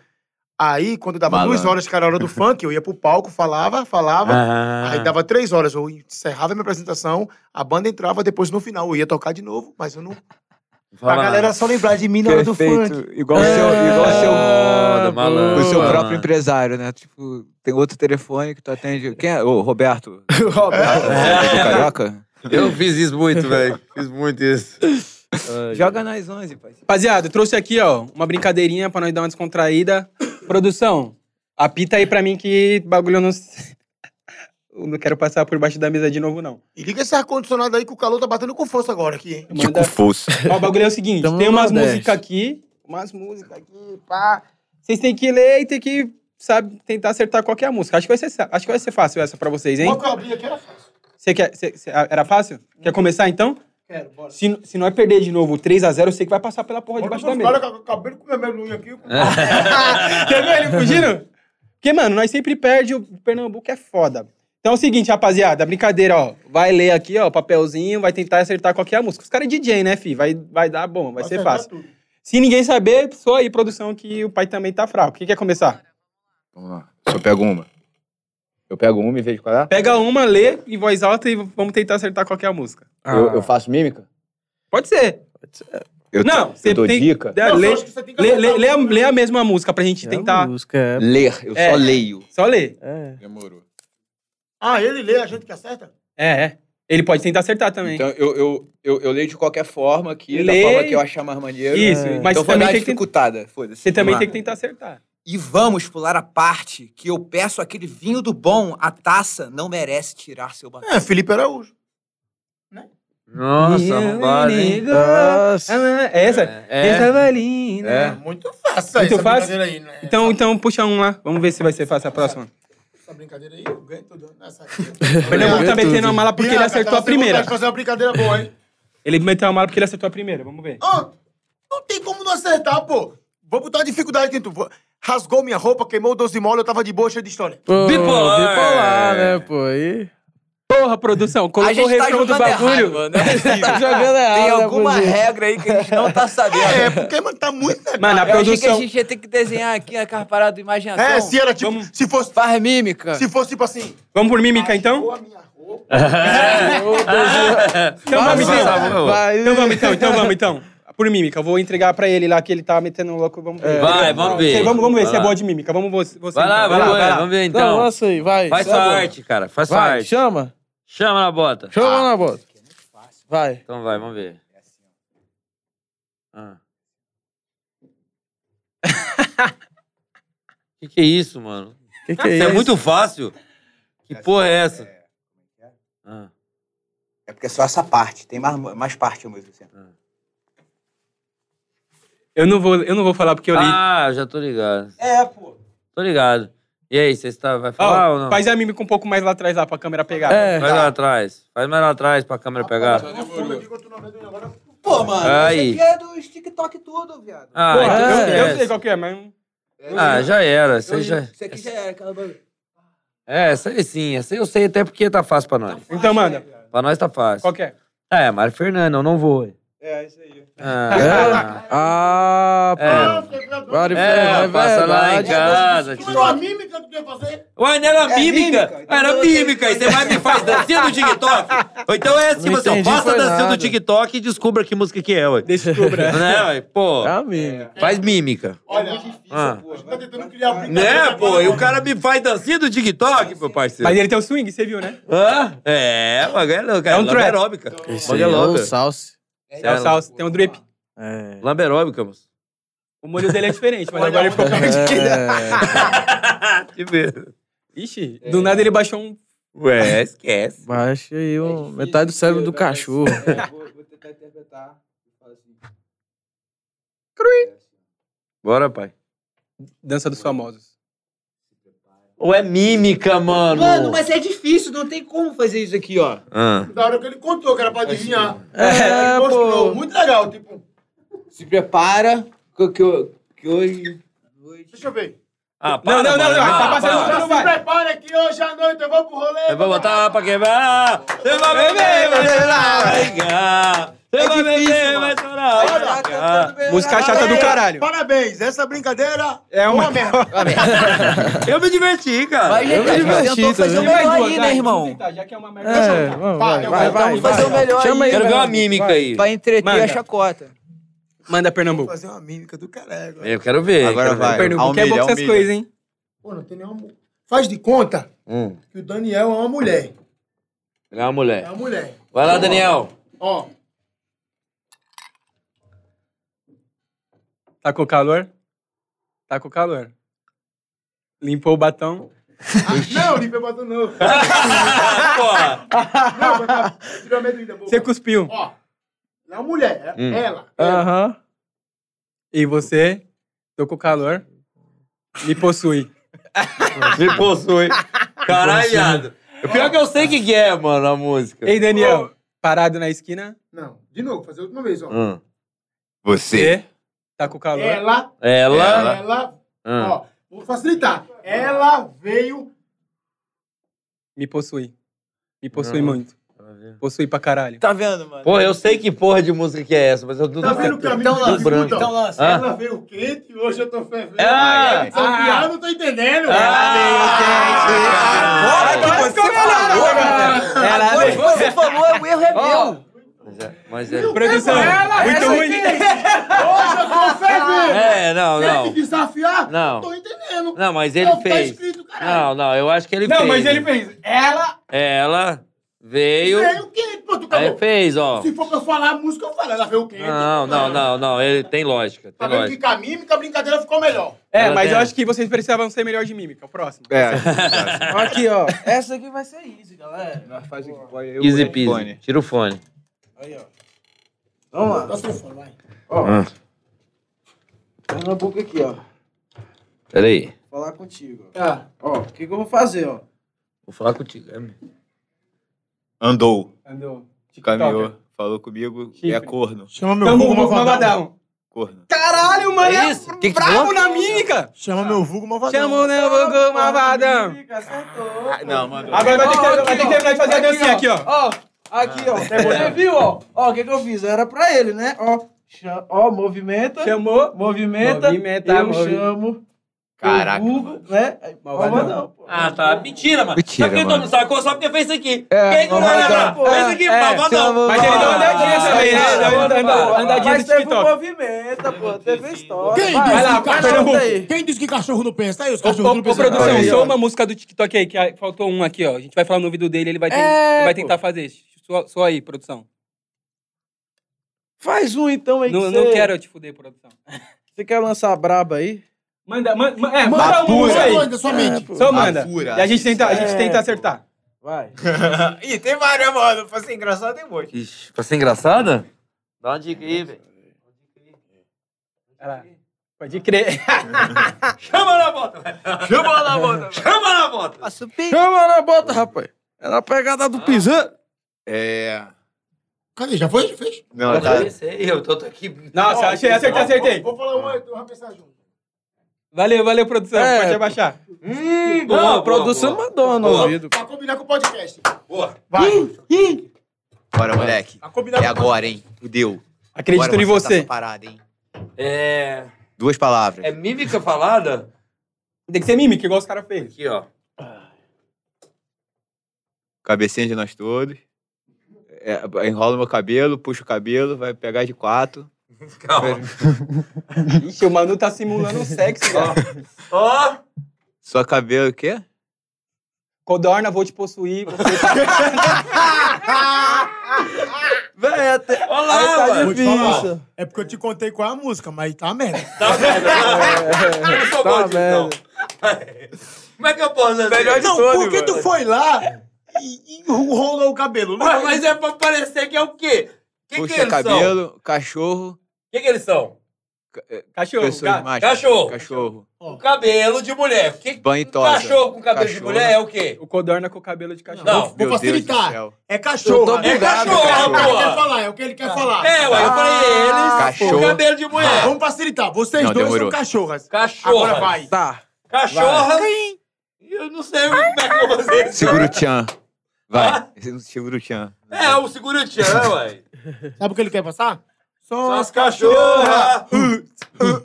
Speaker 2: Aí, quando dava
Speaker 5: Malandro.
Speaker 2: duas horas, que era a hora do funk, eu ia pro palco, falava, falava.
Speaker 3: Ah.
Speaker 2: Aí dava três horas, eu encerrava minha apresentação, a banda entrava, depois no final eu ia tocar de novo, mas eu não.
Speaker 3: Fala É,
Speaker 2: a galera só lembrar de mim na hora do funk.
Speaker 5: Perfeito. Igual o seu, igual o seu,
Speaker 3: Foda,
Speaker 1: Ah,
Speaker 3: malandro.
Speaker 5: o seu
Speaker 3: Boa,
Speaker 5: próprio
Speaker 3: mano.
Speaker 5: empresário, né? Tipo, tem outro telefone que tu atende. Quem é? Ô, Roberto.
Speaker 2: Roberto.
Speaker 5: Do Carioca?
Speaker 3: Eu fiz isso muito, velho. Fiz muito isso.
Speaker 5: Joga nas 11, pai.
Speaker 1: Rapaziada, eu trouxe aqui, ó, uma brincadeirinha pra nós dar uma descontraída. Produção, apita aí pra mim que bagulho eu não. Eu não quero passar por baixo da mesa de novo, não.
Speaker 2: E liga esse ar-condicionado aí que o calor tá batendo com força agora aqui, hein?
Speaker 1: Manda...
Speaker 6: Fosse.
Speaker 1: Ó, o bagulho é o seguinte:
Speaker 4: Tamo
Speaker 1: tem
Speaker 4: no
Speaker 1: umas
Speaker 4: Nordeste.
Speaker 1: músicas aqui, umas músicas aqui, pá. Vocês têm que ler e tem que, sabe, tentar acertar qual que é a música. Acho que vai ser, sa- acho que vai ser fácil essa pra vocês, hein?
Speaker 2: Qual que eu abri aqui né? era fácil.
Speaker 1: Você quer. cê- cê- era fácil? Quer começar então?
Speaker 2: Quero, bora.
Speaker 1: Se, n- se nós perder de novo 3x0, eu sei que vai passar pela porra
Speaker 2: Bora
Speaker 1: debaixo
Speaker 2: com
Speaker 1: da
Speaker 2: os
Speaker 1: mesa.
Speaker 2: caras que acabaram de comer minha unha aqui.
Speaker 1: É, Quer ver ele fugindo? Porque, mano, nós sempre perde, o Pernambuco é foda. Então é o seguinte, rapaziada, brincadeira, ó. Vai ler aqui, ó, o papelzinho, vai tentar acertar qual que é a música. Os caras é DJ, né, fi? Vai, vai dar bom, vai ser fácil. Se ninguém saber, só aí, produção, que o pai também tá fraco. Quem quer começar?
Speaker 6: Vamos lá. Eu pego uma. Eu pego uma e vejo qual é.
Speaker 1: Pega uma, lê em voz alta e vamos tentar acertar qual que é a música.
Speaker 6: Eu, eu faço mímica?
Speaker 1: Pode ser.
Speaker 6: Eu
Speaker 1: Não,
Speaker 6: eu
Speaker 1: você
Speaker 6: dou
Speaker 1: tem...
Speaker 6: dica?
Speaker 1: Dá- lê, lê, lê, lê a, lê a mesma música pra gente tentar...
Speaker 4: Música, é.
Speaker 6: Ler, eu
Speaker 1: É.
Speaker 6: só leio.
Speaker 1: Só ler.
Speaker 4: É.
Speaker 6: Demorou.
Speaker 2: Ah, ele lê, a gente que acerta?
Speaker 1: É, é. Ele pode tentar acertar também.
Speaker 6: Então eu, eu, eu, eu leio de qualquer forma aqui,
Speaker 1: Lê.
Speaker 6: da forma que eu achar mais maneiro.
Speaker 1: Isso,
Speaker 6: então
Speaker 1: mas você
Speaker 6: vou dar uma
Speaker 1: também tem que tentar...
Speaker 6: dificultada. Foda-se.
Speaker 1: Você também
Speaker 6: Vamos
Speaker 1: tem
Speaker 6: lá.
Speaker 1: que tentar acertar.
Speaker 5: E vamos pular a parte que eu peço aquele vinho do bom. A taça não merece tirar seu batom.
Speaker 2: É, Felipe Araújo.
Speaker 3: Nossa, arrombado, hein?
Speaker 4: É. Nossa.
Speaker 1: Ah, essa?
Speaker 3: É.
Speaker 1: Essa valina.
Speaker 3: É.
Speaker 2: Muito fácil
Speaker 1: Muito
Speaker 2: essa
Speaker 1: fácil?
Speaker 2: brincadeira aí, né?
Speaker 1: Então, então, puxa um lá. Vamos ver se vai ser fácil a próxima.
Speaker 2: Essa brincadeira aí, eu ganho tudo nessa aqui.
Speaker 1: O Pernambuco tá metendo a mala porque ele
Speaker 2: Bianca,
Speaker 1: acertou
Speaker 2: tá
Speaker 1: a primeira.
Speaker 2: Você fazer uma brincadeira boa, hein?
Speaker 1: Ele meteu a mala porque ele acertou a primeira. Vamos ver.
Speaker 2: Ah, não tem como não acertar, pô. Vou botar uma dificuldade aqui. tu. Vou- Rasgou minha roupa, queimou o doce mole, eu tava de boa, cheio de história.
Speaker 4: Pô,
Speaker 3: Bipolar.
Speaker 4: Bipolar, né, pô? Aí.
Speaker 1: Porra, produção, colocou o refrão do bagulho.
Speaker 5: tá mano. Não é possível.
Speaker 4: Tá jogando errado.
Speaker 5: Tem
Speaker 4: né,
Speaker 5: alguma
Speaker 4: cozinha?
Speaker 5: regra aí que a gente não tá sabendo.
Speaker 2: É, porque, mano, tá muito...
Speaker 1: Mano, a
Speaker 5: Eu achei que a
Speaker 1: produção.
Speaker 5: gente ia ter que desenhar aqui aquela parada do imaginação.
Speaker 2: É, se era tipo...
Speaker 1: Tá vamos-
Speaker 2: Se fosse...
Speaker 5: Faz mímica.
Speaker 2: Se fosse, tipo assim...
Speaker 1: Vamos por mímica então?
Speaker 2: Ou a minha roupa...
Speaker 1: Então
Speaker 3: Vai,
Speaker 1: vamos
Speaker 3: vai,
Speaker 1: então.
Speaker 3: vai, vai.
Speaker 4: Vai,
Speaker 1: Então vamos então, então vamos então. Por mímica, eu vou entregar pra ele lá que ele tá metendo louco. Vamos ver.
Speaker 3: É. Vai, vamos ver.
Speaker 1: Vamos, vamos ver
Speaker 3: Vai
Speaker 1: se é
Speaker 3: lá.
Speaker 1: boa de mímica. Vamos você. você
Speaker 3: Vai lá,
Speaker 1: então.
Speaker 3: vai lá,
Speaker 1: vai
Speaker 3: vamos ver
Speaker 4: Então,
Speaker 3: então.
Speaker 4: lança aí, vai.
Speaker 3: Faz sua
Speaker 4: Vai,
Speaker 3: arte, cara. Faz sua
Speaker 4: Vai,
Speaker 3: arte.
Speaker 4: chama.
Speaker 3: Chama na bota.
Speaker 4: Chama na bota. Vai.
Speaker 3: Então vai, vamos ver. Ah. que que é isso, mano?
Speaker 4: Que que é
Speaker 3: isso
Speaker 4: isso?
Speaker 3: é muito fácil. Que porra é essa?
Speaker 5: É,
Speaker 3: Ah,
Speaker 5: é porque é só essa parte. Tem mais, mais parte a música. Assim.
Speaker 1: Eu não vou, eu não vou falar porque eu li.
Speaker 3: Ah, eu já tô ligado.
Speaker 5: É, pô.
Speaker 3: Tô ligado. E aí, você está vai
Speaker 1: Ó,
Speaker 3: falar ou não?
Speaker 1: faz a mímica um pouco mais lá atrás lá pra câmera pegar.
Speaker 4: É.
Speaker 3: Faz lá atrás. Faz mais lá atrás pra câmera pegar.
Speaker 5: Pô, mano,
Speaker 3: Aí.
Speaker 5: isso aqui é dos TikTok tudo, viado.
Speaker 3: Ah,
Speaker 1: Porra,
Speaker 3: então
Speaker 1: eu- eu,
Speaker 3: esquece.
Speaker 1: sei qual que é, mas.
Speaker 3: Ah, já era.
Speaker 5: Eu-
Speaker 3: Você já...
Speaker 5: Isso aqui já era aquela bagulho.
Speaker 3: É, essa aí sim. Essa eu sei até porque tá fácil pra nós.
Speaker 1: Então, manda.
Speaker 3: Pra nós tá fácil.
Speaker 1: Qual que é?
Speaker 3: É, Mário Fernando, eu não vou.
Speaker 5: É, isso aí.
Speaker 3: Ah,
Speaker 4: É. Ah,
Speaker 3: É.
Speaker 4: pô. Vários
Speaker 3: É,
Speaker 4: é
Speaker 3: passa lá em
Speaker 4: verdade.
Speaker 3: casa. tio.
Speaker 2: a mímica que tu ia fazer?
Speaker 3: Uai, não era
Speaker 5: É
Speaker 3: mímica?
Speaker 5: mímica, então
Speaker 3: Era
Speaker 5: eu-
Speaker 3: mímica. E você vai e me faz dancinha do TikTok? Ou então é assim,
Speaker 4: Não
Speaker 3: você ó,
Speaker 4: entendi,
Speaker 3: faça a
Speaker 4: foi
Speaker 3: dancinha do
Speaker 4: nada.
Speaker 3: TikTok e descubra que música que é, ué.
Speaker 1: Descubra.
Speaker 3: Né, ué? Pô,
Speaker 1: É.
Speaker 4: Ah, amigo.
Speaker 3: faz mímica.
Speaker 2: Olha,
Speaker 3: Ah.
Speaker 2: a gente tá tentando criar um
Speaker 3: Né, pô? E o cara me faz dancinha do TikTok, meu
Speaker 1: Mas
Speaker 3: parceiro.
Speaker 1: ele tem o swing, você viu, né?
Speaker 3: Hã? É, o bagulho é louco. É
Speaker 1: É um trap.
Speaker 3: lamberóbica.
Speaker 4: Esse aí
Speaker 3: Bagulho é
Speaker 4: é o
Speaker 3: louco.
Speaker 4: Salsi.
Speaker 1: É o salsa, tem o drip.
Speaker 4: É.
Speaker 3: Lamberóbica, moço.
Speaker 1: O molho dele é diferente, mas agora ele ficou com a
Speaker 4: É.
Speaker 3: Te ver.
Speaker 1: Ixi, do nada ele baixou um.
Speaker 3: Ué, esquece.
Speaker 4: Baixa aí
Speaker 5: É
Speaker 4: um- metade do cérebro
Speaker 5: né,
Speaker 4: do cachorro.
Speaker 5: vou, tentar interpretar.
Speaker 1: assim.
Speaker 3: Bora, pai.
Speaker 1: Dança dos famosos.
Speaker 3: Ou é mímica, mano?
Speaker 5: Mano, mas é difícil, não tem como fazer isso aqui, ó.
Speaker 3: Ah.
Speaker 2: Da hora que ele contou que era pra adivinhar.
Speaker 4: É,
Speaker 2: Ele mostrou,
Speaker 4: pô.
Speaker 2: Muito legal, tipo.
Speaker 5: Se prepara, que, que, eu- que hoje. hoje-
Speaker 2: Deixa eu ver.
Speaker 3: Ah,
Speaker 1: Não, não, não, não,
Speaker 3: mano,
Speaker 1: tá
Speaker 3: ah,
Speaker 1: passando
Speaker 3: para.
Speaker 1: Não,
Speaker 2: Já
Speaker 1: não
Speaker 2: se
Speaker 1: vai.
Speaker 2: prepara que hoje à noite eu vou pro rolê.
Speaker 3: Eu vou botar pra quebrar. Você vai
Speaker 1: É
Speaker 3: beber, vai chorar, vai ligar. Você vai beber, vai chorar, vai
Speaker 5: tá
Speaker 1: tá,
Speaker 3: ligar.
Speaker 1: Música chata do caralho.
Speaker 2: Parabéns, essa brincadeira
Speaker 1: É uma. tá.
Speaker 3: Eu me diverti, cara.
Speaker 8: Mas,
Speaker 3: Eu
Speaker 8: gente, a
Speaker 3: me diverti.
Speaker 8: gente tentou fazer o melhor aí, né, irmão?
Speaker 1: Já que é uma merda.
Speaker 4: tá É, vamos, vai, vai, vai.
Speaker 8: Vamos fazer o melhor
Speaker 4: Chama
Speaker 8: aí.
Speaker 4: aí,
Speaker 3: Quero
Speaker 4: vai.
Speaker 3: ver uma mímica aí.
Speaker 8: Pra entreter
Speaker 1: Manda.
Speaker 8: a chacota.
Speaker 1: Manda Pernambuco.
Speaker 2: Fazer uma mímica do caralho.
Speaker 3: Eu quero ver.
Speaker 6: Agora
Speaker 3: quero ver.
Speaker 6: vai.
Speaker 1: Pernambuco
Speaker 6: Almeida,
Speaker 1: é bom com essas
Speaker 6: Almeida.
Speaker 1: coisas, hein?
Speaker 2: Pô, não tem nenhuma. mu- Faz de conta
Speaker 3: Hum.
Speaker 2: que o Daniel é uma mulher.
Speaker 3: Ele é uma
Speaker 2: É
Speaker 3: mulher.
Speaker 2: uma mulher.
Speaker 3: Vai lá, Daniel.
Speaker 2: Ó.
Speaker 1: Tá com calor? Tá com calor. Limpou o batão.
Speaker 2: ah, Não, limpei o batom não.
Speaker 3: Porra.
Speaker 2: Não, tá- tirou a amendoim da boca.
Speaker 1: Você cuspiu.
Speaker 2: Ó. Ela é uma mulher. é-
Speaker 3: Hum.
Speaker 2: Ela.
Speaker 4: Aham.
Speaker 1: E você? Tô com calor. Me possui.
Speaker 3: Me possui. Caralho, viado. O pior é que eu sei o que que é, mano, a música.
Speaker 1: Ei, Daniel. Parado na esquina.
Speaker 2: Não. De novo, fazer a última vez, ó.
Speaker 3: Hum.
Speaker 6: Você.
Speaker 1: Você? Tá com
Speaker 2: É,
Speaker 1: calor.
Speaker 2: Ela.
Speaker 3: Ela.
Speaker 2: Ela.
Speaker 3: Ah.
Speaker 2: Ó. Vou facilitar. Ela veio.
Speaker 1: Me possui. Me possui
Speaker 3: Não.
Speaker 1: muito. Possui pra caralho.
Speaker 8: Tá vendo, mano?
Speaker 3: Porra, eu sei que porra de música que é essa, mas eu tô
Speaker 2: Tá vendo o caminho
Speaker 8: Então
Speaker 2: que
Speaker 8: lança,
Speaker 2: dificulta?
Speaker 8: Então lança.
Speaker 3: Ah.
Speaker 2: Ela veio quente e hoje eu tô fervendo.
Speaker 3: Ah.
Speaker 2: Ah, Desafiar, não tô entendendo. Ah,
Speaker 3: Ah,
Speaker 8: Agora que você
Speaker 4: tá
Speaker 8: falou, cara. Agora que você falou, o erro é meu.
Speaker 3: Mas é- Mas é.
Speaker 1: Produção, muito ruim.
Speaker 2: Hoje eu tô fervendo.
Speaker 3: É, não,
Speaker 2: Quer me
Speaker 3: não.
Speaker 2: desafiar?
Speaker 3: Não.
Speaker 2: Tô entendendo.
Speaker 3: Não, mas
Speaker 2: É
Speaker 3: ele
Speaker 2: o que tá
Speaker 3: fez.
Speaker 2: escrito, caralho.
Speaker 3: Não, não, eu acho que ele fez.
Speaker 1: Não, mas ele fez.
Speaker 2: Ela
Speaker 3: Ela veio.
Speaker 2: veio quente. Pô, tu
Speaker 3: Aí
Speaker 2: acabou.
Speaker 3: fez, ó.
Speaker 2: tá Se for pra eu falar a música, eu falo. Ela veio quente.
Speaker 3: Não, não, não, não. Ele tem lógica.
Speaker 2: Tá
Speaker 3: Tem
Speaker 2: vendo que
Speaker 3: lógica.
Speaker 2: com a mímica a brincadeira ficou melhor.
Speaker 1: É,
Speaker 3: Ela
Speaker 1: mas eu
Speaker 3: tem.
Speaker 1: acho que vocês precisavam ser melhor de mímica. O próximo.
Speaker 6: É.
Speaker 4: Aqui, ó. Essa aqui vai ser easy, galera.
Speaker 1: né?
Speaker 3: Easy peasy.
Speaker 6: fone.
Speaker 3: Tira o fone.
Speaker 4: Aí, ó. Vamos lá.
Speaker 2: Dá seu fone, vai.
Speaker 4: Pega Tá na boca aqui, ó.
Speaker 3: Peraí.
Speaker 4: Falar contigo. ó.
Speaker 1: Ah.
Speaker 2: Tá.
Speaker 4: Ó, o que, que eu vou fazer, ó?
Speaker 3: Vou falar contigo. é mesmo.
Speaker 6: Andou.
Speaker 1: Andou. TikToker.
Speaker 6: Caminhou. Falou comigo. É
Speaker 1: Chifre.
Speaker 6: corno.
Speaker 2: Chama meu
Speaker 1: Tamo com Malvadão.
Speaker 6: Corno.
Speaker 1: Caralho, mano.
Speaker 3: É
Speaker 1: é
Speaker 3: isso? Que que tu
Speaker 1: Bravo
Speaker 3: falou?
Speaker 1: na mímica.
Speaker 2: Chama meu vulgo malvadão.
Speaker 1: Chamou, né? Eu vou com Malvadão.
Speaker 6: Não, mano.
Speaker 1: Agora vai ter que
Speaker 4: Ó,
Speaker 1: ter-
Speaker 4: aqui,
Speaker 1: vai ter que
Speaker 4: ó.
Speaker 1: terminar de fazer a dancinha aqui, ó. Ah.
Speaker 4: Ó, aqui, ó. Você viu, ó? Ó, o que, que eu fiz? Era pra ele, né? Ó, cha- ó movimenta.
Speaker 1: Chamou.
Speaker 4: Movimenta.
Speaker 1: Movimenta,
Speaker 4: eu
Speaker 1: movi-
Speaker 4: chamo.
Speaker 6: Caraca,
Speaker 4: Eu vulgo, né? Aí,
Speaker 1: Malvadão.
Speaker 4: Malvadão, pô.
Speaker 3: Ah, tá. Mentira, mano.
Speaker 6: Mentira,
Speaker 3: Sabe quem
Speaker 6: mano.
Speaker 3: não sacou só porque fez isso aqui?
Speaker 4: É,
Speaker 3: Quem que não vai
Speaker 4: malvadão.
Speaker 3: lembrar? Fez isso aqui,
Speaker 4: É,
Speaker 3: malvadão.
Speaker 1: Mas ele deu uma andadinha
Speaker 4: Ah,
Speaker 1: também, né?
Speaker 4: isso,
Speaker 1: Deu uma
Speaker 4: mano,
Speaker 1: andadinha,
Speaker 4: mano.
Speaker 1: andadinha
Speaker 4: Mas
Speaker 1: do
Speaker 4: teve um
Speaker 1: TikTok.
Speaker 4: movimento, pô. Teve história.
Speaker 2: Quem
Speaker 4: Vai,
Speaker 2: disse,
Speaker 4: vai lá,
Speaker 2: que
Speaker 4: vai
Speaker 2: cachorro,
Speaker 4: conta aí.
Speaker 2: quem disse que cachorro não pensa? Tá aí, os
Speaker 1: Ô,
Speaker 2: cachorros
Speaker 1: ô,
Speaker 2: não
Speaker 1: ô,
Speaker 2: pensam.
Speaker 1: produção,
Speaker 6: Aí,
Speaker 1: só
Speaker 6: ó.
Speaker 1: uma música do TikTok aí, que ah, faltou um aqui, ó. A gente vai falar no ouvido dele, ele vai, ter-
Speaker 4: É,
Speaker 1: ele vai
Speaker 4: pô.
Speaker 1: tentar fazer. Só, só aí, produção.
Speaker 4: Faz um então aí que
Speaker 1: Não,
Speaker 4: você-
Speaker 1: não quero eu te fuder, produção.
Speaker 4: Você quer lançar a braba aí?
Speaker 1: Manda, man- man- é,
Speaker 2: Manda
Speaker 1: manda um
Speaker 2: pura.
Speaker 1: aí.
Speaker 2: Manda sua mente.
Speaker 1: Só manda. E
Speaker 6: Pura.
Speaker 1: a gente tenta, a gente
Speaker 4: É,
Speaker 1: tenta
Speaker 4: pô.
Speaker 1: acertar.
Speaker 4: Vai.
Speaker 6: Ih, tem várias, mano. Pra ser engraçado, tem um monte.
Speaker 3: Ixi, pra ser engraçada?
Speaker 8: Dá uma dica aí, velho.
Speaker 1: Ela- Pode crer.
Speaker 3: Chama na bota, velho. Chama na bota. Chama na bota.
Speaker 8: A supi.
Speaker 4: Chama na bota, rapaz. É na pegada do pisan.
Speaker 6: É.
Speaker 2: Cadê? Já foi? Já fez?
Speaker 6: Não, tá.
Speaker 3: Eu tô tô aqui.
Speaker 1: Nossa, achei, acertei, acertei.
Speaker 2: Vou falar uma, eu vou pensar junto.
Speaker 1: Valeu, valeu, produção.
Speaker 4: É,
Speaker 1: Pode abaixar.
Speaker 3: Hum,
Speaker 4: Não,
Speaker 3: boa,
Speaker 4: a produção
Speaker 3: boa,
Speaker 4: mandou no
Speaker 3: boa.
Speaker 4: ouvido.
Speaker 2: Pra combinar com o podcast. Hum.
Speaker 6: Boa.
Speaker 2: Vai.
Speaker 6: Bora, moleque.
Speaker 1: Tá
Speaker 2: Pra combinar
Speaker 6: É
Speaker 2: com o podcast.
Speaker 6: agora, hein? Fudeu.
Speaker 1: Acredito
Speaker 6: Bora
Speaker 1: em
Speaker 6: mostrar
Speaker 1: você. tá
Speaker 6: essa parada, hein?
Speaker 3: É.
Speaker 6: Duas palavras.
Speaker 3: É mímica falada?
Speaker 1: Tem que ser mímica, igual os caras fez.
Speaker 3: Aqui, ó.
Speaker 6: Cabecinha de nós todos. É, enrola meu cabelo, puxa o cabelo, vai pegar de quatro.
Speaker 3: Calma.
Speaker 1: Ixi, o Manu tá simulando um sexo, ó.
Speaker 3: Ó.
Speaker 6: Sua cabelo o quê?
Speaker 1: Codorna, vou te possuir. Você
Speaker 4: Véi, até.
Speaker 3: Olha
Speaker 4: Aí
Speaker 3: lá,
Speaker 4: tá
Speaker 3: mano.
Speaker 2: Vou te falar.
Speaker 4: difícil.
Speaker 2: É porque eu te contei qual é a música, mas tá uma merda.
Speaker 3: Tá vendo?
Speaker 4: É,
Speaker 3: Eu sou
Speaker 4: tá
Speaker 3: gordinho,
Speaker 4: merda.
Speaker 3: não. então. Como é que eu posso fazer?
Speaker 4: Melhor de
Speaker 3: Não,
Speaker 4: todos,
Speaker 3: por que tu foi?
Speaker 2: foi lá e, e enrolou o cabelo? Não
Speaker 3: Ué,
Speaker 2: foi?
Speaker 3: Mas é pra parecer que é o quê? Que que
Speaker 6: puxa
Speaker 3: eles são?
Speaker 6: cabelo, cachorro,
Speaker 3: que, que eles são?
Speaker 1: Cachorro,
Speaker 6: pessoas
Speaker 1: cara.
Speaker 6: mágicas.
Speaker 3: Cachorro.
Speaker 6: Cachorro.
Speaker 3: O cabelo de mulher. Que...
Speaker 6: Banhitosa.
Speaker 3: Cachorro com cabelo de
Speaker 6: Cachorro.
Speaker 3: mulher é o quê?
Speaker 1: O Codorna com o cabelo de cachorro.
Speaker 3: Não.
Speaker 2: Vou facilitar. É
Speaker 4: Eu
Speaker 2: cachorro.
Speaker 4: tô
Speaker 2: é
Speaker 4: bugado,
Speaker 2: cachorro. É o que
Speaker 3: cachorro.
Speaker 2: ele quer falar, é o que ele quer falar. Ah,
Speaker 3: É, ué, eu falei eles.
Speaker 6: Cachorro.
Speaker 3: Com cabelo de mulher.
Speaker 2: Vamos facilitar. Vocês
Speaker 6: Não,
Speaker 2: dois
Speaker 6: demorou.
Speaker 2: são cachorras.
Speaker 3: Cachorro.
Speaker 2: Agora vai.
Speaker 4: Tá.
Speaker 3: Cachorra. Eu não sei como é que eu vou fazer isso.
Speaker 6: Segura o tchan. Vai.
Speaker 3: Ah.
Speaker 6: Segura o tchan.
Speaker 3: É, o segura o tchan, ué.
Speaker 2: Sabe o que ele quer passar? Só
Speaker 3: São as cachorras.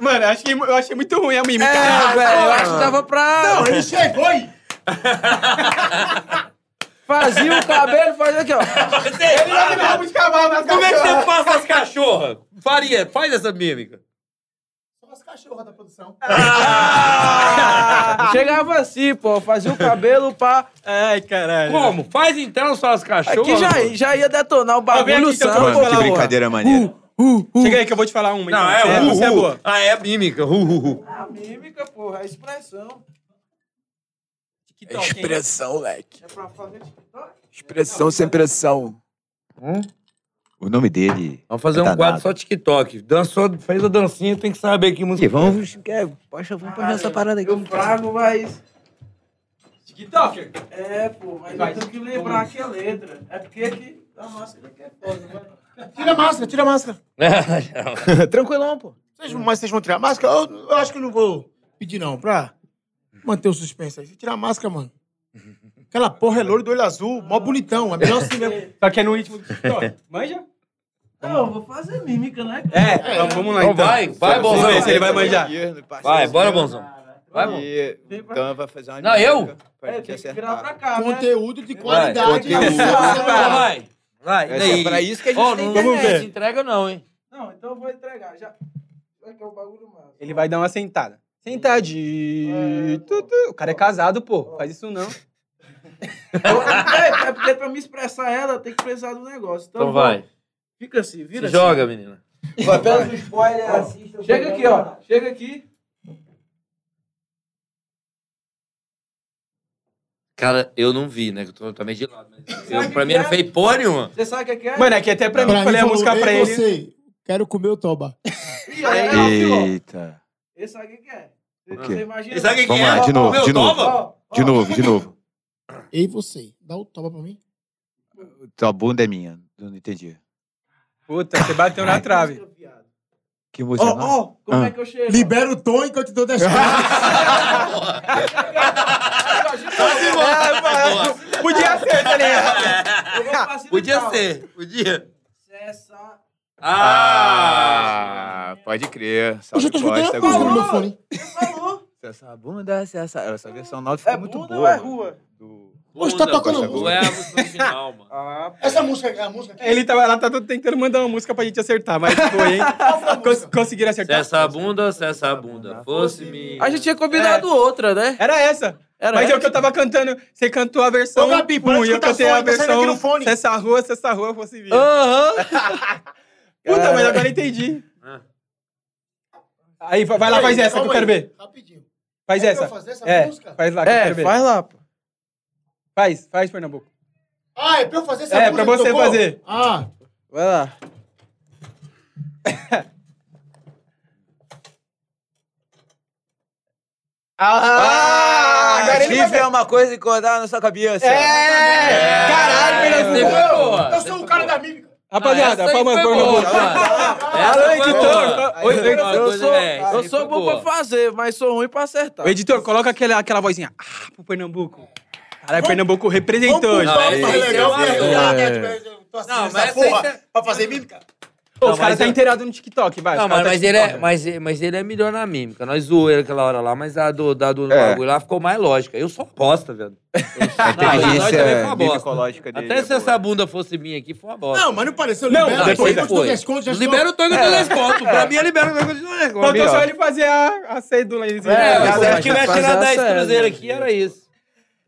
Speaker 1: Mano, eu achei, eu achei muito ruim a mímica.
Speaker 4: É, velho, eu acho que dava pra
Speaker 2: Não, ele chegou aí.
Speaker 4: fazer o cabelo, fazer aqui, ó.
Speaker 1: Ele não me derruba de cavalo nas
Speaker 3: Como é que
Speaker 1: cachorras.
Speaker 3: você passa as cachorras? Faria, faz essa mímica.
Speaker 2: Só as cachorras da produção.
Speaker 4: Chegava assim, pô, fazia o cabelo pra.
Speaker 3: É.
Speaker 1: Ai, caralho.
Speaker 3: Como? Faz então só as cachorras.
Speaker 4: Aqui já, é já ia detonar o
Speaker 1: Ah, vem aqui,
Speaker 4: bagulho
Speaker 1: então,
Speaker 4: santo,
Speaker 1: vamos Uh.
Speaker 6: Mano,
Speaker 1: falar
Speaker 6: que
Speaker 1: uma.
Speaker 6: brincadeira maneira.
Speaker 1: Chega aí que eu vou te falar uma.
Speaker 3: Uh.
Speaker 1: então.
Speaker 3: Não, é
Speaker 1: Você
Speaker 3: o
Speaker 1: você é boa.
Speaker 3: Ah, é a mímica. Hu, hu, hu.
Speaker 4: A mímica, porra, a expressão.
Speaker 6: Expressão, leque.
Speaker 4: É pra fazer TikTok?
Speaker 6: Expressão sem pressão. O nome dele.
Speaker 3: Vamos fazer um
Speaker 6: Tá
Speaker 3: quadro
Speaker 6: dado.
Speaker 3: só TikTok. Dançou, fez a dancinha, tem que saber que música.
Speaker 6: vamos. É, poxa, vamos fazer essa parada aqui.
Speaker 4: Eu frago, mas.
Speaker 1: TikToker.
Speaker 4: É, pô, mas eu tenho que lembrar aqui a letra. É porque que a máscara que é foda, mano.
Speaker 2: Tira a máscara, tira a máscara.
Speaker 3: é.
Speaker 6: Tranquilão, pô.
Speaker 2: Vocês, mas vocês vão tirar a máscara? Eu, eu acho que eu não vou pedir, não, pra manter o suspense aí. Você tira a máscara, mano. Aquela porra é loura do olho azul, mó bonitão. É melhor assim mesmo.
Speaker 1: Só que é no ritmo do TikTok. Manja?
Speaker 4: Não, eu vou fazer mímica, né? cara?
Speaker 1: É, então, vamos lá
Speaker 3: Então
Speaker 1: então.
Speaker 3: vai, vai,
Speaker 1: Vamos
Speaker 3: Bonzão.
Speaker 1: ver se ele vai manjar.
Speaker 3: Vai, bora, bonzão. Vai, bom.
Speaker 6: E Dan vai fazer uma.
Speaker 3: Não, eu?
Speaker 6: Pra
Speaker 4: É,
Speaker 6: gente
Speaker 4: tem que virar pra
Speaker 6: acertar.
Speaker 2: Tá,
Speaker 4: cá, né?
Speaker 2: Conteúdo de
Speaker 6: Vai,
Speaker 2: qualidade.
Speaker 6: conteúdo.
Speaker 2: Vai.
Speaker 3: Vai, vai.
Speaker 6: É
Speaker 3: E daí?
Speaker 6: só pra isso que a gente
Speaker 3: Ó,
Speaker 6: tem
Speaker 3: não
Speaker 6: internet.
Speaker 3: vamos ver. entrega não, hein?
Speaker 4: Não, então eu vou entregar. Já. Vai que é o bagulho massa.
Speaker 1: Ele vai dar uma sentada. Sentadinho. Tu, tu. O cara é casado, pô. Faz isso não.
Speaker 4: é, é porque pra me expressar ela, eu tenho que precisar do negócio. Então,
Speaker 3: Então vai.
Speaker 4: Fica assim, vira
Speaker 3: Se
Speaker 4: assim.
Speaker 3: joga, menina.
Speaker 4: Vai, pega os spoilers, assista. Chega aqui, ó. Chega aqui.
Speaker 3: Cara, eu não vi, né? que Eu tô, tô meio de lado. Mas eu, pra mim não fez porra nenhuma.
Speaker 4: Você sabe o que é que é?
Speaker 1: Mano, é que até pra mim, eu falei a
Speaker 2: falou,
Speaker 1: música
Speaker 2: "Ei,
Speaker 1: pra ele.
Speaker 2: você, Quero comer o toba.
Speaker 4: Ih, olha lá, filho, ó.
Speaker 6: Eita.
Speaker 4: Ele sabe o que que é. Você-
Speaker 6: quê?
Speaker 4: Você imagina? né?
Speaker 3: E sabe o que, que
Speaker 6: Vamos
Speaker 3: é?
Speaker 6: lá, de novo,
Speaker 3: Meu,
Speaker 6: de novo.
Speaker 3: toma.
Speaker 4: Ó, ó.
Speaker 6: De novo, de novo.
Speaker 2: Ei, você, dá o toba pra mim.
Speaker 6: Tua bunda é minha. Eu não entendi.
Speaker 1: Puta, você bateu na trave.
Speaker 6: Que música?
Speaker 2: Ó,
Speaker 6: não?
Speaker 2: ó,
Speaker 4: Como é
Speaker 6: Ah.
Speaker 4: que eu chego?
Speaker 2: libera o tom enquanto eu te dou 10 caras.
Speaker 4: Ó, de novo.
Speaker 1: É, Podia ser, tá ligado?
Speaker 4: Eu vou facilitar,
Speaker 3: Podia
Speaker 4: ó.
Speaker 3: ser, podia.
Speaker 4: é Cessa.
Speaker 3: Ah!
Speaker 6: Ah, pode crer.
Speaker 2: Hoje eu tô
Speaker 6: Salve,
Speaker 2: escutando
Speaker 6: Costa,
Speaker 2: a música no
Speaker 6: Gugu.
Speaker 2: meu fone.
Speaker 4: Falou.
Speaker 6: Se Essa bunda, se essa. Essa versão nova ficou
Speaker 4: É
Speaker 6: muito
Speaker 4: bunda
Speaker 6: boa.
Speaker 4: ou é
Speaker 6: mano.
Speaker 4: rua?
Speaker 6: Do-
Speaker 2: Hoje tá
Speaker 3: Bunda,
Speaker 2: tocando
Speaker 3: Costa Gugu.
Speaker 2: música.
Speaker 3: É a música original, mano.
Speaker 4: Ah,
Speaker 2: Essa música, a música aqui.
Speaker 1: Ele tava, ela tá tentando mandar uma música pra gente acertar, mas foi, hein? Cons- conseguiram
Speaker 3: Se
Speaker 4: é
Speaker 1: acertar?
Speaker 3: essa bunda, se essa bunda fosse minha.
Speaker 4: A gente tinha combinado outra, né?
Speaker 1: Era essa.
Speaker 4: Era
Speaker 1: mas é o
Speaker 4: essa.
Speaker 1: que eu tava cantando. Você cantou a versão.
Speaker 2: Ô, Gabi, para de
Speaker 1: um, e eu
Speaker 2: escutar
Speaker 1: cantei
Speaker 2: som,
Speaker 1: a
Speaker 2: tá saindo aqui
Speaker 1: versão.
Speaker 2: no fone.
Speaker 1: Se essa rua, se essa rua fosse vir.
Speaker 4: Aham.
Speaker 1: Puta, mas agora eu entendi.
Speaker 3: Ah.
Speaker 1: Aí, vai vai lá, faz essa que eu quero ver.
Speaker 2: Rapidinho.
Speaker 1: Faz
Speaker 2: É pra eu
Speaker 1: essa.
Speaker 2: fazer essa
Speaker 1: É,
Speaker 2: música?
Speaker 1: faz lá que eu
Speaker 4: É,
Speaker 1: quero ver.
Speaker 4: faz lá, pô.
Speaker 1: Faz, faz, Pernambuco.
Speaker 2: Ah, é pra eu fazer essa
Speaker 1: É,
Speaker 2: música
Speaker 1: pra
Speaker 2: que
Speaker 1: você
Speaker 2: tocou?
Speaker 1: fazer.
Speaker 2: Ah,
Speaker 4: Vai lá.
Speaker 1: Ah, agora ele vai
Speaker 8: Chifre é uma coisa que cortar na sua cabeça.
Speaker 1: É! Caralho, né? É Pernambuco.
Speaker 2: Ah. eu sou o cara da mímica. Ah,
Speaker 1: Rapaziada,
Speaker 8: essa aí
Speaker 1: palma
Speaker 8: foi boa,
Speaker 1: Pernambuco.
Speaker 8: mano.
Speaker 1: Alô,
Speaker 8: Essa foi boa.
Speaker 1: editor. Oi,
Speaker 8: Aí foi
Speaker 1: editor.
Speaker 8: uma
Speaker 4: Eu
Speaker 8: coisa,
Speaker 4: sou,
Speaker 8: velho.
Speaker 4: eu
Speaker 8: Aí
Speaker 4: sou
Speaker 8: foi
Speaker 4: bom
Speaker 8: boa.
Speaker 4: pra fazer, mas sou ruim pra acertar.
Speaker 1: Ô, Editor, coloca aquela, aquela vozinha. Ah, pro Pernambuco. Caralho, Pernambuco
Speaker 2: Vamos
Speaker 1: representou
Speaker 2: pro
Speaker 1: hoje.
Speaker 2: papo
Speaker 8: aí, aí,
Speaker 2: mais legal, né?
Speaker 8: aí,
Speaker 2: porque
Speaker 8: aí,
Speaker 1: É.
Speaker 2: eu-
Speaker 4: aí.
Speaker 2: eu- Tipo, eu- eu tô assistindo
Speaker 8: Não,
Speaker 2: essa
Speaker 8: mas essa aí
Speaker 2: porra
Speaker 8: tá-
Speaker 2: pra fazer mímica.
Speaker 1: Pô,
Speaker 3: Não,
Speaker 1: Os caras
Speaker 3: mas
Speaker 1: tá
Speaker 3: eu-
Speaker 1: inteirados no TikTok, vai. os
Speaker 3: Não,
Speaker 1: caras
Speaker 3: mas,
Speaker 1: tá
Speaker 3: mas ele é, mas, mas ele é melhor na mímica. Nós zoou ele aquela hora lá, mas a do, da do
Speaker 6: É.
Speaker 3: bagulho lá ficou mais lógica. Eu sou uma bosta, velho.
Speaker 6: A
Speaker 3: nós também foi uma
Speaker 6: inteligência é
Speaker 3: bosta.
Speaker 6: micológica dele.
Speaker 3: Até
Speaker 6: é
Speaker 3: se
Speaker 6: boa.
Speaker 3: essa bunda fosse minha aqui, foi uma bosta.
Speaker 2: Não, mas não pareceu.
Speaker 1: Não,
Speaker 2: libera,
Speaker 1: depois
Speaker 2: depois
Speaker 3: foi.
Speaker 2: do desconto, já estou-
Speaker 3: Libera o tango e
Speaker 8: É.
Speaker 3: eu desconto. Pra mim, é eu libero o tango de desconto.
Speaker 1: Faltou só
Speaker 6: Melhor.
Speaker 1: ele fazer a, a cédula aí.
Speaker 3: É,
Speaker 1: É,
Speaker 3: mas
Speaker 4: Mas
Speaker 3: se eu tivesse
Speaker 4: fazer
Speaker 3: tirado
Speaker 4: a
Speaker 3: 10
Speaker 4: série,
Speaker 3: cruzeiro
Speaker 4: né?
Speaker 3: aqui, era isso.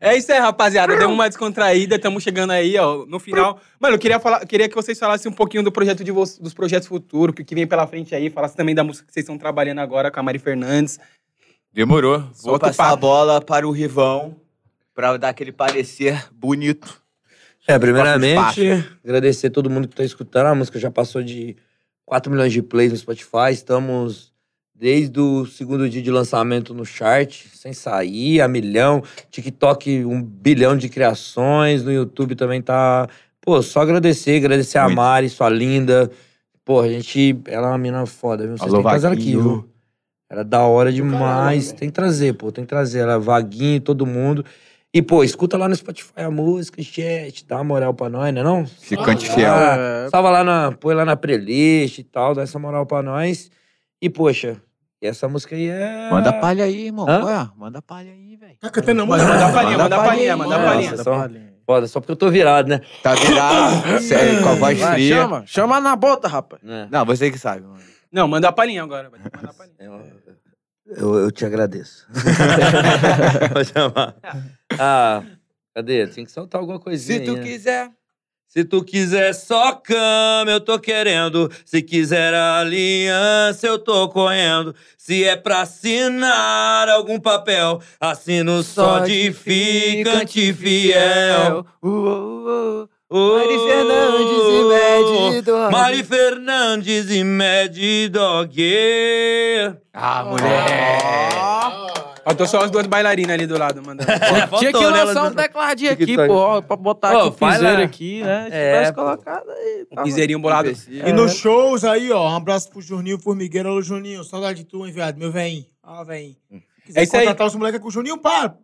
Speaker 1: É isso aí, rapaziada. Deu uma descontraída, estamos chegando aí, ó, no final. Mano, eu queria, falar, queria que vocês falassem um pouquinho do projeto de vo- dos projetos futuros, que, que vem pela frente aí, falasse também da música que vocês estão trabalhando agora com a Mari Fernandes.
Speaker 5: Demorou.
Speaker 6: Vou passar a bola para o Rivão pra dar aquele parecer bonito.
Speaker 3: É,
Speaker 6: Espaço,
Speaker 3: primeiramente, agradecer a todo mundo que tá escutando. A música já passou de 4 milhões de plays no Spotify. Estamos desde o segundo dia de lançamento no chart, sem sair, a milhão. TikTok, um bilhão de criações. No YouTube também tá. Pô, só agradecer, agradecer a
Speaker 5: Muito.
Speaker 3: Mari, sua linda. Pô, a gente. Ela é uma mina foda, viu? Vocês
Speaker 5: Alô,
Speaker 3: têm que trazer ela aqui,
Speaker 5: Vaguinho.
Speaker 3: viu? Era da hora demais. tem que trazer, pô. Tem que trazer. Ela, Vaguinho, todo mundo. E, pô, escuta lá no Spotify a música, chat, dá uma moral pra nós, né não?
Speaker 5: Ficante
Speaker 4: É,
Speaker 2: Ah,
Speaker 5: fiel.
Speaker 3: Ah, salva lá na, põe lá na playlist e tal, dá essa moral pra nós. E, poxa, essa música aí é...
Speaker 6: Manda palha aí, irmão.
Speaker 3: Hã?
Speaker 6: Ué, manda palha aí, velho.
Speaker 2: Tá cantando
Speaker 1: Manda
Speaker 2: música.
Speaker 1: a palhinha, manda a palhinha,
Speaker 3: mano.
Speaker 1: manda a palhinha.
Speaker 3: Nossa, só, foda, só porque eu tô virado, né?
Speaker 6: Tá virado, sério, com a voz
Speaker 4: Vai,
Speaker 6: fria.
Speaker 4: chama, chama na bota, rapaz.
Speaker 3: Né?
Speaker 6: Não, você que sabe, mano.
Speaker 1: Não, manda a palhinha agora. vai. Manda a palhinha.
Speaker 3: Eu, eu- eu te agradeço. Vou chamar. Ah, cadê? Tem que soltar alguma coisinha.
Speaker 8: Se tu
Speaker 6: é.
Speaker 3: aí, né?
Speaker 8: quiser.
Speaker 3: Se tu quiser só cama, eu tô querendo. Se quiser aliança, eu tô correndo. Se é pra assinar algum papel, assino só, de ficante fiel. Oh!
Speaker 8: Mari Fernandes e Mad Dog.
Speaker 3: Mari Fernandes e Mad Dog.
Speaker 6: Ah, moleque.
Speaker 2: Ah.
Speaker 1: Faltou só as duas bailarinas ali do lado, mandando.
Speaker 4: Tinha que
Speaker 3: Faltou, né,
Speaker 4: lançar um
Speaker 3: Lisandro?
Speaker 4: tecladinho aqui,
Speaker 3: TikTok.
Speaker 4: pô, ó, pra botar
Speaker 3: Ô,
Speaker 4: aqui o
Speaker 3: faz,
Speaker 4: piseiro
Speaker 3: né?
Speaker 4: aqui, né? Se
Speaker 3: É,
Speaker 4: tivesse
Speaker 3: pô. é
Speaker 4: colocado aí. tá tava-
Speaker 1: Piseirinho bolado.
Speaker 2: E nos shows aí, ó, um abraço pro Juninho Formigueiro. Alô, Juninho, saudade de tu, hein, viado, meu veinho. Ó, veinho.
Speaker 1: É isso aí.
Speaker 2: Contratar os moleques com o Juninho, pá.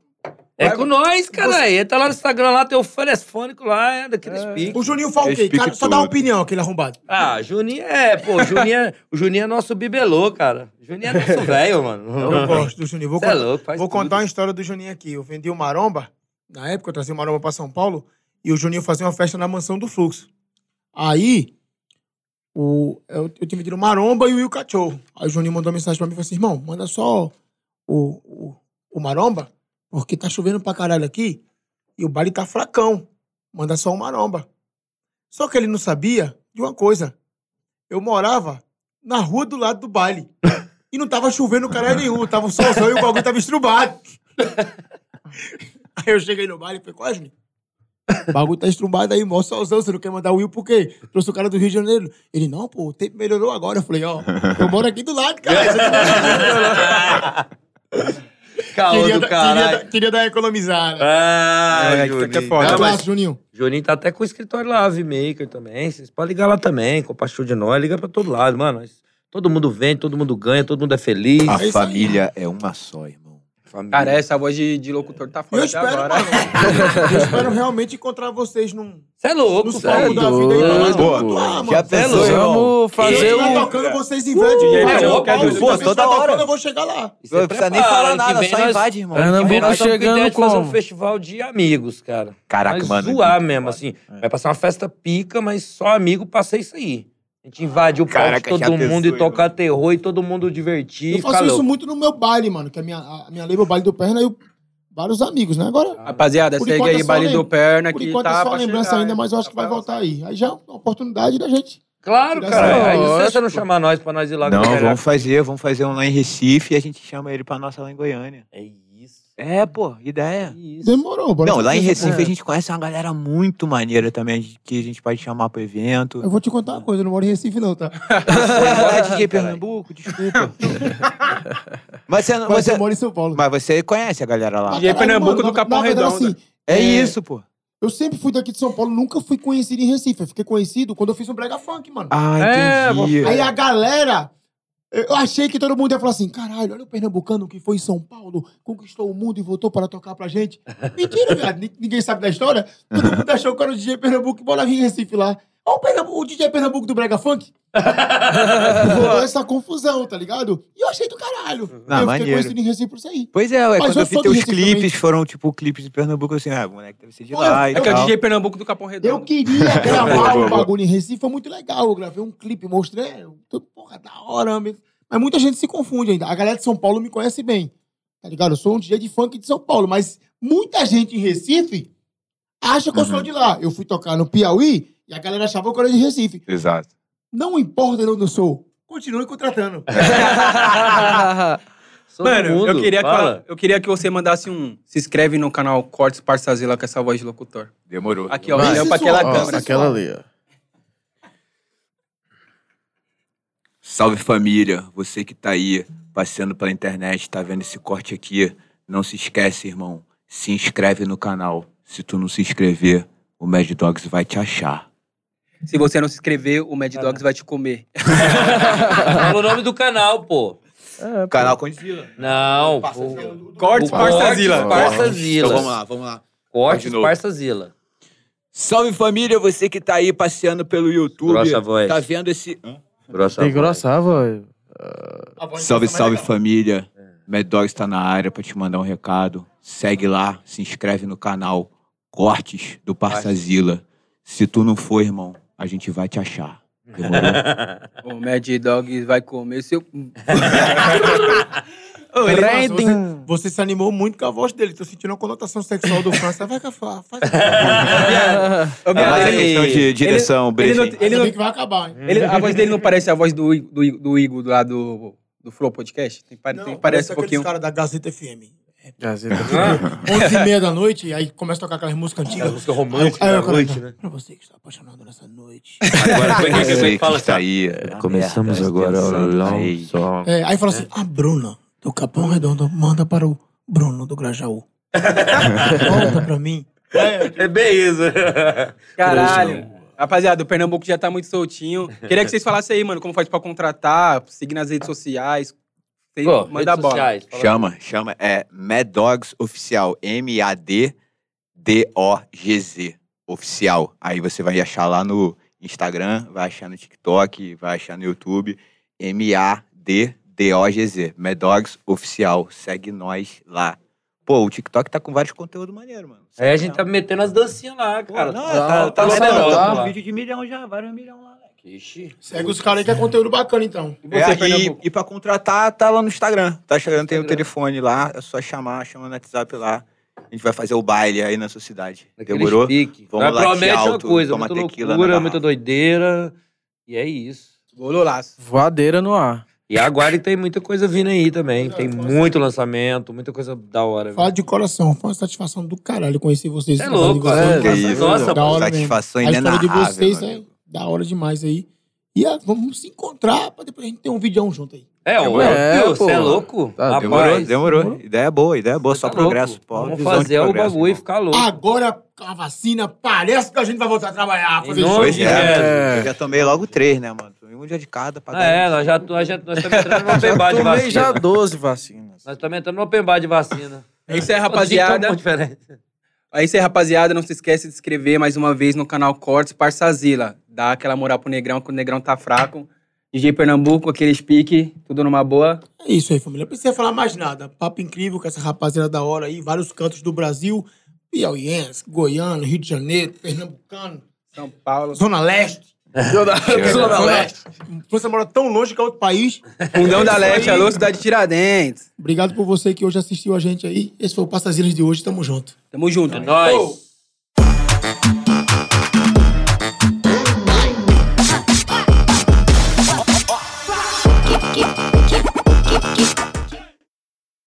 Speaker 3: É com nós, cara. Ele tá lá no Instagram, lá, tem o telefônico lá, é, daqueles piques.
Speaker 2: O Juninho fala o quê?
Speaker 6: Explique
Speaker 2: Cara, só dá uma
Speaker 6: tudo.
Speaker 2: opinião, aquele arrombado.
Speaker 3: Ah, Juninho é, pô, Juninho é, o Juninho é nosso bibelô, cara. Juninho é nosso velho,
Speaker 2: Eu
Speaker 3: mano.
Speaker 2: gosto do Juninho. Vou
Speaker 3: Você é
Speaker 2: contar,
Speaker 3: louco, faz
Speaker 2: vou contar um uma
Speaker 3: tudo.
Speaker 2: história do Juninho aqui. Eu vendi o Maromba, na época eu trazia o Maromba pra São Paulo, e o Juninho fazia uma festa na mansão do Fluxo. Aí, o, eu, eu tinha vendido o Maromba e o Will Cachorro. Aí o Juninho mandou uma mensagem pra mim e falou assim, irmão, manda só o, o, o Maromba, porque tá chovendo pra caralho aqui, e o baile tá fracão. Manda só o Maromba. Só que ele não sabia de uma coisa. Eu morava na rua do lado do baile. E não tava chovendo caralho nenhum, tava um solzão e o bagulho tava estrumbado. aí eu cheguei no baile e falei, Cosme, o bagulho tá estrumbado aí, mó solzão, você não quer mandar o Will por quê? Trouxe o cara do Rio de Janeiro. Ele, não, pô, o tempo melhorou agora. Eu falei, ó, eu moro aqui do lado, cara. Você tá
Speaker 3: Caô
Speaker 2: queria,
Speaker 3: do
Speaker 2: dar-
Speaker 3: caralho.
Speaker 2: queria, dar- queria dar uma economizada.
Speaker 3: Ah,
Speaker 1: É,
Speaker 3: Juninho.
Speaker 1: que é foda.
Speaker 3: Não,
Speaker 2: Abraço,
Speaker 3: mas
Speaker 2: Juninho.
Speaker 3: Juninho tá até com o escritório lá, Vmaker também. Vocês podem ligar lá também, compartilhou de nós, liga pra todo lado, mano. Nós- Todo mundo vende, todo mundo ganha, todo mundo é feliz.
Speaker 2: isso aí.
Speaker 6: A família é uma só, irmão.
Speaker 3: Família.
Speaker 1: Cara, essa voz de, de locutor tá
Speaker 2: E eu
Speaker 1: foda até
Speaker 2: espero,
Speaker 1: agora.
Speaker 2: mano, eu espero realmente encontrar vocês num...
Speaker 3: Você é
Speaker 2: No
Speaker 3: louco, cê é
Speaker 2: palco da
Speaker 3: doido.
Speaker 2: vida aí, pra nós
Speaker 6: Boa.
Speaker 2: pontuar, mano.
Speaker 6: Já
Speaker 2: Vocês
Speaker 6: pensou, irmão?
Speaker 4: Vamos fazer um-
Speaker 2: estiver
Speaker 4: o.
Speaker 2: tocando, vocês invadem.
Speaker 1: DJ,
Speaker 2: Cara,
Speaker 3: pô,
Speaker 2: eu falo,
Speaker 3: pô,
Speaker 2: se
Speaker 6: toda
Speaker 2: vocês tá
Speaker 6: hora.
Speaker 2: tocando, eu vou chegar lá.
Speaker 6: Você não precisa nem
Speaker 3: prepara,
Speaker 6: falar
Speaker 3: que
Speaker 6: nada,
Speaker 3: vem
Speaker 6: só
Speaker 3: nós-
Speaker 6: invade, irmão.
Speaker 4: Pernambuco
Speaker 3: Nós estamos com
Speaker 4: chegando
Speaker 3: ideia de fazer um
Speaker 4: como?
Speaker 3: festival de amigos, cara.
Speaker 6: Caraca,
Speaker 3: Mas
Speaker 5: é
Speaker 6: mano.
Speaker 3: zoar mesmo, assim. Vai passar uma festa pica, mas só amigo passa isso aí. A gente invade o palco de
Speaker 6: Caraca, já
Speaker 3: todo
Speaker 6: pensou,
Speaker 3: mundo e
Speaker 6: irmão?
Speaker 3: tocar terror e todo mundo divertir.
Speaker 2: Eu faço
Speaker 3: fica
Speaker 2: isso
Speaker 3: louco.
Speaker 2: muito no meu baile, mano, que é a minha, a minha label, o baile do Perna, e eu- vários amigos, né? Agora,
Speaker 1: Rapaziada,
Speaker 2: Por
Speaker 1: segue
Speaker 2: enquanto é
Speaker 1: aí,
Speaker 2: só
Speaker 1: Baile
Speaker 2: lem-
Speaker 1: do Perna,
Speaker 2: por
Speaker 1: que
Speaker 2: enquanto
Speaker 1: tá
Speaker 2: é só
Speaker 1: pra
Speaker 2: lembrança
Speaker 1: chegar,
Speaker 2: ainda,
Speaker 1: hein?
Speaker 2: mas eu acho
Speaker 1: Tá
Speaker 2: que vai
Speaker 1: pra
Speaker 2: voltar aí. Aí já é uma oportunidade da gente
Speaker 3: Claro,
Speaker 2: Tira
Speaker 3: cara.
Speaker 2: essa
Speaker 3: Aí
Speaker 4: lógica.
Speaker 3: você não chamar nós pra nós ir lá
Speaker 5: Não,
Speaker 3: galera.
Speaker 5: vamos fazer, vamos fazer um lá em Recife e a gente chama ele pra nossa lá em Goiânia.
Speaker 3: É isso.
Speaker 5: É, pô, ideia.
Speaker 4: um
Speaker 3: isso.
Speaker 2: Demorou, bora.
Speaker 5: Não, lá em
Speaker 2: fazer essa
Speaker 6: é.
Speaker 5: Recife
Speaker 2: porra.
Speaker 5: a gente conhece uma galera muito maneira também, que a gente pode chamar pro evento.
Speaker 2: Eu vou te contar uma coisa, eu não moro em Recife, não, tá?
Speaker 5: Você é DJ Pernambuco, desculpa. mas, você, não-
Speaker 2: Mas
Speaker 5: você,
Speaker 2: eu moro em São Paulo.
Speaker 5: mas você conhece a galera lá.
Speaker 2: Ah,
Speaker 1: DJ
Speaker 2: caralho,
Speaker 1: Pernambuco do
Speaker 2: na-
Speaker 1: Capão
Speaker 2: na verdade,
Speaker 1: Redondo.
Speaker 2: assim,
Speaker 5: É
Speaker 2: É.
Speaker 5: isso, pô.
Speaker 2: eu sempre fui daqui de São Paulo, nunca fui conhecido em Recife. Eu fiquei conhecido quando eu fiz um brega funk, mano.
Speaker 5: Ah,
Speaker 3: É,
Speaker 5: entendi.
Speaker 2: Aí a galera. Eu achei que todo mundo ia falar assim: caralho, olha o pernambucano que foi em São Paulo, conquistou o mundo e voltou para tocar pra gente. Mentira, viado. ni- Ninguém sabe da história. Todo mundo achou que era o DJ Pernambuco que morava em Recife lá. Olha o, Pernambu- o DJ Pernambuco do Brega Funk. Rolou essa confusão, tá ligado? E eu achei do caralho.
Speaker 5: Não,
Speaker 2: eu
Speaker 5: maneiro.
Speaker 2: fiquei conhecido em Recife por isso aí.
Speaker 5: Pois é, ué,
Speaker 2: Mas
Speaker 5: quando
Speaker 2: eu
Speaker 5: eu fiz
Speaker 2: sou do
Speaker 5: teus
Speaker 2: Recife
Speaker 5: clipes,
Speaker 2: também.
Speaker 5: foram tipo clipes de Pernambuco, eu assim, ah, moleque, deve ser de
Speaker 2: Pô,
Speaker 5: lá e
Speaker 1: É que é o
Speaker 5: tal.
Speaker 1: DJ Pernambuco do Capão Redondo.
Speaker 2: Eu queria gravar
Speaker 5: Boa,
Speaker 2: um
Speaker 5: boa.
Speaker 2: bagulho em Recife, foi muito legal. Eu gravei um clipe, mostrei. tudo, Porra, da hora, mesmo. Mas muita gente se confunde ainda. A galera de São Paulo me conhece bem. Tá ligado? Eu sou um DJ de funk de São Paulo, mas muita gente em Recife acha que eu
Speaker 5: Uhum.
Speaker 2: sou de lá. Eu fui tocar no Piauí e a galera achava que eu era de Recife.
Speaker 9: Exato.
Speaker 2: Não importa de onde eu sou, continue contratando.
Speaker 5: É,
Speaker 3: Todo
Speaker 1: Mano, eu,
Speaker 3: mundo, Ah.
Speaker 1: queria que,
Speaker 3: fala.
Speaker 1: eu queria que você mandasse um. Se inscreve no canal Cortes Parçazila com essa voz de locutor.
Speaker 9: Demorou.
Speaker 5: é
Speaker 1: Aqui, ó,
Speaker 4: Vai.
Speaker 1: olhando pra aquela
Speaker 2: Ó,
Speaker 1: câmera.
Speaker 2: aquela
Speaker 4: ali, ó.
Speaker 9: Salve família, você que tá aí passeando pela internet, tá vendo esse corte aqui, não se esquece, irmão, se inscreve no canal. Se tu não se inscrever, o Mad Dogs vai te achar.
Speaker 1: Se você não se inscrever, o Mad Dogs vai te comer.
Speaker 3: Fala o nome do canal, pô.
Speaker 4: É, pô.
Speaker 5: Canal Condizila.
Speaker 3: Não.
Speaker 1: Cortes
Speaker 3: o Parçazila.
Speaker 1: Parçazila.
Speaker 3: Parçazila.
Speaker 5: Então vamos lá, vamos lá.
Speaker 3: Corte
Speaker 5: De novo.
Speaker 3: Parçazila.
Speaker 5: Salve família, você que tá aí passeando pelo YouTube,
Speaker 3: Grossa voz.
Speaker 5: tá vendo esse...
Speaker 3: Grossa
Speaker 4: Tem
Speaker 3: voz.
Speaker 4: que grossar, velho.
Speaker 5: Salve, salve família. Mad Dogs tá na área pra te mandar um recado. Segue lá, se inscreve no canal Cortes do Parçazila. Se tu não for, irmão, a gente vai te achar. Demorou?
Speaker 1: O Mad Dogs vai comer seu.
Speaker 2: Ô, ele- nossa, você,
Speaker 4: Trending.
Speaker 2: você se animou muito com a voz dele. Tô sentindo uma conotação sexual do França. Vai, Cafá. Faz.
Speaker 4: né?
Speaker 1: Ô,
Speaker 5: É
Speaker 1: viado,
Speaker 5: mais a
Speaker 1: ele-
Speaker 5: questão de direção,
Speaker 1: ele
Speaker 5: briefing.
Speaker 1: não- ele
Speaker 2: Ainda
Speaker 1: não-
Speaker 2: bem que vai acabar, hein?
Speaker 1: ele- a voz dele não parece a voz do, I- do, I- do Igor lá do, do Flow Podcast? Tem, pare- tem- parece um pouquinho.
Speaker 2: cara da Gazeta FM.
Speaker 4: Gazeta.
Speaker 2: 11 e meia da noite, aí começa a tocar aquelas músicas antigas.
Speaker 3: música romântica
Speaker 2: Aí eu- aí
Speaker 3: da
Speaker 2: eu
Speaker 3: noite,
Speaker 2: começo,
Speaker 3: né?
Speaker 2: Pra você que está apaixonado nessa noite.
Speaker 5: Agora você que
Speaker 3: Fala
Speaker 5: está aí.
Speaker 3: Começamos
Speaker 1: tá
Speaker 3: agora o
Speaker 5: Aí.
Speaker 3: Song.
Speaker 2: É, aí
Speaker 3: né?
Speaker 2: fala assim, a Bruna, do Capão Redondo, manda para o Bruno do Grajaú. Volta pra mim.
Speaker 3: É bem isso.
Speaker 1: Caralho. Rapaziada, o Pernambuco já tá muito soltinho. Queria que vocês falassem aí, mano, como faz pra contratar, seguir nas redes sociais. Tem-
Speaker 3: Pô,
Speaker 1: manda
Speaker 3: redes
Speaker 1: bola.
Speaker 3: sociais, fala-
Speaker 5: Chama, chama. É Mad Dogs Oficial. M-A-D-D-O-G-Z. Oficial. Aí você vai achar lá no Instagram, vai achar no TikTok, vai achar no YouTube. M-A-D-D-O-G-Z. Mad Dogs Oficial. Segue nós lá. Pô, o TikTok tá com vários conteúdos maneiros, mano.
Speaker 3: Aí a gente tá metendo as dancinhas lá, cara.
Speaker 5: Não,
Speaker 3: Tá-
Speaker 5: tá, tá,
Speaker 3: tá
Speaker 5: lá,
Speaker 3: lançando
Speaker 5: tá
Speaker 3: lá.
Speaker 5: com vídeo de milhão já, vários milhão lá, moleque. Ixi.
Speaker 2: Segue os caras aí que é conteúdo bacana, então.
Speaker 1: E
Speaker 5: É,
Speaker 1: você,
Speaker 5: e,
Speaker 1: Pernambuco?
Speaker 5: e pra contratar, tá lá no Instagram. Tá no Instagram, tem o telefone lá, é só chamar, chama no WhatsApp lá. A gente vai fazer o baile aí na sua cidade.
Speaker 3: Naquele
Speaker 5: Demorou?
Speaker 3: pique.
Speaker 5: Vamos
Speaker 3: Mas
Speaker 5: lá,
Speaker 3: promete
Speaker 5: te
Speaker 3: uma
Speaker 5: alto,
Speaker 3: coisa,
Speaker 5: toma
Speaker 3: muita
Speaker 5: tequila na
Speaker 3: loucura,
Speaker 5: barrafa.
Speaker 3: muita doideira. E é isso.
Speaker 1: Bololaço.
Speaker 4: Voadeira no ar.
Speaker 3: E aguarde que tem muita coisa vindo aí também.
Speaker 2: É,
Speaker 3: Tem
Speaker 2: com
Speaker 3: muito lançamento, muita coisa da hora.
Speaker 2: Fala de coração, foi uma satisfação do caralho conhecer vocês.
Speaker 3: Cê é
Speaker 2: esse trabalho de
Speaker 3: louco,
Speaker 2: vocês.
Speaker 3: é,
Speaker 5: que isso,
Speaker 3: nossa,
Speaker 2: da hora mesmo.
Speaker 5: satisfação
Speaker 2: A história de
Speaker 5: inenarrável.
Speaker 2: vocês
Speaker 5: meu
Speaker 2: é
Speaker 5: amigo.
Speaker 2: da hora demais aí. E ah, vamos se encontrar pra depois a gente ter um videão junto aí.
Speaker 3: É,
Speaker 4: Demorou. É,
Speaker 3: óbvio, você é
Speaker 4: pô.
Speaker 3: louco?
Speaker 4: Tá,
Speaker 3: Rapaz,
Speaker 5: Ah, Demorou, demorou, Ideia boa, ideia boa,
Speaker 3: cê
Speaker 5: só
Speaker 3: tá
Speaker 5: progresso.
Speaker 3: louco.
Speaker 5: pô,
Speaker 3: Vamos
Speaker 5: visão de
Speaker 3: fazer o
Speaker 5: progresso,
Speaker 3: bagulho e
Speaker 5: irmão.
Speaker 3: ficar louco.
Speaker 2: Agora, com a vacina, parece que a gente vai voltar a trabalhar, fazer
Speaker 3: Em nome
Speaker 2: show.
Speaker 5: Pois é,
Speaker 4: É.
Speaker 5: eu já tomei logo três, né, mano? Tomei um dia de cada pra
Speaker 3: Ah, é,
Speaker 5: garantir.
Speaker 3: nós já nós já- nós estamos entrando no open bar de
Speaker 4: Tomei
Speaker 3: vacina.
Speaker 4: já 12 vacinas.
Speaker 3: Nós estamos entrando no open bar de vacina.
Speaker 1: É isso aí,
Speaker 3: Todo dia tá um
Speaker 1: rapaziada.
Speaker 3: pouco diferente.
Speaker 1: É isso aí, rapaziada. Não se esquece de se inscrever mais uma vez no canal Cortes Parçazila. Dá aquela moral pro Negrão, que o Negrão tá fraco. DJ Pernambuco, aquele speak, tudo numa boa.
Speaker 2: É isso aí, família. Não precisa falar mais nada. Papo incrível com essa rapaziada da hora aí, vários cantos do Brasil. Piauiense, Goiano, Rio de Janeiro, Pernambucano,
Speaker 1: São Paulo.
Speaker 2: Zona Leste.
Speaker 4: É. Zona Leste.
Speaker 2: Você mora tão longe que é outro país.
Speaker 1: Fundão da Leste, alô, cidade de Tiradentes.
Speaker 2: Obrigado por você que hoje assistiu a gente aí. Esse foi o Passazilas de hoje. Tamo junto.
Speaker 1: Tamo junto.
Speaker 3: É nóis.